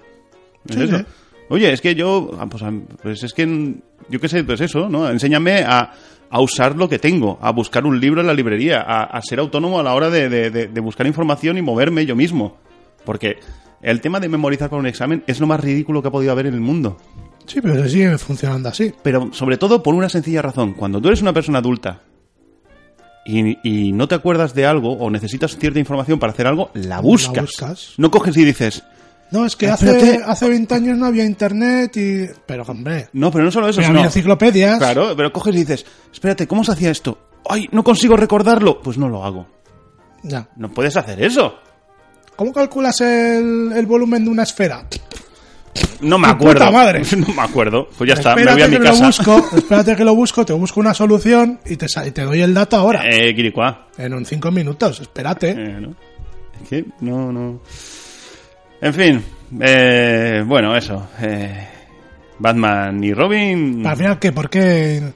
Speaker 7: Es
Speaker 8: Sí, ¿eh?
Speaker 7: eso.
Speaker 8: sí.
Speaker 7: Oye, es que yo, ah, pues, ah, pues es que, mm, yo qué sé, pues eso, ¿no? Enséñame a, a usar lo que tengo, a buscar un libro en la librería, a, a ser autónomo a la hora de, de- de- de buscar información y moverme yo mismo. Porque el tema de memorizar para un examen es lo más ridículo que ha podido haber en el mundo.
Speaker 8: Sí, pero se sigue funcionando así.
Speaker 7: Pero sobre todo por una sencilla razón. Cuando tú eres una persona adulta y, y no te acuerdas de algo o necesitas cierta información para hacer algo, la buscas.
Speaker 8: buscas.
Speaker 7: No coges y dices,
Speaker 8: No, es que hace,
Speaker 7: Espérate.
Speaker 8: hace 20 años no había internet y... Pero, hombre,
Speaker 7: no, pero no solo eso,
Speaker 8: pero
Speaker 7: sino...
Speaker 8: había enciclopedias.
Speaker 7: Claro, pero coges y dices, espérate, ¿cómo se hacía esto? ¡Ay, no consigo recordarlo! Pues no lo hago.
Speaker 8: Ya.
Speaker 7: No puedes hacer eso.
Speaker 8: ¿Cómo calculas el, el volumen de una esfera?
Speaker 7: No me
Speaker 8: ¡Tu
Speaker 7: acuerdo.
Speaker 8: puta madre!
Speaker 7: No me acuerdo. Pues ya está,
Speaker 8: espérate
Speaker 7: me voy a mi
Speaker 8: que
Speaker 7: casa.
Speaker 8: lo busco, espérate que lo busco, te busco una solución y te, sa- y te doy el dato ahora.
Speaker 7: Eh, Quiricuá.
Speaker 8: En un 5 minutos, espérate.
Speaker 7: Eh, ¿no? Es que no, no. En fin, eh, bueno, eso. eh, Batman y Robin.
Speaker 8: Pero al final, ¿qué? ¿Por qué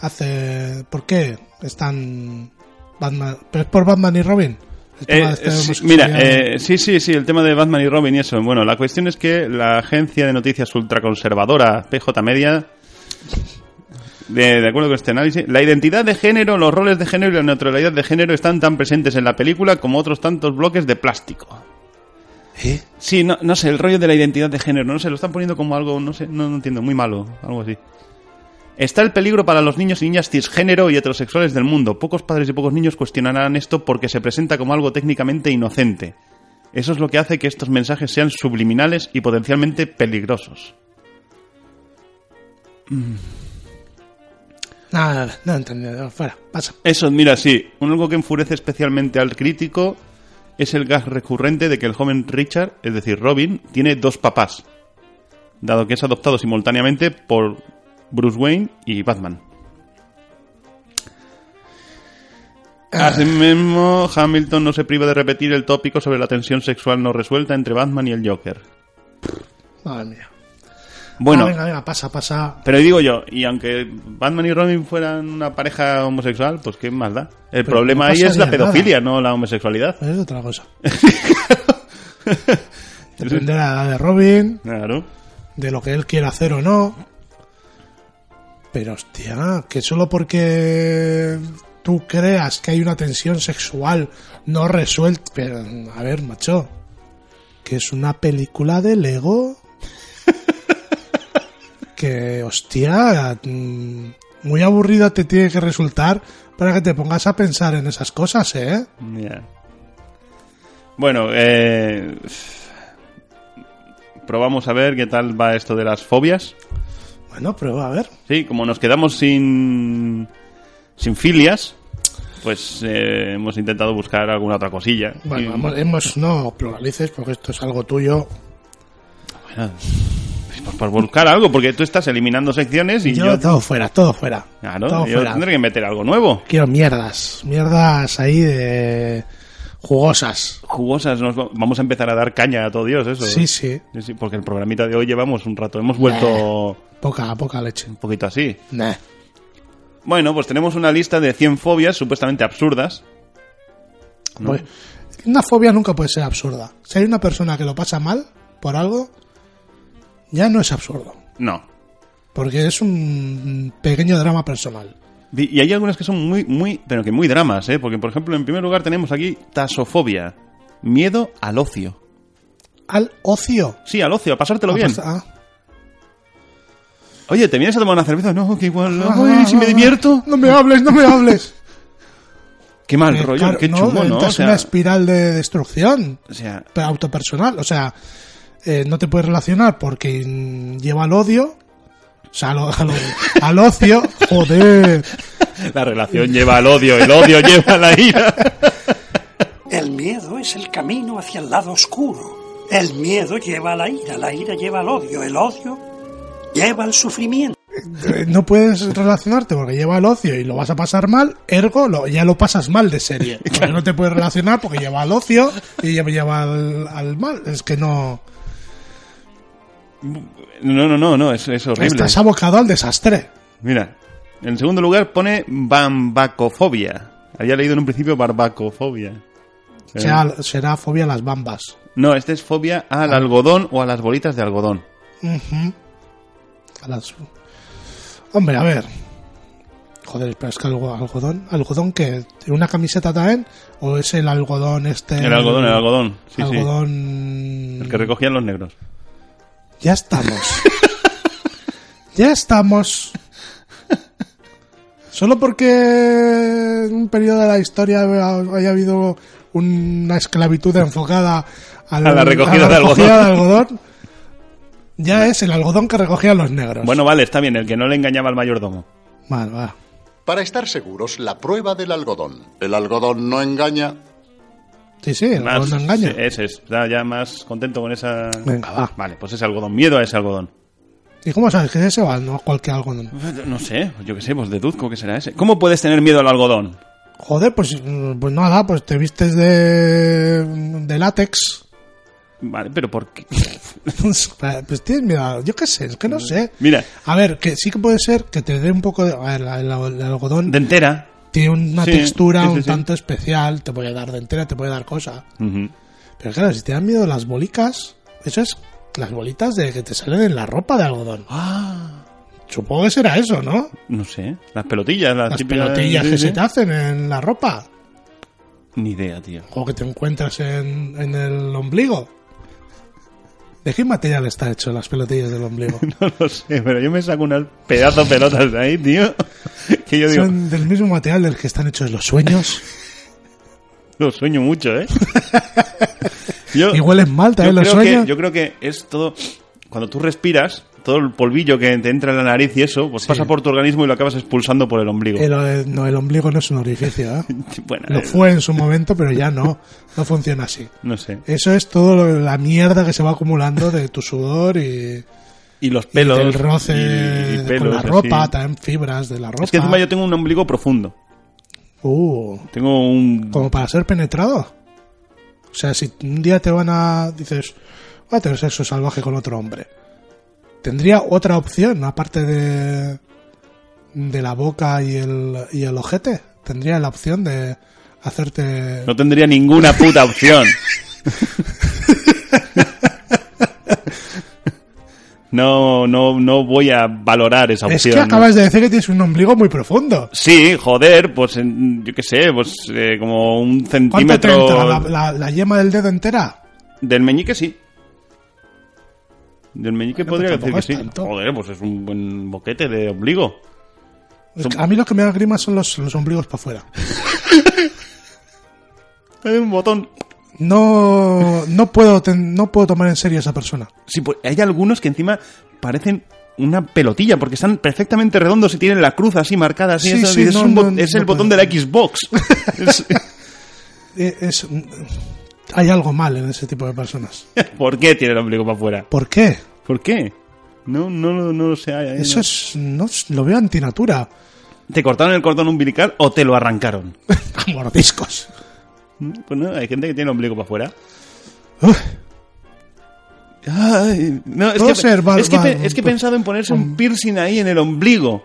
Speaker 8: hace. ¿Por qué están. Batman. ¿Pero es por Batman y Robin? El
Speaker 7: Eh,
Speaker 8: tema de este
Speaker 7: sí,
Speaker 8: homosexualidad.
Speaker 7: mira, eh, sí, sí, sí, el tema de Batman y Robin y eso. Bueno, la cuestión es que la agencia de noticias ultraconservadora PJ Media, de, de acuerdo con este análisis, la identidad de género, los roles de género y la neutralidad de género están tan presentes en la película como otros tantos bloques de plástico. Sí, no, no sé, el rollo de la identidad de género, no sé, lo están poniendo como algo, no sé, no, no entiendo, muy malo, algo así. Está el peligro para los niños y niñas cisgénero y heterosexuales del mundo. Pocos padres y pocos niños cuestionarán esto porque se presenta como algo técnicamente inocente. Eso es lo que hace que estos mensajes sean subliminales y potencialmente peligrosos.
Speaker 8: No, no, no, no entendí, no, fuera, pasa.
Speaker 7: Eso, mira, sí. Un algo que enfurece especialmente al crítico es el gas recurrente de que el joven Richard, es decir, Robin, tiene dos papás. Dado que es adoptado simultáneamente por Bruce Wayne y Batman.
Speaker 8: Ah.
Speaker 7: Asimismo, Hamilton no se priva de repetir el tópico sobre la tensión sexual no resuelta entre Batman y el Joker.
Speaker 8: Madre mía.
Speaker 7: Bueno,
Speaker 8: Ah, venga, venga, pasa, pasa.
Speaker 7: pero digo yo, y aunque Batman y Robin fueran una pareja homosexual, pues qué más da. El
Speaker 8: Pero
Speaker 7: problema
Speaker 8: no
Speaker 7: ahí es la
Speaker 8: pasaría nada.
Speaker 7: pedofilia, no la homosexualidad.
Speaker 8: Es otra cosa. Depende de la edad de Robin,
Speaker 7: Claro.
Speaker 8: de lo que él quiera hacer o no. Pero hostia, que solo porque tú creas que hay una tensión sexual no resuelta. Pero, a ver, macho. Que es una película de Lego. que, hostia, mm, muy aburrida te tiene que resultar para que te pongas a pensar en esas cosas, ¿eh?
Speaker 7: Ya. Bueno, eh, probamos a ver qué tal va esto de las fobias.
Speaker 8: Bueno, prueba, a ver.
Speaker 7: Sí, como nos quedamos sin, sin filias, pues eh, hemos intentado buscar alguna otra cosilla. Y-
Speaker 8: Bueno, eh. hemos, hemos- no pluralices porque esto es algo tuyo.
Speaker 7: Bueno, Ah, pues por buscar algo, porque tú estás eliminando secciones y
Speaker 8: Yo,
Speaker 7: yo...
Speaker 8: todo fuera, todo fuera.
Speaker 7: Claro,
Speaker 8: todo
Speaker 7: yo
Speaker 8: fuera.
Speaker 7: tendré que meter algo nuevo.
Speaker 8: Quiero mierdas, mierdas ahí de jugosas.
Speaker 7: Jugosas, nos va- vamos a empezar a dar caña a todo Dios, eso. ¿eh?
Speaker 8: Sí, sí,
Speaker 7: Sí, sí, porque el programita de hoy llevamos un rato, hemos
Speaker 8: Eh.
Speaker 7: vuelto
Speaker 8: poca, poca leche.
Speaker 7: un poquito así.
Speaker 8: Nah.
Speaker 7: Bueno, pues tenemos una lista de 100 fobias supuestamente absurdas. ¿no?
Speaker 8: Pues, una fobia nunca puede ser absurda. Si hay una persona que lo pasa mal por algo, ya no es absurdo.
Speaker 7: No.
Speaker 8: porque es un pequeño drama personal.
Speaker 7: Y hay algunas que son muy, muy, pero que muy dramas, ¿eh? Porque, por ejemplo, en primer lugar tenemos aquí tasofobia, miedo al ocio.
Speaker 8: Al ocio.
Speaker 7: Sí, al ocio, a pasártelo
Speaker 8: Ah,
Speaker 7: bien.
Speaker 8: pues, ah.
Speaker 7: Oye, ¿te vienes a tomar una cerveza? No, que igual, ay, si me divierto.
Speaker 8: No me hables, no me hables.
Speaker 7: Qué mal
Speaker 8: Eh,
Speaker 7: rollo,
Speaker 8: claro,
Speaker 7: qué chungo, ¿no? O
Speaker 8: entras en
Speaker 7: sea,
Speaker 8: una espiral de destrucción
Speaker 7: o sea,
Speaker 8: pe- autopersonal. O sea, eh, no te puedes relacionar porque mm, lleva al odio. O sea, al, o- al o- al ocio. Joder.
Speaker 7: la relación lleva al odio, el odio lleva a la ira.
Speaker 11: El miedo es el camino hacia el lado oscuro. El miedo lleva a la ira, la ira lleva al odio, el odio lleva al sufrimiento.
Speaker 8: Eh, No puedes relacionarte porque lleva al ocio y lo vas a pasar mal. Ergo, lo- ya lo pasas mal de serie. Porque no te puedes relacionar porque lleva al ocio y lleva, lleva al, al mal. Es que no.
Speaker 7: No, no, no, no, es, es horrible.
Speaker 8: Estás abocado al desastre.
Speaker 7: Mira, en segundo lugar pone bambacofobia. Había leído en un principio barbacofobia. Pero-
Speaker 8: Será, será fobia a las bambas.
Speaker 7: No, este es fobia al
Speaker 8: Ah.
Speaker 7: algodón o a las bolitas de algodón.
Speaker 8: Ujú. A las- Hombre, a ver. Joder, pero es que algo, algodón, algodón que una camiseta también o es el algodón este.
Speaker 7: El algodón, el algodón. Sí, sí.
Speaker 8: algodón.
Speaker 7: El que recogían los negros.
Speaker 8: Ya estamos. ya estamos. Solo porque en un periodo de la historia haya habido una esclavitud enfocada al-
Speaker 7: A la recogida de
Speaker 8: recogida
Speaker 7: algodón.
Speaker 8: algodón, Ya es el algodón que recogían los negros.
Speaker 7: Bueno, vale, está bien, el que no le engañaba al mayordomo.
Speaker 8: Vale, va.
Speaker 12: Para estar seguros, la prueba del algodón. El algodón no engaña.
Speaker 8: Sí, sí, el
Speaker 7: Más-
Speaker 8: algodón no engaña.
Speaker 7: sí, eh. Ese es, está ya más contento con esa...
Speaker 8: Venga, va.
Speaker 7: Vale, pues ese algodón, miedo a ese algodón.
Speaker 8: ¿Y cómo sabes que ese va? No cualquier algodón.
Speaker 7: No sé, yo qué sé, pues deduzco que será ese. ¿Cómo puedes tener miedo al algodón?
Speaker 8: Joder, pues, mm, pues nada, pues te vistes de, de látex.
Speaker 7: Vale, pero ¿por qué?
Speaker 8: pues tienes miedo, a- yo qué sé, es que no sé.
Speaker 7: Mm, Mira,
Speaker 8: A ver, que sí que puede ser que te dé un poco de... A ver, la- la- el algodón
Speaker 7: de entera.
Speaker 8: tiene una
Speaker 7: Sí,
Speaker 8: textura
Speaker 7: sí, sí,
Speaker 8: un
Speaker 7: sí.
Speaker 8: tanto especial, te puede dar de entera, te puede dar cosa. Pero claro, si te dan miedo las bolicas, eso es las bolitas de que te salen en la ropa de algodón.
Speaker 7: Ah.
Speaker 8: Supongo que será eso, ¿no?
Speaker 7: No sé, las pelotillas, las,
Speaker 8: Las
Speaker 7: típicas-
Speaker 8: pelotillas
Speaker 7: sí,
Speaker 8: que
Speaker 7: sí.
Speaker 8: se te hacen en la ropa.
Speaker 7: Ni idea, tío.
Speaker 8: o que te encuentras en, en el ombligo. ¿De qué material está hecho las pelotillas del ombligo?
Speaker 7: No lo sé, pero yo me saco unas pedazo de pelotas de ahí, tío. Que yo digo,
Speaker 8: ¿Son del mismo material del que están hechos los sueños?
Speaker 7: lo sueño mucho, ¿eh? Yo-
Speaker 8: ¿Y huelen mal
Speaker 7: yo
Speaker 8: también ¿eh? los
Speaker 7: creo que-
Speaker 8: sueños?
Speaker 7: yo creo que es todo... Cuando tú respiras, todo el polvillo que te entra en la nariz y eso, pues pasa por tu organismo y lo acabas expulsando por el ombligo.
Speaker 8: El, eh, no, el ombligo no es un orificio. ¿eh?
Speaker 7: Bueno,
Speaker 8: Lo
Speaker 7: eh,
Speaker 8: fue en su momento, pero ya no. No funciona así.
Speaker 7: no sé.
Speaker 8: Eso es todo lo- la mierda que se va acumulando de tu sudor y,
Speaker 7: Y los
Speaker 8: y
Speaker 7: pelos.
Speaker 8: del roce
Speaker 7: y- y
Speaker 8: con la
Speaker 7: así.
Speaker 8: ropa, también fibras de la ropa.
Speaker 7: Es que encima yo tengo un ombligo profundo.
Speaker 8: Uh.
Speaker 7: Tengo un...
Speaker 8: como para ser penetrado. O sea, si un día te van a. dices, voy a tener sexo salvaje con otro hombre. Tendría otra opción, aparte de. de la boca y el, y el ojete. Tendría la opción de hacerte.
Speaker 7: No tendría ninguna puta opción. No, no, no voy a valorar esa
Speaker 8: es
Speaker 7: opción.
Speaker 8: que
Speaker 7: ¿no?
Speaker 8: acabas de decir que tienes un ombligo muy profundo.
Speaker 7: Sí, joder, pues en- yo qué sé, pues eh, como un
Speaker 8: ¿Cuánto te entra?
Speaker 7: centímetro
Speaker 8: ¿La, la- la yema del dedo entera?
Speaker 7: del meñique, sí. Del meñique
Speaker 8: Bueno,
Speaker 7: podría
Speaker 8: pues
Speaker 7: decir
Speaker 8: tampoco
Speaker 7: que
Speaker 8: es
Speaker 7: sí.
Speaker 8: tanto.
Speaker 7: Joder, pues es un buen boquete de ombligo.
Speaker 8: Es
Speaker 7: Son-
Speaker 8: que a mí lo que me da grima son los, los ombligos para afuera.
Speaker 7: Es un botón.
Speaker 8: No, no, puedo ten- no puedo tomar en serio a esa persona.
Speaker 7: Sí, pues hay algunos que encima parecen una pelotilla, porque están perfectamente redondos y tienen la cruz así marcada. Así,
Speaker 8: Sí,
Speaker 7: eso,
Speaker 8: sí,
Speaker 7: y es,
Speaker 8: no,
Speaker 7: un bot-
Speaker 8: no,
Speaker 7: es
Speaker 8: no
Speaker 7: el botón
Speaker 8: puedo.
Speaker 7: de la Xbox. Es-
Speaker 8: Eh, es- hay algo mal en ese tipo de personas.
Speaker 7: ¿Por qué tiene el ombligo para afuera?
Speaker 8: ¿Por qué?
Speaker 7: ¿Por qué? No, no, lo- no lo sé. ay, ay, Eh,
Speaker 8: Eso
Speaker 7: no.
Speaker 8: es, no, es- lo veo antinatura.
Speaker 7: ¿Te cortaron el cordón umbilical o te lo arrancaron?
Speaker 8: A mordiscos.
Speaker 7: Pues no, hay gente que tiene el ombligo para afuera.
Speaker 8: Uf,
Speaker 7: Ay, no, es
Speaker 8: Puedo
Speaker 7: que,
Speaker 8: ser val-
Speaker 7: es que pe-
Speaker 8: val-
Speaker 7: es que he pensado en ponerse un piercing ahí en el ombligo.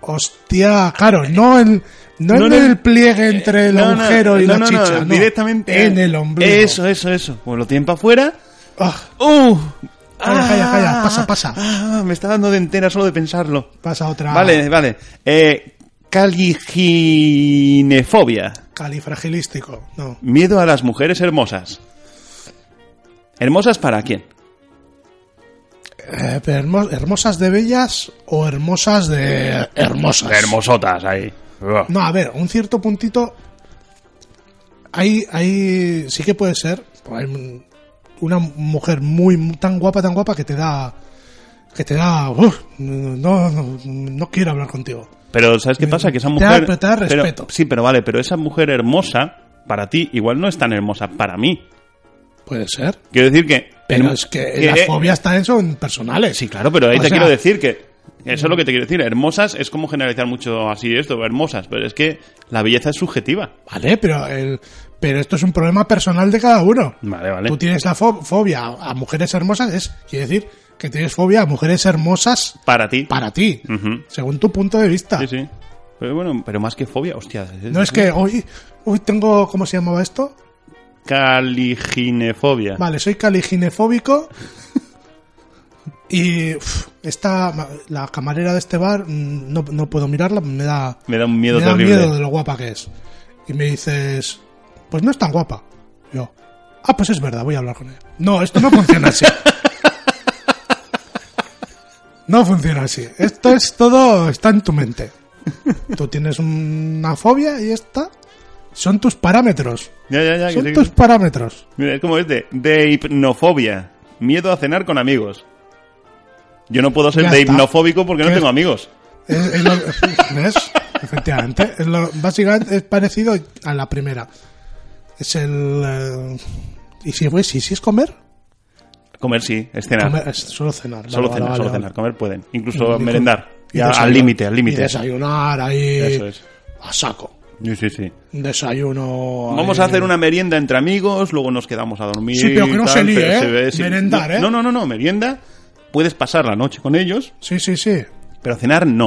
Speaker 8: hostia, claro, no en, no
Speaker 7: No,
Speaker 8: en
Speaker 7: no,
Speaker 8: el pliegue entre el
Speaker 7: No, no,
Speaker 8: agujero y
Speaker 7: no,
Speaker 8: la
Speaker 7: no, no,
Speaker 8: chicha. no.
Speaker 7: directamente
Speaker 8: En el ombligo.
Speaker 7: Eso, eso, eso. Pues lo tienen para afuera.
Speaker 8: Ah,
Speaker 7: ¡Uh!
Speaker 8: Calla, calla, calla. Pasa, pasa.
Speaker 7: Ah, me está dando de entera solo de pensarlo.
Speaker 8: Pasa otra.
Speaker 7: Vale, vale. Eh, caliginefobia.
Speaker 8: Califragilístico. No.
Speaker 7: Miedo a las mujeres hermosas. ¿Hermosas para quién?
Speaker 8: Eh, pero hermo- ¿Hermosas de bellas o hermosas de hermosas?
Speaker 7: De hermosotas ahí.
Speaker 8: No, a ver, un cierto puntito. Ahí, ahí sí que puede ser. Hay un- una mujer muy tan guapa, tan guapa que te da. Que te da. "Uf, no, no, no quiero hablar contigo.
Speaker 7: Pero ¿sabes qué pasa? Que esa
Speaker 8: Te da-
Speaker 7: mujer...
Speaker 8: pero te da
Speaker 7: pero-
Speaker 8: respeto.
Speaker 7: sí, pero vale, pero esa mujer hermosa, para ti, igual no es tan hermosa para mí.
Speaker 8: Puede ser.
Speaker 7: Quiero decir que...
Speaker 8: Pero
Speaker 7: hermo-
Speaker 8: es que las fobias están son personales.
Speaker 7: Sí, claro, pero ahí
Speaker 8: O
Speaker 7: te
Speaker 8: sea,
Speaker 7: quiero decir que... Eso es lo que te quiero decir. Hermosas es como generalizar mucho así esto, hermosas, pero es que la belleza es subjetiva.
Speaker 8: Vale, pero, el- pero esto es un problema personal de cada uno.
Speaker 7: Vale, vale.
Speaker 8: Tú tienes la fo- fobia a a mujeres hermosas, es, quiere decir que tienes fobia a mujeres hermosas
Speaker 7: Para ti.
Speaker 8: para ti,
Speaker 7: Ujú.
Speaker 8: según tu punto de vista.
Speaker 7: Sí, sí. Pero bueno, pero más que fobia, hostia.
Speaker 8: No es que hoy, hoy tengo, ¿cómo se llamaba esto?
Speaker 7: Caliginefobia.
Speaker 8: Vale, soy caliginefóbico. y uf, esta, la camarera de este bar, mm, no, no puedo mirarla, me da,
Speaker 7: Me da un miedo
Speaker 8: me da
Speaker 7: terrible.
Speaker 8: miedo de lo guapa que es. Y me dices, pues no es tan guapa. Yo, ah, pues es verdad, voy a hablar con ella. No, esto no funciona así. No funciona así. Esto es todo, está en tu mente. Tú tienes una fobia y esta son tus parámetros.
Speaker 7: Ya, ya, ya. que
Speaker 8: Son
Speaker 7: sí, que
Speaker 8: tus
Speaker 7: sí.
Speaker 8: parámetros.
Speaker 7: Mira, es como este. De hipnofobia. Miedo a cenar con amigos. Yo no puedo ser
Speaker 8: Ya
Speaker 7: de
Speaker 8: está.
Speaker 7: hipnofóbico porque no
Speaker 8: ¿Qué?
Speaker 7: tengo amigos.
Speaker 8: Es, es lo- ¿Ves? Efectivamente. Es lo- básicamente es parecido a la primera. Es el... eh, ¿Y si, pues, si, si es comer?
Speaker 7: Comer sí, es cenar.
Speaker 8: Comer, es solo cenar. vale,
Speaker 7: solo
Speaker 8: vale,
Speaker 7: cenar,
Speaker 8: vale,
Speaker 7: solo
Speaker 8: vale.
Speaker 7: cenar. Comer pueden.
Speaker 8: Y
Speaker 7: Incluso
Speaker 8: con-
Speaker 7: merendar.
Speaker 8: y
Speaker 7: Ya, al
Speaker 8: desayunar.
Speaker 7: límite, al
Speaker 8: Y
Speaker 7: límite.
Speaker 8: desayunar ahí
Speaker 7: Eso es.
Speaker 8: a saco.
Speaker 7: Sí, sí, sí.
Speaker 8: Un Desayuno...
Speaker 7: Vamos
Speaker 8: ahí.
Speaker 7: a hacer una merienda entre amigos, luego nos quedamos a dormir.
Speaker 8: Sí, pero que no
Speaker 7: y
Speaker 8: se líe,
Speaker 7: pero
Speaker 8: ¿eh?
Speaker 7: ve, sí.
Speaker 8: Merendar, ¿eh?
Speaker 7: No, no, no, no, merienda. Puedes pasar la noche con ellos,
Speaker 8: Sí, sí, sí.
Speaker 7: pero cenar no.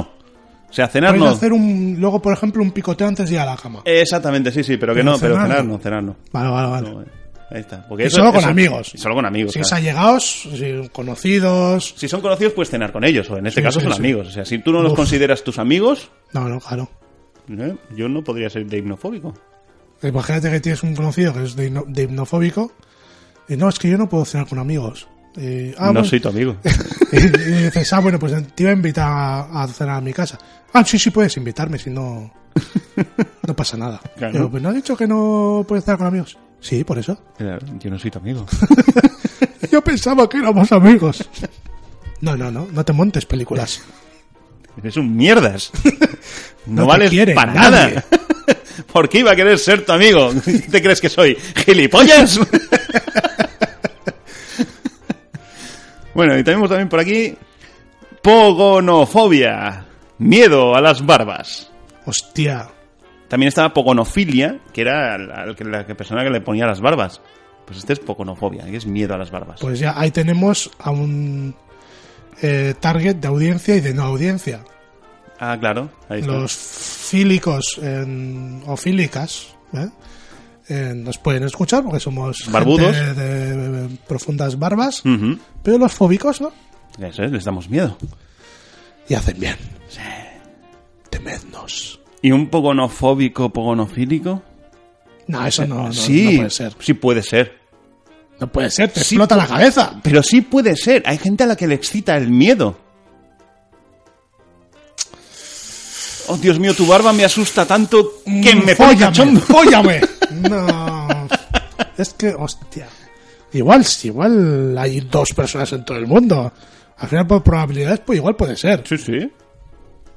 Speaker 7: O sea, cenar
Speaker 8: Puedes
Speaker 7: no.
Speaker 8: hacer un, luego, por ejemplo, un picoteo antes de ir a la cama.
Speaker 7: Eh. Exactamente, sí, sí, pero que
Speaker 8: Pero
Speaker 7: no, pero
Speaker 8: cenar
Speaker 7: cenar
Speaker 8: no.
Speaker 7: no, cenar no.
Speaker 8: Vale, vale, vale.
Speaker 7: No, eh. Ahí está. Porque
Speaker 8: Y
Speaker 7: eso-
Speaker 8: solo con
Speaker 7: eso-
Speaker 8: amigos.
Speaker 7: y solo con amigos.
Speaker 8: si es
Speaker 7: claro.
Speaker 8: allegados, si conocidos...
Speaker 7: Si son conocidos, puedes cenar con ellos, o en este
Speaker 8: Sí,
Speaker 7: caso
Speaker 8: sí,
Speaker 7: son
Speaker 8: sí.
Speaker 7: amigos. O sea, si tú no los
Speaker 8: Uf.
Speaker 7: consideras tus amigos,
Speaker 8: No, no, claro.
Speaker 7: eh, yo no podría ser de hipnofóbico.
Speaker 8: Imagínate que tienes un conocido que es de, hipno- de hipnofóbico. Y no, es que yo no puedo cenar con amigos. Y, ah,
Speaker 7: no
Speaker 8: bueno.
Speaker 7: soy tu amigo.
Speaker 8: y dices, ah, bueno, pues te iba a invitar a, a cenar a mi casa. Ah, sí, sí puedes invitarme, si no. No pasa nada.
Speaker 7: Claro.
Speaker 8: Pero, pues no has dicho que no puedes cenar con amigos. Sí, por eso.
Speaker 7: Claro, Yo no soy tu amigo.
Speaker 8: Yo pensaba que éramos amigos. No, no, no, no te montes películas.
Speaker 7: Eres un mierdas. No,
Speaker 8: No te
Speaker 7: vales
Speaker 8: quiere
Speaker 7: para
Speaker 8: nadie.
Speaker 7: nada. ¿Por qué iba a querer ser tu amigo? ¿Te crees que soy gilipollas? bueno, y tenemos también por aquí pogonofobia, miedo a las barbas.
Speaker 8: Hostia.
Speaker 7: También estaba pogonofilia, que era la, la persona que le ponía las barbas. Pues este es pogonofobia, que es miedo a las barbas.
Speaker 8: Pues ya ahí tenemos a un eh, target de audiencia y de no audiencia.
Speaker 7: ah, claro, ahí está.
Speaker 8: los fílicos en- o fílicas ¿eh? Eh, nos pueden escuchar porque somos gente
Speaker 7: Barbudos.
Speaker 8: de, de- de profundas barbas,
Speaker 7: Ujú.
Speaker 8: pero los fóbicos no.
Speaker 7: Eso es, les damos miedo.
Speaker 8: Y hacen bien. Temednos.
Speaker 7: ¿Y un pogonofóbico, pogonofílico?
Speaker 8: No, eso no, no-
Speaker 7: sí,
Speaker 8: no puede ser.
Speaker 7: Sí puede ser.
Speaker 8: No puede ser, te
Speaker 7: Sí
Speaker 8: explota
Speaker 7: pu-
Speaker 8: la cabeza.
Speaker 7: Pero sí puede ser. Hay gente a la que le excita el miedo. Oh, Dios mío, tu barba me asusta tanto que me pone
Speaker 8: Mm, ¡Fóllame!
Speaker 7: cachondo.
Speaker 8: ¡Fóllame! No. Es que, hostia. Igual, si igual hay dos personas en todo el mundo. Al final, por probabilidades, pues igual puede ser.
Speaker 7: Sí, sí.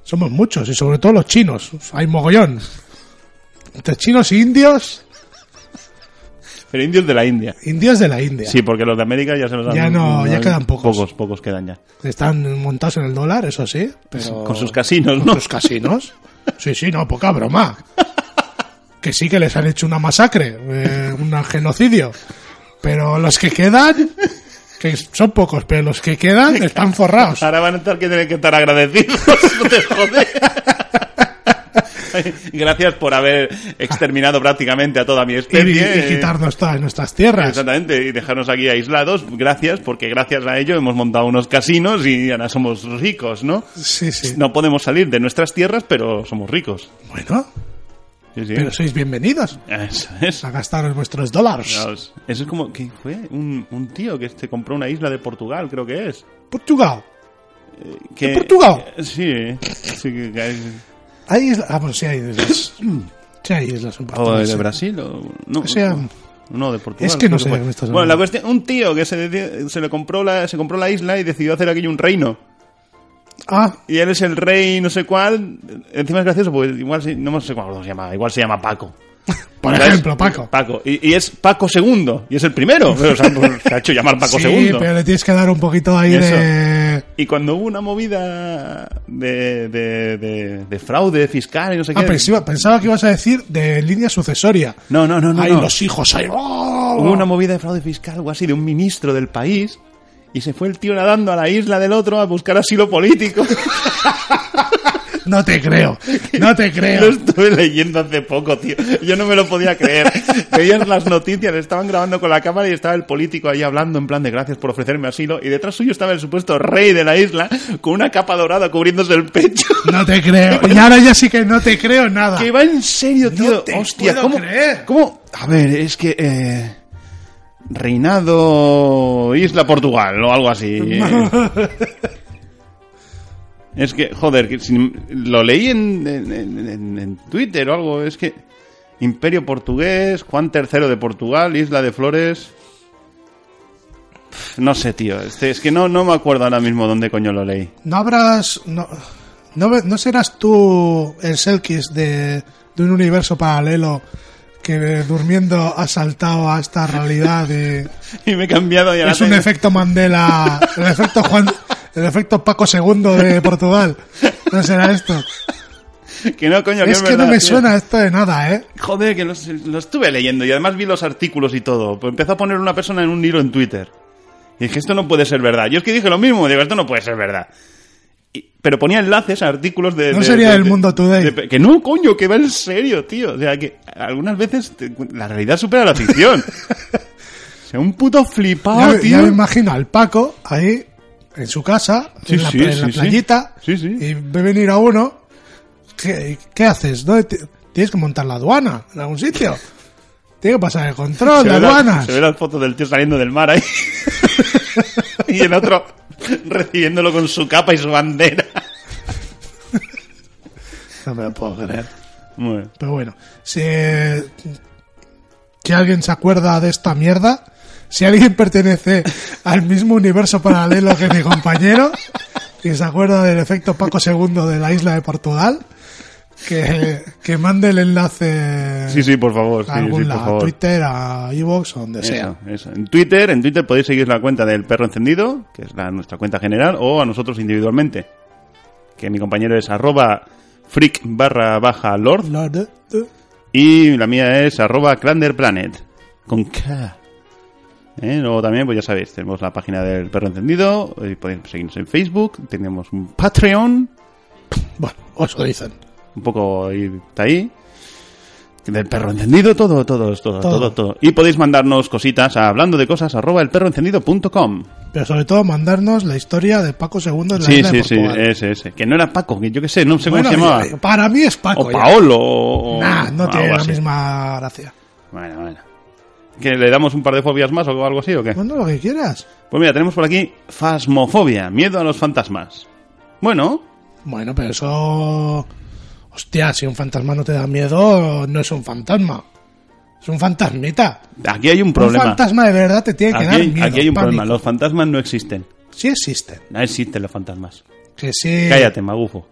Speaker 8: Somos muchos, y sobre todo los chinos. Hay mogollón. Entre chinos e indios,
Speaker 7: Pero indios de la India.
Speaker 8: indios de la India.
Speaker 7: Sí, porque los de América ya se los han...
Speaker 8: Ya no, ya quedan pocos.
Speaker 7: Pocos, pocos quedan ya.
Speaker 8: Están montados en el dólar, eso sí, pero...
Speaker 7: Con sus casinos, ¿no?
Speaker 8: sus casinos. Sí, sí, no, poca broma. Que sí que les han hecho una masacre, eh, un genocidio. Pero los que quedan, que son pocos, pero los que quedan están forrados.
Speaker 7: Ahora van a estar que tener que estar agradecidos. No te jodes. Gracias por haber exterminado prácticamente a toda mi
Speaker 8: Y,
Speaker 7: especie.
Speaker 8: y quitarnos todas nuestras tierras.
Speaker 7: Exactamente, y dejarnos aquí aislados, gracias, porque gracias a ello hemos montado unos casinos y ahora somos ricos, ¿no?
Speaker 8: Sí, sí.
Speaker 7: No podemos salir de nuestras tierras, pero somos ricos.
Speaker 8: Bueno.
Speaker 7: Sí, sí.
Speaker 8: Pero Ah, sois bienvenidos
Speaker 7: Eso es.
Speaker 8: a gastaros vuestros dólares.
Speaker 7: Dios. Eso es como, ¿qué fue? Un, un tío que se compró una isla de Portugal, creo que es.
Speaker 8: Portugal.
Speaker 7: Que,
Speaker 8: ¿De Portugal?
Speaker 7: Sí, sí, que- que hay-
Speaker 8: Hay islas. Ah, bueno, sí hay islas. Sí hay islas en
Speaker 7: ¿O
Speaker 8: Portugal,
Speaker 7: de
Speaker 8: sí.
Speaker 7: Brasil? o- no,
Speaker 8: O sea,
Speaker 7: no, de Portugal.
Speaker 8: es que no
Speaker 7: creo
Speaker 8: sé
Speaker 7: fue.
Speaker 8: de qué me estás
Speaker 7: Bueno,
Speaker 8: hablando.
Speaker 7: la cuestión, un tío que se, deci- se le compró la, se compró la isla y decidió hacer aquello un reino.
Speaker 8: Ah,
Speaker 7: Y él es el rey no sé cuál. Encima es gracioso, porque igual sí- no sé cómo se llama, igual se llama Paco.
Speaker 8: por
Speaker 7: ¿Sabes?
Speaker 8: ejemplo, Paco.
Speaker 7: Paco. Y, y es Paco II, y es el primero. Pero, o sea, pues, se ha hecho llamar Paco
Speaker 8: sí,
Speaker 7: II.
Speaker 8: pero le tienes que dar un poquito ahí
Speaker 7: Eso.
Speaker 8: de.
Speaker 7: Y cuando hubo una movida de, de, de, de fraude fiscal y no sé
Speaker 8: Ah,
Speaker 7: qué.
Speaker 8: pensaba, pensaba que ibas a decir de línea sucesoria.
Speaker 7: No, no, no, no.
Speaker 8: Ahí
Speaker 7: no.
Speaker 8: los hijos, ahí. ¡oh!
Speaker 7: Hubo una movida de fraude fiscal o así de un ministro del país y se fue el tío nadando a la isla del otro a buscar asilo político.
Speaker 8: No te creo, no te
Speaker 7: Lo
Speaker 8: creo.
Speaker 7: estuve leyendo hace poco, tío. Yo no me lo podía creer. Veías las noticias, estaban grabando con la cámara y estaba el político ahí hablando en plan de gracias por ofrecerme asilo y detrás suyo estaba el supuesto rey de la isla con una capa dorada cubriéndose el pecho.
Speaker 8: No te creo. Y ahora ya sí que no te creo nada.
Speaker 7: Que va en serio, tío.
Speaker 8: te
Speaker 7: Hostia,
Speaker 8: puedo
Speaker 7: ¿cómo,
Speaker 8: creer.
Speaker 7: ¿cómo? A ver, es que. eh, Reinado Isla Portugal o algo así. es que, joder, que si- lo leí en, en- en- en- en Twitter o algo. Es que. Imperio portugués, Juan III de Portugal, Isla de Flores. Pf, No sé, tío. Este, es que no, no me acuerdo ahora mismo dónde coño lo leí.
Speaker 8: No habrás. No, no, ve- no serás tú el Selkis de, de un universo paralelo que eh, durmiendo ha saltado a esta realidad de.
Speaker 7: Y me he cambiado y ahora
Speaker 8: Es un
Speaker 7: tengo-
Speaker 8: efecto Mandela. El efecto Juan. El efecto Paco II de Portugal. No será esto.
Speaker 7: Que no, coño,
Speaker 8: Es que no
Speaker 7: verdad,
Speaker 8: me
Speaker 7: tío.
Speaker 8: suena esto de nada, ¿eh?
Speaker 7: Joder, que lo, lo estuve leyendo y además vi los artículos y todo. Pues empezó a poner una persona en un hilo en Twitter. Y dije, esto no puede ser verdad. Yo es que dije lo mismo, digo, esto no puede ser verdad. Y- pero ponía enlaces a artículos de...
Speaker 8: No
Speaker 7: de-
Speaker 8: sería
Speaker 7: de-
Speaker 8: El
Speaker 7: de-
Speaker 8: Mundo Today.
Speaker 7: de- que no, coño, que va en serio, tío. O sea, que algunas veces te- la realidad supera la ficción. o sea, un puto
Speaker 8: ya,
Speaker 7: flipado,
Speaker 8: me-
Speaker 7: Ah, tío.
Speaker 8: ya me imagino al Paco ahí en su casa,
Speaker 7: Sí,
Speaker 8: en la,
Speaker 7: sí,
Speaker 8: pla- en la
Speaker 7: sí, sí.
Speaker 8: playita,
Speaker 7: Sí, sí.
Speaker 8: y ve venir a uno. ¿Qué, qué haces? ¿Dónde ti- tienes que montar la aduana en algún sitio. Tienes que pasar el control
Speaker 7: se,
Speaker 8: de
Speaker 7: ve la-
Speaker 8: aduanas.
Speaker 7: se ve las fotos del tío saliendo del mar ahí. y el otro recibiéndolo con su capa y su bandera.
Speaker 8: No me lo puedo creer.
Speaker 7: Bueno.
Speaker 8: Pero bueno, si, eh, si alguien se acuerda de esta mierda, si alguien pertenece al mismo universo paralelo que mi compañero, y se acuerda del efecto Paco II de la isla de Portugal, que, que mande el enlace
Speaker 7: Sí, sí, por favor.
Speaker 8: a
Speaker 7: sí, sí,
Speaker 8: algún
Speaker 7: por
Speaker 8: lado, a
Speaker 7: favor.
Speaker 8: Twitter, a Evox, donde sea.
Speaker 7: Eso, eso. En Twitter, en Twitter podéis seguir la cuenta del perro encendido, que es la, nuestra cuenta general, o a nosotros individualmente. Que mi compañero es arroba freak barra baja lord
Speaker 8: Lord, eh,
Speaker 7: y la mía es arroba clanderplanet. Con K. ¿Eh? Luego también, pues ya sabéis, tenemos la página del perro encendido, y podéis seguirnos en Facebook, tenemos un Patreon,
Speaker 8: Bueno, os lo dicen.
Speaker 7: un poco ahí- está ahí. Del perro encendido, todo, todo, todo, todo,
Speaker 8: Todo.
Speaker 7: todo, Y podéis mandarnos cositas a hablando de cosas arroba elperroencendido.com.
Speaker 8: Pero sobre todo mandarnos la historia de Paco II en la
Speaker 7: Sí,
Speaker 8: isla de
Speaker 7: sí, sí,
Speaker 8: Portugal.
Speaker 7: ese, ese. Que no era Paco, que yo qué sé, no sé
Speaker 8: Bueno, eh,
Speaker 7: cómo se llamaba.
Speaker 8: para mí es Paco.
Speaker 7: o
Speaker 8: ya.
Speaker 7: Paolo, o.
Speaker 8: Nah, no
Speaker 7: Ah, o
Speaker 8: tiene
Speaker 7: algo
Speaker 8: la
Speaker 7: así.
Speaker 8: misma gracia.
Speaker 7: Bueno, bueno. ¿Que le damos un par de fobias más o algo así o qué?
Speaker 8: Bueno, lo que quieras.
Speaker 7: Pues mira, tenemos por aquí fasmofobia, miedo a los fantasmas. Bueno,
Speaker 8: Bueno, pero eso. Hostia, si un fantasma no te da miedo, no es un fantasma. Es un fantasmita.
Speaker 7: aquí hay un problema.
Speaker 8: Un fantasma de verdad te tiene que
Speaker 7: aquí,
Speaker 8: dar
Speaker 7: hay,
Speaker 8: miedo.
Speaker 7: aquí hay un
Speaker 8: pánico.
Speaker 7: problema. Los fantasmas no existen.
Speaker 8: Sí existen.
Speaker 7: No existen los fantasmas.
Speaker 8: Que sí.
Speaker 7: Cállate, magufo.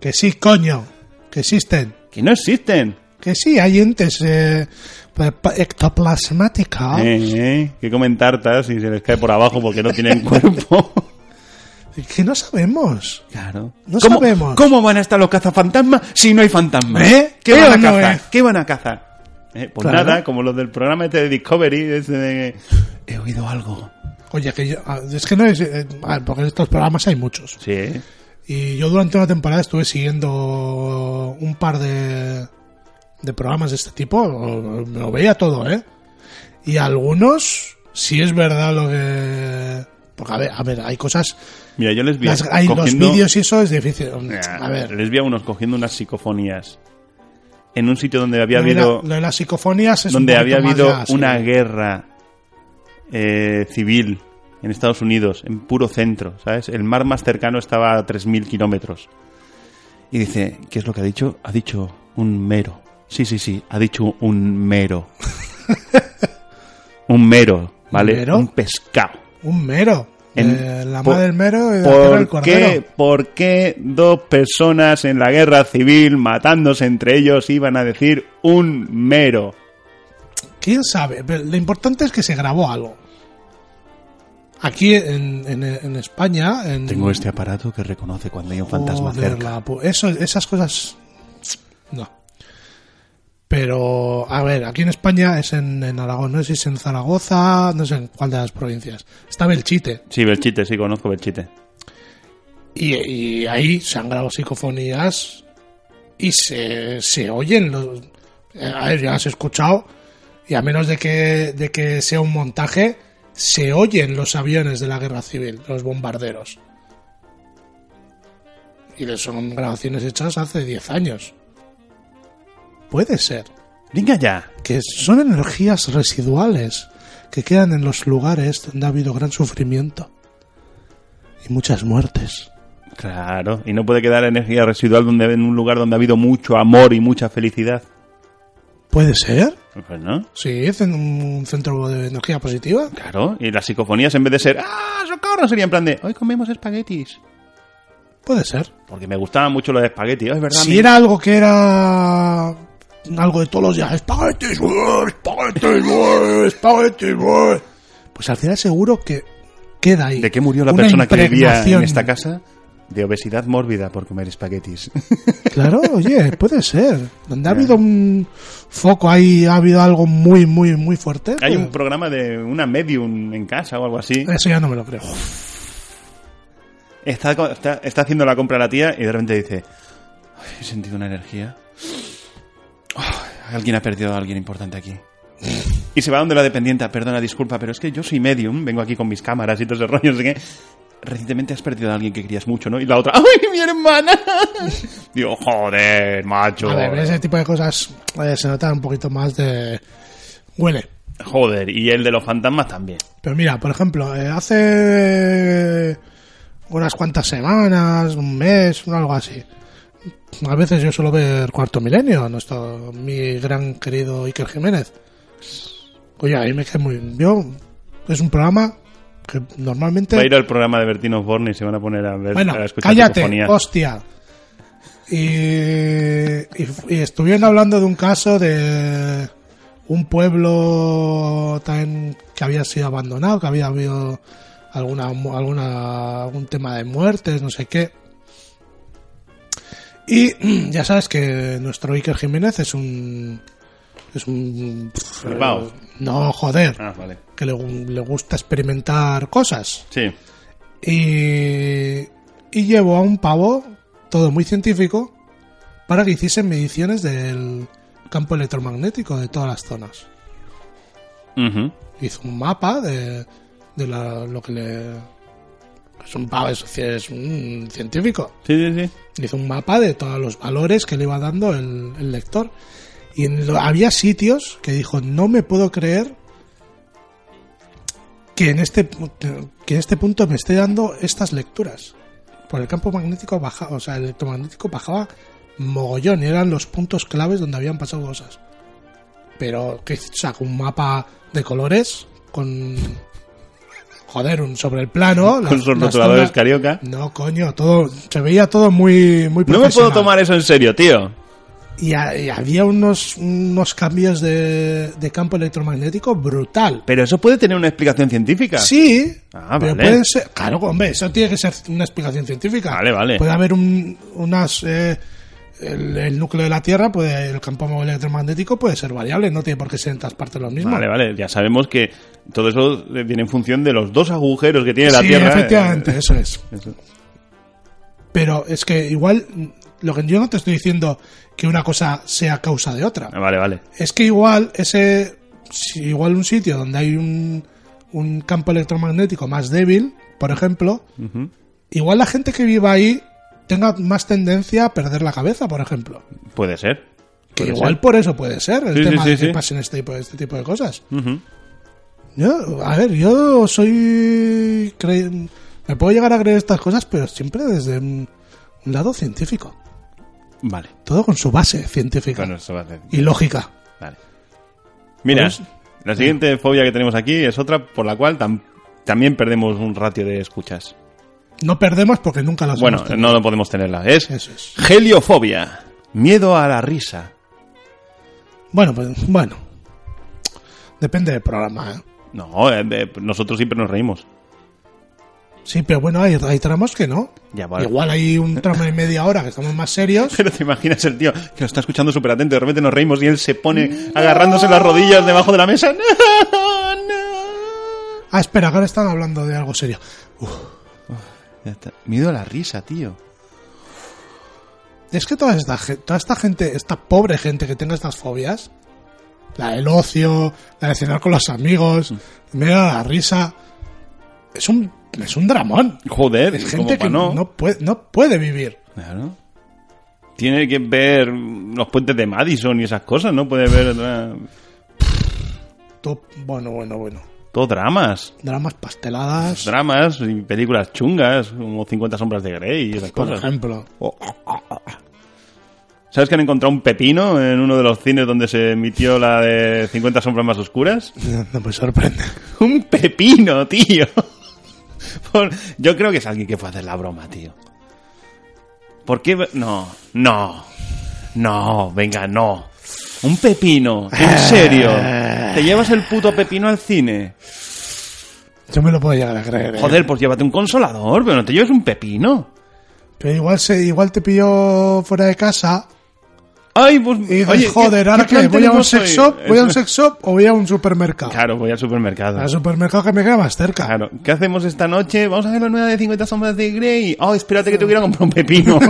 Speaker 8: Que sí, coño. Que existen.
Speaker 7: Que no existen.
Speaker 8: Que sí, hay entes eh, pa- pa- ectoplasmática.
Speaker 7: Eh, eh, que comen tartas y se les cae por abajo porque no tienen cuerpo.
Speaker 8: Que no sabemos.
Speaker 7: Claro.
Speaker 8: No
Speaker 7: ¿Cómo,
Speaker 8: sabemos.
Speaker 7: ¿Cómo van a estar los cazafantasmas si no hay fantasmas?
Speaker 8: ¿Eh?
Speaker 7: ¿Qué
Speaker 8: ¿Eh
Speaker 7: van
Speaker 8: o
Speaker 7: a
Speaker 8: no,
Speaker 7: cazar?
Speaker 8: eh?
Speaker 7: ¿Qué van a cazar? Eh, pues
Speaker 8: Claro.
Speaker 7: nada, como los del programa este de Discovery, ese de... He oído algo.
Speaker 8: Oye, que yo. ah, Es que no es. eh, ah, porque en estos programas hay muchos.
Speaker 7: Sí.
Speaker 8: Y yo durante una temporada estuve siguiendo un par de, de programas de este tipo. Lo, lo veía todo, ¿eh? Y algunos, si es verdad lo que... Porque, a ver, a ver hay cosas...
Speaker 7: Mira, yo les vi
Speaker 8: las- hay los
Speaker 7: cogiendo-
Speaker 8: vídeos y eso es difícil.
Speaker 7: Ah,
Speaker 8: A ver,
Speaker 7: Les vi a unos cogiendo unas psicofonías en un sitio donde había
Speaker 8: lo de la-
Speaker 7: habido
Speaker 8: lo de las psicofonías es un
Speaker 7: donde había
Speaker 8: poquito más
Speaker 7: habido
Speaker 8: ya, sí.
Speaker 7: una guerra eh, civil en Estados Unidos, en puro centro, ¿sabes? El mar más cercano estaba a 3.000 kilómetros. Y dice, ¿qué es lo que ha dicho? Ha dicho un mero. Sí, sí, sí, ha dicho un mero. un mero, ¿vale?
Speaker 8: ¿Un mero?
Speaker 7: Un pescado.
Speaker 8: Un mero.
Speaker 7: En-
Speaker 8: Eh, la
Speaker 7: por-
Speaker 8: madre del mero y la tierra del
Speaker 7: ¿Por
Speaker 8: cordero.
Speaker 7: qué, ¿Por qué dos personas en la guerra civil matándose entre ellos iban a decir un mero?
Speaker 8: ¿Quién sabe? Pero lo importante es que se grabó algo. Aquí en, en- en España... En,
Speaker 7: Tengo este aparato que reconoce cuando hay un fantasma
Speaker 8: Joder,
Speaker 7: cerca.
Speaker 8: la pu- eso, esas cosas... No. Pero, a ver, aquí en España es en, en Aragón, no sé si es en Zaragoza, no sé en cuál de las provincias. Está Belchite.
Speaker 7: Sí, Belchite, sí, conozco Belchite.
Speaker 8: Y, y ahí se han grabado psicofonías y se, se oyen los... eh, A ver, ya las he escuchado y a menos de que, de que sea un montaje, se oyen los aviones de la guerra civil, los bombarderos. Y le son grabaciones hechas hace 10 años. Puede ser.
Speaker 7: Venga ya.
Speaker 8: Que son energías residuales que quedan en los lugares donde ha habido gran sufrimiento y muchas muertes.
Speaker 7: Claro, y no puede quedar energía residual donde en un lugar donde ha habido mucho amor y mucha felicidad.
Speaker 8: ¿Puede ser?
Speaker 7: Pues no,
Speaker 8: Sí, cen- un centro de energía positiva.
Speaker 7: claro. Y las psicofonías en vez de ser ¡Ah, socorro! sería en plan de hoy comemos espaguetis.
Speaker 8: Puede ser.
Speaker 7: Porque me gustaban mucho los espaguetis, Oh, es verdad.
Speaker 8: Si
Speaker 7: amigo?
Speaker 8: era algo que era algo de todos los días, espaguetis, eh, espaguetis, eh, espaguetis, eh", pues al final seguro que queda ahí.
Speaker 7: ¿De qué murió la
Speaker 8: Una
Speaker 7: persona que vivía en
Speaker 8: impregnación.
Speaker 7: esta casa? De obesidad mórbida por comer espaguetis.
Speaker 8: Claro, oye, puede ser. Donde ha habido un foco ahí, ha habido algo muy, muy, muy fuerte.
Speaker 7: Hay un
Speaker 8: pues,
Speaker 7: programa de una medium en casa o algo así.
Speaker 8: Eso ya no me lo creo.
Speaker 7: Está, co- está, está haciendo la compra la tía y de repente dice: "Ay, He sentido una energía. Ay, alguien ha perdido a alguien importante aquí. Y se va donde la dependiente. Perdona, disculpa, pero es que yo soy medium. Vengo aquí con mis cámaras y todo ese rollo. Así que recientemente has perdido a alguien que querías mucho, ¿no? Y la otra: ¡Ay, mi hermana! Digo, joder, macho.
Speaker 8: A ver, ese tipo de cosas eh, se nota un poquito más de... Huele.
Speaker 7: Joder, y el de los fantasmas también.
Speaker 8: Pero mira, por ejemplo, eh, hace unas cuantas semanas, un mes, algo así. A veces yo suelo ver Cuarto Milenio, nuestro, mi gran querido Iker Jiménez. Oye, a mí me cae muy bien. Yo, es un programa que normalmente...
Speaker 7: Va a ir al programa de Bertino Borne y se van a poner a ver.
Speaker 8: Bueno,
Speaker 7: a escuchar
Speaker 8: cállate,
Speaker 7: psicofonías.
Speaker 8: hostia. Y, y- y estuvieron hablando de un caso de un pueblo también que había sido abandonado, que había habido alguna, mu- alguna algún tema de muertes, no sé qué. Y ya sabes que nuestro Iker Jiménez es un es un
Speaker 7: Flipao.
Speaker 8: no joder,
Speaker 7: Ah, vale.
Speaker 8: que le, gu- le gusta experimentar cosas.
Speaker 7: Sí.
Speaker 8: Y, y llevó a un pavo, todo muy científico, para que hiciesen mediciones del campo electromagnético de todas las zonas.
Speaker 7: Ujú.
Speaker 8: Hizo un mapa de, de la- lo que le... Es un pavo, es, es un científico.
Speaker 7: Sí, sí, sí.
Speaker 8: Hizo un mapa de todos los valores que le iba dando el, el lector. Y en lo- había sitios que dijo, no me puedo creer que en este pu- que en este punto me esté dando estas lecturas. Por el campo magnético bajaba, o sea, el electromagnético bajaba mogollón y eran los puntos claves donde habían pasado cosas. Pero que sacó un mapa de colores con joder, un sobre el plano,
Speaker 7: Con
Speaker 8: las-
Speaker 7: sus
Speaker 8: las
Speaker 7: rotuladores
Speaker 8: zonas-
Speaker 7: carioca.
Speaker 8: no, coño, todo se veía todo muy
Speaker 7: No me
Speaker 8: muy
Speaker 7: puedo
Speaker 8: profesional.
Speaker 7: tomar eso en serio, tío.
Speaker 8: y, ha- y había unos unos cambios de, de campo electromagnético brutal.
Speaker 7: Pero eso puede tener una explicación científica.
Speaker 8: Sí,
Speaker 7: Ah,
Speaker 8: pero
Speaker 7: vale.
Speaker 8: puede ser, claro, hombre, eso tiene que ser una explicación científica.
Speaker 7: Vale, vale.
Speaker 8: Puede haber un, unas eh, el, el núcleo de la Tierra, puede el campo electromagnético puede ser variable, no tiene por qué ser en todas partes lo mismo.
Speaker 7: Vale, vale. Ya sabemos que todo eso viene en función de los dos agujeros que tiene la eh.
Speaker 8: Sí,
Speaker 7: Tierra.
Speaker 8: efectivamente, eso es.
Speaker 7: Eso.
Speaker 8: Pero es que igual, mm, lo que yo no te estoy diciendo que una cosa sea causa de otra.
Speaker 7: Ah, Vale, vale.
Speaker 8: Es que igual ese si igual un sitio donde hay un, un campo electromagnético más débil, por ejemplo,
Speaker 7: Ujú.
Speaker 8: igual la gente que viva ahí tenga más tendencia a perder la cabeza, por ejemplo.
Speaker 7: Puede ser.
Speaker 8: Que
Speaker 7: Puede
Speaker 8: igual
Speaker 7: ser.
Speaker 8: por eso puede ser el
Speaker 7: Sí, sí,
Speaker 8: tema
Speaker 7: sí,
Speaker 8: de que
Speaker 7: sí.
Speaker 8: pasen este tipo, este tipo de cosas.
Speaker 7: Ujú.
Speaker 8: Yo, a ver, yo soy... cre- Me puedo llegar a creer estas cosas, pero siempre desde un un lado científico.
Speaker 7: Vale.
Speaker 8: Todo con su base científica
Speaker 7: Bueno, eso va a ser-
Speaker 8: y lógica.
Speaker 7: Vale. Mira,
Speaker 8: Pues-
Speaker 7: la siguiente fobia que tenemos aquí es otra por la cual tam- también perdemos un ratio de escuchas.
Speaker 8: No perdemos porque nunca las
Speaker 7: Bueno,
Speaker 8: hemos tenido.
Speaker 7: no lo podemos tenerla. Es, geliofobia. Miedo a la risa.
Speaker 8: Bueno, pues bueno. Depende del programa, ¿eh?
Speaker 7: No, eh, eh, nosotros siempre nos reímos.
Speaker 8: Sí, pero bueno, hay, hay tramos que no.
Speaker 7: Ya, vale.
Speaker 8: Igual hay un tramo de media hora que estamos más serios.
Speaker 7: Pero te imaginas el tío que lo está escuchando súper atento y de repente nos reímos y él se pone agarrándose las rodillas debajo de la mesa.
Speaker 8: Ah, espera, que ahora están hablando de algo serio.
Speaker 7: Ya está. Miedo a la risa, tío.
Speaker 8: Es que toda esta, ge- toda esta gente, esta pobre gente que tenga estas fobias, la del ocio, la de cenar con los amigos,
Speaker 7: Mm.
Speaker 8: miedo a la risa, es un, es un dramón.
Speaker 7: Joder,
Speaker 8: Es
Speaker 7: como
Speaker 8: gente
Speaker 7: pa'
Speaker 8: que
Speaker 7: no.
Speaker 8: no puede, no puede vivir.
Speaker 7: Claro. Tiene que ver los puentes de Madison y esas cosas, ¿no? Puede ver eh, otra-
Speaker 8: Tú- bueno, bueno, bueno.
Speaker 7: todo dramas.
Speaker 8: Dramas pasteladas,
Speaker 7: Dramas y películas chungas, como 50 sombras de Grey y esas
Speaker 8: por
Speaker 7: cosas. Oh.
Speaker 8: ejemplo.
Speaker 7: ¿Sabes que han encontrado un pepino en uno de los cines donde se emitió la de 50 sombras más oscuras?
Speaker 8: No me sorprende.
Speaker 7: Un pepino, tío. Por- Yo creo que es alguien que fue a hacer la broma, tío. ¿Por qué? No, no, no, venga, no. Un pepino, en serio. Te llevas el puto pepino al cine.
Speaker 8: Yo me lo puedo llegar a creer. ¿eh?
Speaker 7: Joder, pues llévate un consolador, pero no te lleves un pepino.
Speaker 8: Pero igual, se, igual te pilló fuera de casa
Speaker 7: Ay, pues.
Speaker 8: y dices,
Speaker 7: oye,
Speaker 8: joder,
Speaker 7: ¿qué-
Speaker 8: ahora
Speaker 7: qué
Speaker 8: que
Speaker 7: plan
Speaker 8: voy a un
Speaker 7: tenemos
Speaker 8: sex
Speaker 7: hoy?
Speaker 8: shop, voy a un
Speaker 7: Eso-
Speaker 8: sex Ah, shop o voy a un supermercado.
Speaker 7: Claro, voy al supermercado.
Speaker 8: Al supermercado que me queda más cerca.
Speaker 7: Claro, ¿qué hacemos esta noche? Vamos a ver la nueva de 50 sombras de Grey. Oh, espérate que te hubiera comprado un pepino.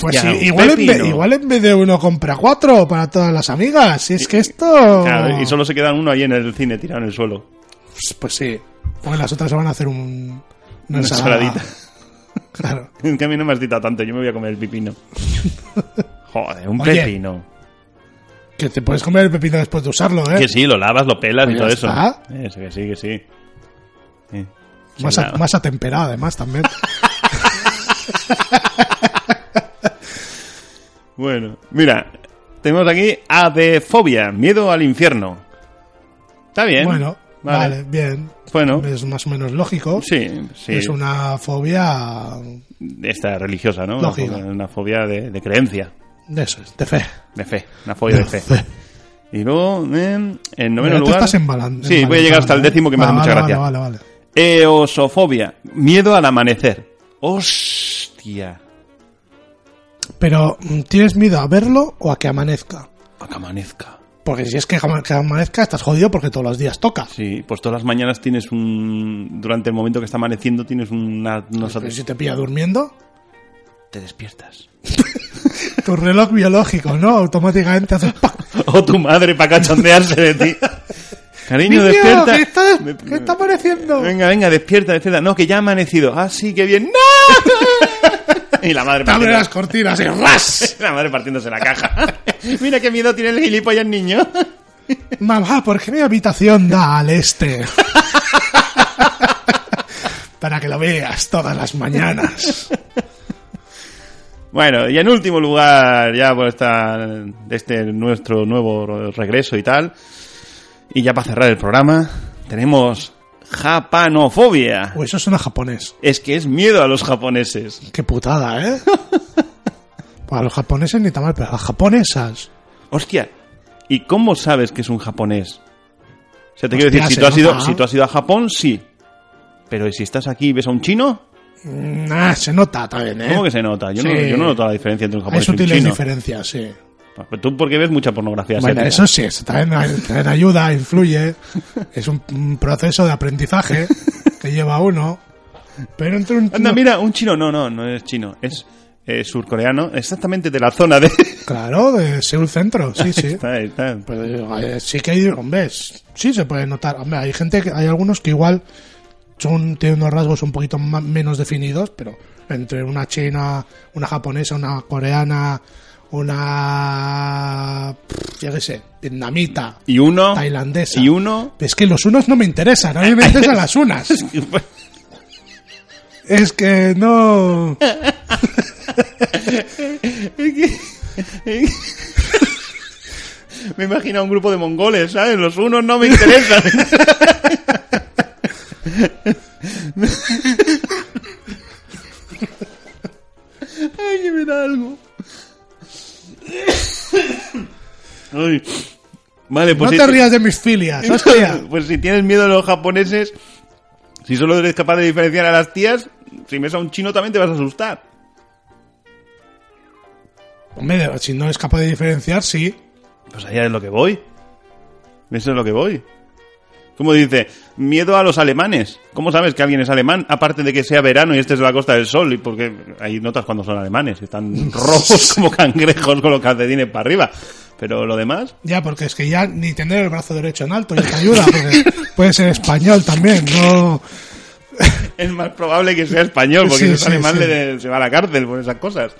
Speaker 8: Pues
Speaker 7: Hostia,
Speaker 8: sí,
Speaker 7: un
Speaker 8: igual, en
Speaker 7: pepino.
Speaker 8: vez, igual en vez de uno compra cuatro para todas las amigas. Si es que esto.
Speaker 7: Claro, y solo se quedan uno ahí en el cine tirado en el suelo.
Speaker 8: Pues, pues sí. Porque las otras se van a hacer un.
Speaker 7: Una
Speaker 8: ensalada.
Speaker 7: ensaladita.
Speaker 8: Claro.
Speaker 7: Es que a mí no me has dita tanto, yo me voy a comer el pepino. Joder, un
Speaker 8: Oye,
Speaker 7: pepino.
Speaker 8: Que te puedes comer el pepino después de usarlo, ¿eh?
Speaker 7: Que sí, lo lavas, lo pelas
Speaker 8: Pues
Speaker 7: y todo
Speaker 8: ya
Speaker 7: eso.
Speaker 8: está.
Speaker 7: Eso, que Eh, sí, que sí. Sí.
Speaker 8: más,
Speaker 7: Sí,
Speaker 8: a-
Speaker 7: la-
Speaker 8: más atemperado, además, también.
Speaker 7: Bueno, mira, tenemos aquí adefobia, miedo al infierno. Está bien.
Speaker 8: bueno, vale, bien.
Speaker 7: Bueno,
Speaker 8: Es más o menos lógico.
Speaker 7: sí, sí.
Speaker 8: Es una fobia.
Speaker 7: Esta religiosa, ¿no? Una
Speaker 8: Lógica.
Speaker 7: fobia, una fobia de, de creencia,
Speaker 8: de Eso es, de fe.
Speaker 7: de fe, una fobia de fe. Y luego, eh, en noveno
Speaker 8: Mira, tú
Speaker 7: lugar...
Speaker 8: estás embalan-
Speaker 7: sí, voy a llegar hasta el
Speaker 8: embalando, ¿eh?
Speaker 7: décimo que me hace
Speaker 8: Vale,
Speaker 7: mucha
Speaker 8: vale,
Speaker 7: gracia.
Speaker 8: Vale, vale, vale.
Speaker 7: Eosofobia, miedo al amanecer. Hostia,
Speaker 8: Pero, mm, ¿tienes miedo a verlo o a que amanezca?
Speaker 7: a que amanezca.
Speaker 8: Porque si es que, ama- que amanezca, estás jodido porque todos los días toca.
Speaker 7: Sí, pues todas las mañanas tienes un... Durante el momento que está amaneciendo tienes una... unos-
Speaker 8: Pero si te pilla durmiendo,
Speaker 7: Pues te despiertas.
Speaker 8: tu reloj biológico, ¿no? Automáticamente hace ¡pac!
Speaker 7: O tu madre para cachondearse de ti. Cariño,
Speaker 8: ¡Niño,
Speaker 7: despierta.
Speaker 8: ¿qué está,
Speaker 7: Me-
Speaker 8: qué está apareciendo?
Speaker 7: Venga, venga, despierta, despierta. No, que ya ha amanecido. Ah, sí, qué bien. ¡No! y la madre
Speaker 8: Abre
Speaker 7: partiendo-
Speaker 8: las cortinas eh. y ¡ras!
Speaker 7: La madre partiéndose la caja. Mira qué miedo tiene el gilipollas niño.
Speaker 8: Mamá, ah, ¿por qué mi habitación da al este? Para que lo veas todas las mañanas.
Speaker 7: Bueno, y en último lugar, ya por esta, este nuestro nuevo regreso y tal, y ya para cerrar el programa, tenemos japanofobia.
Speaker 8: O eso suena japonés.
Speaker 7: Es que es miedo a los japoneses.
Speaker 8: Qué putada, ¿eh? Pues a los japoneses ni tan mal, pero a las japonesas.
Speaker 7: Hostia, ¿y cómo sabes que es un japonés? O sea, te quiero decir,
Speaker 8: Hostia,
Speaker 7: si
Speaker 8: se
Speaker 7: tú, has ido,
Speaker 8: nota.
Speaker 7: si tú has ido a Japón, sí. Pero ¿y si estás aquí y ves a un chino?
Speaker 8: Nah, se nota también, ¿eh?
Speaker 7: ¿Cómo que se nota? Yo, no,
Speaker 8: Sí.
Speaker 7: yo no noto la diferencia entre un
Speaker 8: Hay
Speaker 7: japonés y un
Speaker 8: sutiles
Speaker 7: chino.
Speaker 8: diferencias, sí.
Speaker 7: Pues Tú porque ves mucha pornografía
Speaker 8: Bueno,
Speaker 7: asiática.
Speaker 8: eso sí, eso también, también ayuda, influye. Es un, un proceso de aprendizaje que lleva uno. Pero entra un
Speaker 7: Anda, mira, un chino. No, no, no es chino. Es eh, surcoreano, exactamente de la zona de.
Speaker 8: Claro, de Seúl Centro, sí, sí.
Speaker 7: Está, está.
Speaker 8: Pero digo, eh, sí que hay, hombre, es- sí se puede notar. Hombre, hay gente, que, hay algunos que igual son, tienen unos rasgos un poquito ma- menos definidos, pero entre una china, una japonesa, una coreana, una, pff, yo qué sé, vietnamita,
Speaker 7: Y uno.
Speaker 8: tailandesa.
Speaker 7: Y uno.
Speaker 8: Es que los unos no me interesan, a mí me interesan las unas.
Speaker 7: pues,
Speaker 8: Es que no...
Speaker 7: Me imagino a un grupo de mongoles, ¿sabes? Los unos no me interesan. Ay, que me da algo. Ay. Vale, pues
Speaker 8: no
Speaker 7: si-
Speaker 8: te rías de mis filias, hostia.
Speaker 7: Pues si tienes miedo de los japoneses, si solo eres capaz de diferenciar a las tías, si ves a un chino también te vas a asustar.
Speaker 8: Hombre, si no es capaz de diferenciar, sí.
Speaker 7: Pues allá es lo que voy. Eso es lo que voy. Como dice, miedo a los alemanes. ¿Cómo sabes que alguien es alemán? Aparte de que sea verano y este es la Costa del Sol, y porque ahí notas cuando son alemanes, que están rojos como cangrejos con los calcetines para arriba. Pero lo demás,
Speaker 8: Ya, porque es que ya ni tener el brazo derecho en alto ya te ayuda, porque puede ser español también, no...
Speaker 7: es más probable que sea español, porque
Speaker 8: Sí,
Speaker 7: si es
Speaker 8: sí,
Speaker 7: alemán
Speaker 8: sí.
Speaker 7: le- se va a la cárcel por esas cosas.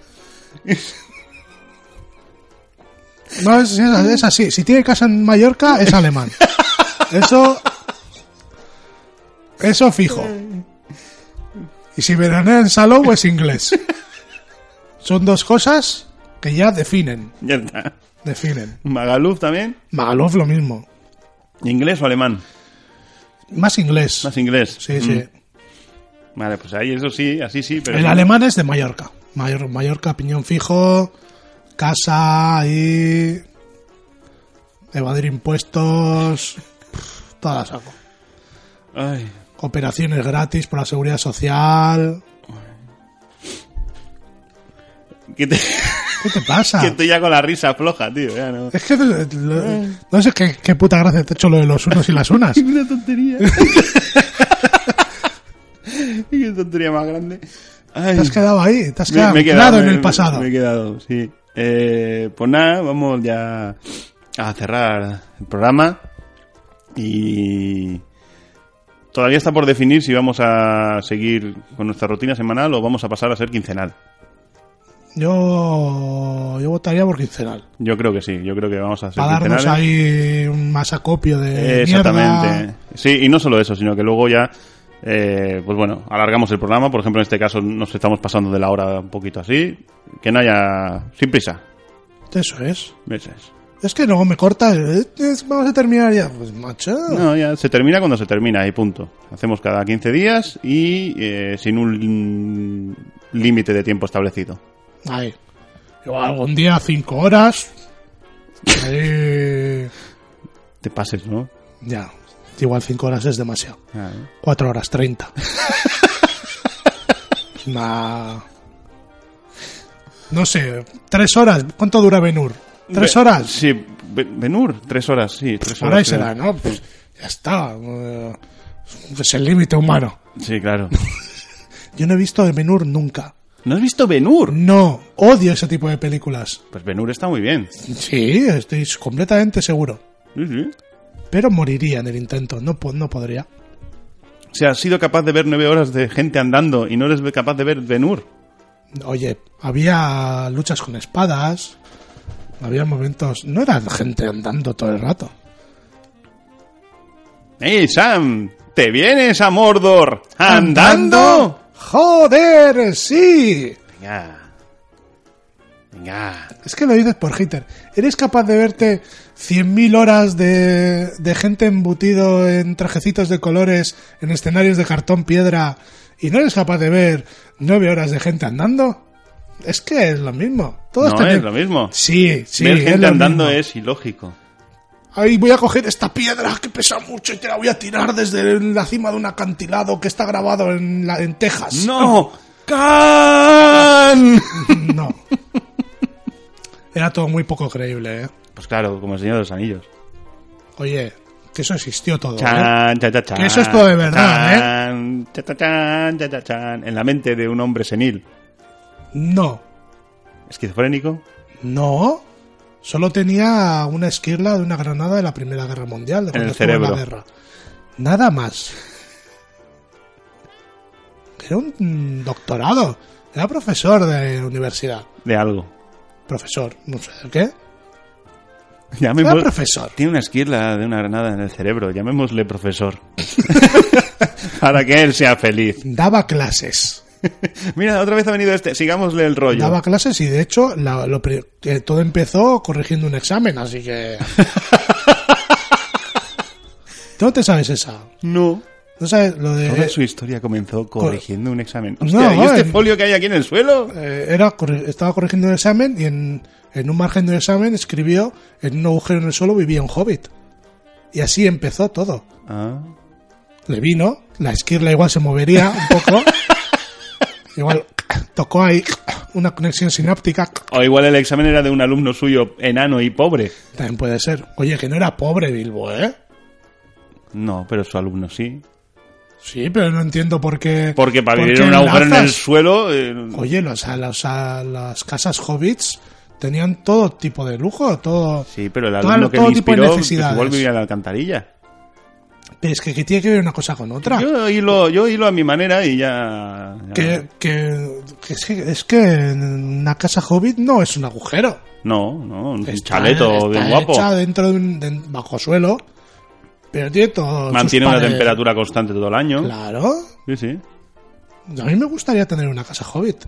Speaker 8: No, es, es- es así. Si tiene casa en Mallorca, es alemán. Eso... Eso fijo. Y si veranea en Salou, es inglés. Son dos cosas que ya definen.
Speaker 7: Ya está.
Speaker 8: Definen.
Speaker 7: Magaluf también.
Speaker 8: Magaluf lo mismo.
Speaker 7: ¿Inglés o alemán?
Speaker 8: Más inglés.
Speaker 7: Más inglés.
Speaker 8: Sí, sí.
Speaker 7: Mm. Vale, pues ahí eso sí, así sí, pero...
Speaker 8: El alemán es de Mallorca. Mayor, Mallorca, piñón fijo, casa y. evadir impuestos. pff, Todas las hago.
Speaker 7: Ay.
Speaker 8: Operaciones gratis por la seguridad social.
Speaker 7: Que te-
Speaker 8: ¿Qué te pasa?
Speaker 7: que estoy ya con la risa floja, tío. Ya no.
Speaker 8: Es que lo- lo- no sé qué, qué puta gracia te he hecho lo de los unos y las unas.
Speaker 7: una tontería. Qué tontería más grande. Ay.
Speaker 8: Te has quedado ahí, te has
Speaker 7: Me-
Speaker 8: quedado,
Speaker 7: me he
Speaker 8: anclado en
Speaker 7: me-
Speaker 8: el pasado.
Speaker 7: Me he quedado, sí. Eh, pues nada, vamos ya a cerrar el programa. Y todavía está por definir si vamos a seguir con nuestra rutina semanal o vamos a pasar a ser quincenal.
Speaker 8: Yo, yo votaría por quincenal.
Speaker 7: Yo creo que sí, yo creo que vamos a ser
Speaker 8: Para darnos
Speaker 7: quincenales.
Speaker 8: ahí un masacopio de.
Speaker 7: Eh, Exactamente.
Speaker 8: mierda.
Speaker 7: Sí, y no solo eso, sino que luego ya, eh, pues bueno, alargamos el programa. Por ejemplo, en este caso nos estamos pasando de la hora un poquito así. Que no haya... Sin prisa.
Speaker 8: Eso es.
Speaker 7: Eso es.
Speaker 8: Es que luego me corta. eh, es- Vamos a terminar ya. Pues macho.
Speaker 7: No, ya se termina cuando se termina y punto. Hacemos cada 15 días y eh, sin un mm, límite de tiempo establecido.
Speaker 8: Ay. Yo algún día cinco horas. Ahí-
Speaker 7: Te pases, ¿no?
Speaker 8: Ya. Igual cinco horas es demasiado.
Speaker 7: Ah,
Speaker 8: Cuatro horas treinta. Nah. No sé. Tres horas. ¿Cuánto dura Benur? Tres
Speaker 7: Be- eh,
Speaker 8: horas.
Speaker 7: Sí, Be- Benur, tres horas, sí. Tres
Speaker 8: Por
Speaker 7: horas,
Speaker 8: ahí
Speaker 7: sí.
Speaker 8: será, ¿no? Pues ya está. eh, Es el límite humano.
Speaker 7: Sí, claro.
Speaker 8: Yo no he visto de Benur nunca.
Speaker 7: ¿No has visto Benur?
Speaker 8: No, odio ese tipo de películas.
Speaker 7: Pues Benur está muy bien.
Speaker 8: Sí, estoy completamente seguro.
Speaker 7: Sí, sí.
Speaker 8: Pero moriría en el intento, no, po- no podría.
Speaker 7: Si has sido capaz de ver nueve horas de gente andando y no eres capaz de ver Benur.
Speaker 8: Oye, había luchas con espadas, había momentos... No era gente andando todo el rato.
Speaker 7: ¡Ey, Sam! ¿Te vienes a Mordor andando?
Speaker 8: ¿Andando? ¡Joder, sí!
Speaker 7: Venga. Venga.
Speaker 8: Es que lo dices por hater. ¿Eres capaz de verte 100.000 horas de, de gente embutido en trajecitos de colores, en escenarios de cartón piedra, y no eres capaz de ver 9 horas de gente andando? Es que es lo mismo. Todos
Speaker 7: no
Speaker 8: tenemos-
Speaker 7: es lo mismo.
Speaker 8: Sí, sí.
Speaker 7: ver
Speaker 8: es
Speaker 7: gente
Speaker 8: lo
Speaker 7: andando
Speaker 8: mismo.
Speaker 7: es ilógico.
Speaker 8: Ay, voy a coger esta piedra que pesa mucho y te la voy a tirar desde la cima de un acantilado que está grabado en, la, en Texas.
Speaker 7: ¡No! ¡Can!
Speaker 8: No. Era todo muy poco creíble, ¿eh?
Speaker 7: Pues claro, como el Señor de los Anillos.
Speaker 8: Oye, Que eso existió todo. ¿eh?
Speaker 7: Chan, cha, cha, chan,
Speaker 8: que eso es todo de verdad, ¿eh?
Speaker 7: chan, cha, cha, chan, cha, cha, chan, en la mente de un hombre senil.
Speaker 8: No,
Speaker 7: ¿Esquizofrénico?
Speaker 8: no. Solo tenía una esquirla de una granada de la Primera Guerra Mundial. De
Speaker 7: En
Speaker 8: cuando
Speaker 7: el
Speaker 8: estuvo
Speaker 7: cerebro.
Speaker 8: la guerra. Nada más. Era un mm, doctorado. Era profesor de universidad.
Speaker 7: De algo.
Speaker 8: Profesor, no sé de qué. Era
Speaker 7: Llamémosle
Speaker 8: profesor.
Speaker 7: Tiene una esquirla de una granada en el cerebro. Llamémosle profesor. Para que él sea feliz.
Speaker 8: Daba clases.
Speaker 7: Mira, otra vez ha venido este. Sigámosle el rollo.
Speaker 8: Daba clases y de hecho la- lo pri- eh, todo empezó corrigiendo un examen, así que... ¿Tú no te sabes esa?
Speaker 7: No.
Speaker 8: ¿No sabes lo de...
Speaker 7: Toda su historia comenzó corrigiendo un examen.
Speaker 8: Eh, No, eh.
Speaker 7: Hostia, ¿y este
Speaker 8: en-
Speaker 7: folio que hay aquí en el suelo?
Speaker 8: Eh, era, corri- estaba corrigiendo un examen y en, en un margen del examen escribió en un agujero en el suelo vivía un hobbit. Y así empezó todo.
Speaker 7: Ah.
Speaker 8: Le vino, la esquirla igual se movería un poco. igual tocó ahí una conexión sináptica.
Speaker 7: O igual el examen era de un alumno suyo enano y pobre.
Speaker 8: También puede ser. Oye, que no era pobre Bilbo, ¿eh?
Speaker 7: No, pero su alumno sí.
Speaker 8: Sí, pero no entiendo por qué...
Speaker 7: Porque para
Speaker 8: por
Speaker 7: vivir
Speaker 8: qué
Speaker 7: en un agujero en el
Speaker 8: enlazas.
Speaker 7: suelo. eh,
Speaker 8: Oye, los, a los- a las casas hobbits tenían todo tipo de lujo, todo...
Speaker 7: sí, pero el
Speaker 8: Todo-
Speaker 7: alumno que
Speaker 8: todo
Speaker 7: le
Speaker 8: tipo de
Speaker 7: inspiró pues,
Speaker 8: necesidades.
Speaker 7: igual vivía en la alcantarilla.
Speaker 8: Pero es que, que tiene que ver una cosa con otra.
Speaker 7: Yo hilo, yo hilo a mi manera y ya. ya-
Speaker 8: que, que, que es que es que una casa hobbit no es un agujero.
Speaker 7: No, no, un
Speaker 8: Está-
Speaker 7: chaleto
Speaker 8: está
Speaker 7: bien guapo.
Speaker 8: hecha dentro de un de- bajo suelo, pero tiene todo. sus
Speaker 7: Mantiene una
Speaker 8: paredes.
Speaker 7: temperatura constante todo el año.
Speaker 8: Claro.
Speaker 7: Sí, sí.
Speaker 8: A mí me gustaría tener una casa hobbit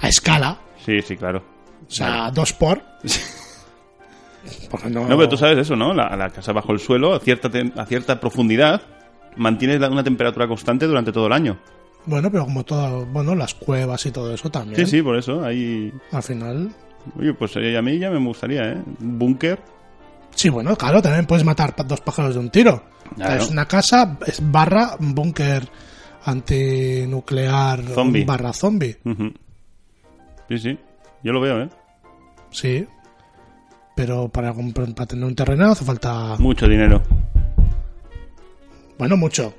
Speaker 8: a escala,
Speaker 7: Sí, sí, claro.
Speaker 8: o sea, dos por. Porque no.
Speaker 7: No, pero tú sabes eso, ¿no? La, la casa bajo el suelo, a cierta, tem- a cierta profundidad, mantiene la- una temperatura constante durante todo el año.
Speaker 8: Bueno, pero como todo, bueno, las cuevas y todo eso también.
Speaker 7: Sí, sí, por eso. Ahí.
Speaker 8: Al final.
Speaker 7: Oye, pues eh, a mí ya me gustaría, ¿eh? Un búnker.
Speaker 8: Sí, bueno, claro, también puedes matar pa- dos pájaros de un tiro.
Speaker 7: Claro.
Speaker 8: Es una casa es barra búnker antinuclear
Speaker 7: Zombi.
Speaker 8: barra zombie.
Speaker 7: Ujú. Sí, sí. Yo lo veo, ¿eh?
Speaker 8: Sí. Pero para, comprar- para tener un terreno hace falta.
Speaker 7: Mucho dinero.
Speaker 8: Bueno, mucho.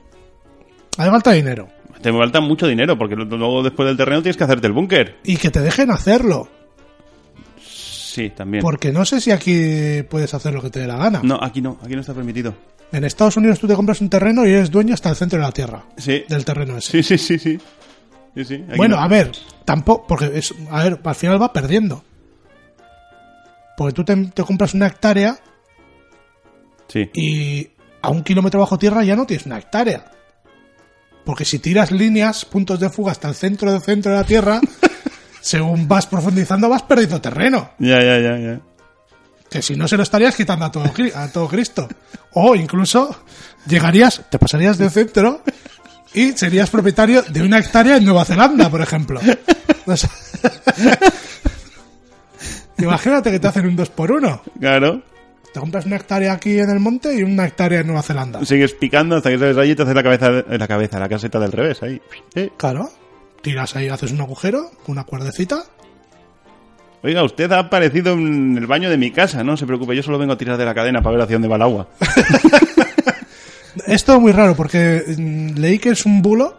Speaker 8: Hace falta dinero.
Speaker 7: Te falta mucho dinero, porque lo- luego después del terreno tienes que hacerte el búnker.
Speaker 8: Y que te dejen hacerlo.
Speaker 7: Sí, también.
Speaker 8: Porque no sé si aquí puedes hacer lo que te dé la gana.
Speaker 7: No, aquí no, aquí no está permitido.
Speaker 8: En Estados Unidos tú te compras un terreno y eres dueño hasta el centro de la tierra.
Speaker 7: Sí.
Speaker 8: Del terreno ese.
Speaker 7: Sí, sí, sí, sí. Sí, sí, aquí
Speaker 8: Bueno,
Speaker 7: no.
Speaker 8: a ver, tampoco, porque es, a ver, al final va perdiendo. Porque tú te, te compras una hectárea
Speaker 7: Sí.
Speaker 8: y a un kilómetro bajo tierra ya no tienes una hectárea. Porque si tiras líneas, puntos de fuga hasta el centro del centro de la tierra, según vas profundizando vas perdiendo terreno.
Speaker 7: Ya, ya, ya, ya.
Speaker 8: Que si no se lo estarías quitando a todo, cri- a todo Cristo. O incluso llegarías, te pasarías del centro y serías propietario de una hectárea en Nueva Zelanda, por ejemplo. No sé. Imagínate que te hacen un 2 por 1
Speaker 7: Claro.
Speaker 8: Te compras una hectárea aquí en el monte y una hectárea en Nueva Zelanda.
Speaker 7: Sigues picando hasta que sales allí y te haces la cabeza, eh, la cabeza, la caseta del revés, ahí. Eh,
Speaker 8: Claro. Tiras ahí, haces un agujero, una cuerdecita.
Speaker 7: Oiga, usted ha aparecido en el baño de mi casa, no se preocupe, yo solo vengo a tirar de la cadena para ver hacia dónde va el agua.
Speaker 8: Es todo muy raro porque mm, leí que es un bulo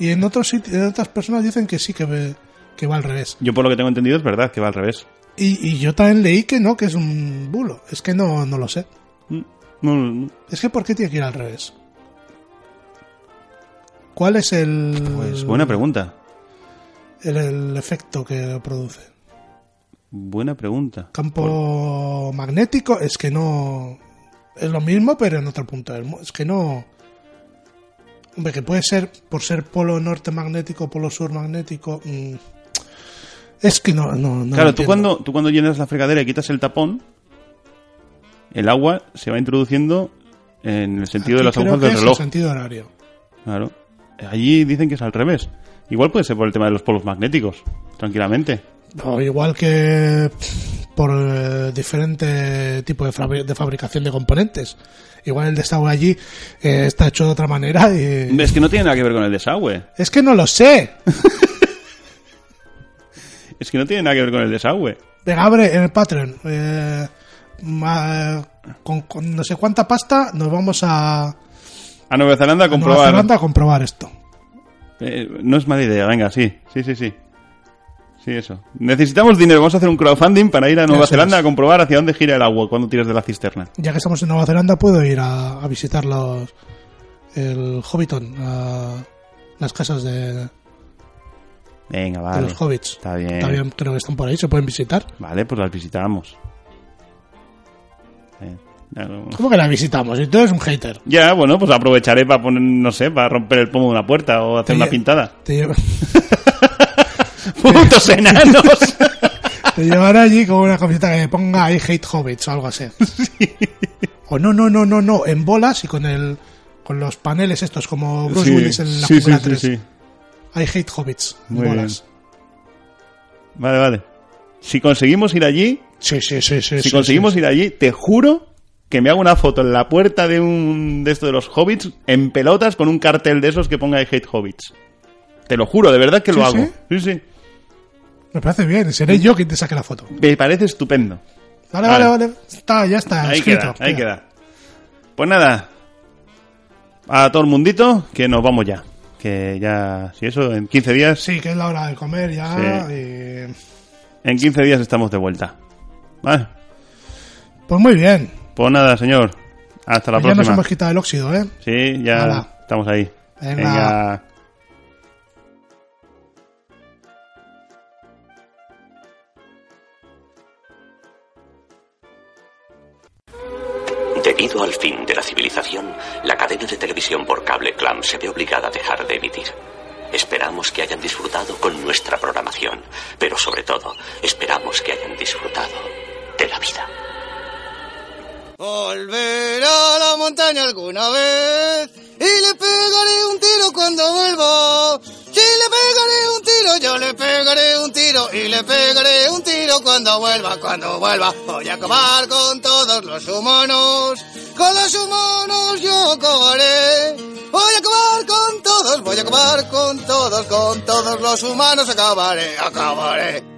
Speaker 8: y en otros siti- en otras personas dicen que sí que, ve- que va al revés.
Speaker 7: Yo por lo que tengo entendido es verdad que va al revés.
Speaker 8: Y, y yo también leí que no, que es un bulo. Es que no, no lo sé.
Speaker 7: No, no, no.
Speaker 8: Es que ¿por qué tiene que ir al revés? ¿Cuál es el,
Speaker 7: Pues buena pregunta.
Speaker 8: el, el efecto que produce?
Speaker 7: Buena pregunta.
Speaker 8: ¿Campo magnético? Es que no... Es lo mismo, pero en otro punto del mundo. Es que no... Hombre, que puede ser por ser polo norte magnético, polo sur magnético... mm, es que no... no, no lo
Speaker 7: claro, tú
Speaker 8: entiendo.
Speaker 7: cuando, tú cuando llenas la fregadera y quitas el tapón, el agua se va introduciendo en el sentido de
Speaker 8: Aquí
Speaker 7: las agujas
Speaker 8: creo que
Speaker 7: del
Speaker 8: es el
Speaker 7: reloj.
Speaker 8: sentido horario.
Speaker 7: Claro. Allí dicen que es al revés. Igual puede ser por el tema de los polos magnéticos, tranquilamente.
Speaker 8: O igual que pff, por eh, diferente tipo de, fabri- de fabricación de componentes. Igual el desagüe allí eh, está hecho de otra manera y...
Speaker 7: Es que no tiene nada que ver con el desagüe.
Speaker 8: Es que no lo sé.
Speaker 7: Es que no tiene nada que ver con el desagüe.
Speaker 8: Venga, abre en el Patreon. eh, ma- con, con no sé cuánta pasta nos vamos a, a
Speaker 7: A Nueva Zelanda a comprobar.
Speaker 8: Nueva Zelanda a comprobar esto.
Speaker 7: Eh, no es mala idea, venga, sí, sí, sí, sí. Sí, eso. Necesitamos dinero, vamos a hacer un crowdfunding para ir a Nueva
Speaker 8: Eso
Speaker 7: Zelanda
Speaker 8: es.
Speaker 7: a comprobar hacia dónde gira el agua cuando tiras de la cisterna.
Speaker 8: Ya que estamos en Nueva Zelanda, puedo ir a, a visitar los el Hobbiton, a las casas de, de
Speaker 7: Venga, vale.
Speaker 8: los hobbits.
Speaker 7: Está bien.
Speaker 8: También creo que están por ahí, se pueden visitar.
Speaker 7: Vale, pues las visitamos. Eh, ya lo-
Speaker 8: ¿Cómo que la visitamos? Y tú eres un hater.
Speaker 7: Ya, bueno, pues aprovecharé para poner, no sé, para romper el pomo de una puerta o hacer
Speaker 8: Oye,
Speaker 7: una pintada.
Speaker 8: Te, lle-
Speaker 7: ¡Putos enanos!
Speaker 8: te llevará allí con una camiseta que ponga I hate hobbits o algo así. O no, no, no, no, no, en bolas y con el con los paneles estos como Bruce
Speaker 7: Sí,
Speaker 8: Willis en la
Speaker 7: sí, sí,
Speaker 8: película
Speaker 7: sí,
Speaker 8: 3.
Speaker 7: sí.
Speaker 8: I hate hobbits, en
Speaker 7: Muy
Speaker 8: bolas.
Speaker 7: Vale, vale. Si conseguimos ir allí.
Speaker 8: Sí, sí, sí, sí.
Speaker 7: Si
Speaker 8: sí,
Speaker 7: conseguimos
Speaker 8: sí,
Speaker 7: ir allí, te juro que me hago una foto en la puerta de un de estos de los hobbits en pelotas con un cartel de esos que ponga I hate hobbits. Te lo juro, de verdad que lo
Speaker 8: Sí,
Speaker 7: hago. Sí,
Speaker 8: sí.
Speaker 7: sí.
Speaker 8: Me parece bien, seré yo quien te saque la foto.
Speaker 7: Me parece estupendo.
Speaker 8: Vale,
Speaker 7: Vale.
Speaker 8: vale, vale. Está, ya está.
Speaker 7: Ahí
Speaker 8: escrito.
Speaker 7: queda, ahí queda. Pues nada. A todo el mundito, que nos vamos ya. Que ya, si eso, en 15 días.
Speaker 8: Sí, que es la hora de comer ya.
Speaker 7: Sí.
Speaker 8: y-
Speaker 7: En 15 días estamos de vuelta. Vale.
Speaker 8: Pues muy bien.
Speaker 7: Pues nada, señor. Hasta la
Speaker 8: ya nos
Speaker 7: próxima.
Speaker 8: hemos quitado el óxido, ¿eh?
Speaker 7: Sí, ya
Speaker 8: Hala.
Speaker 7: estamos ahí.
Speaker 8: Venga.
Speaker 7: Venga.
Speaker 13: Debido al fin de la civilización, la cadena de televisión por cable Clam se ve obligada a dejar de emitir. Esperamos que hayan disfrutado con nuestra programación, pero sobre todo, esperamos que hayan disfrutado de la vida.
Speaker 3: Volver a la montaña alguna vez y le pegaré un tiro cuando vuelva. Y le pegaré un tiro, yo le pegaré un tiro y le pegaré un tiro cuando vuelva, cuando vuelva. Voy a acabar con todos los humanos, con los humanos yo acabaré. Voy a acabar con todos, voy a acabar con todos, con todos los humanos acabaré, acabaré.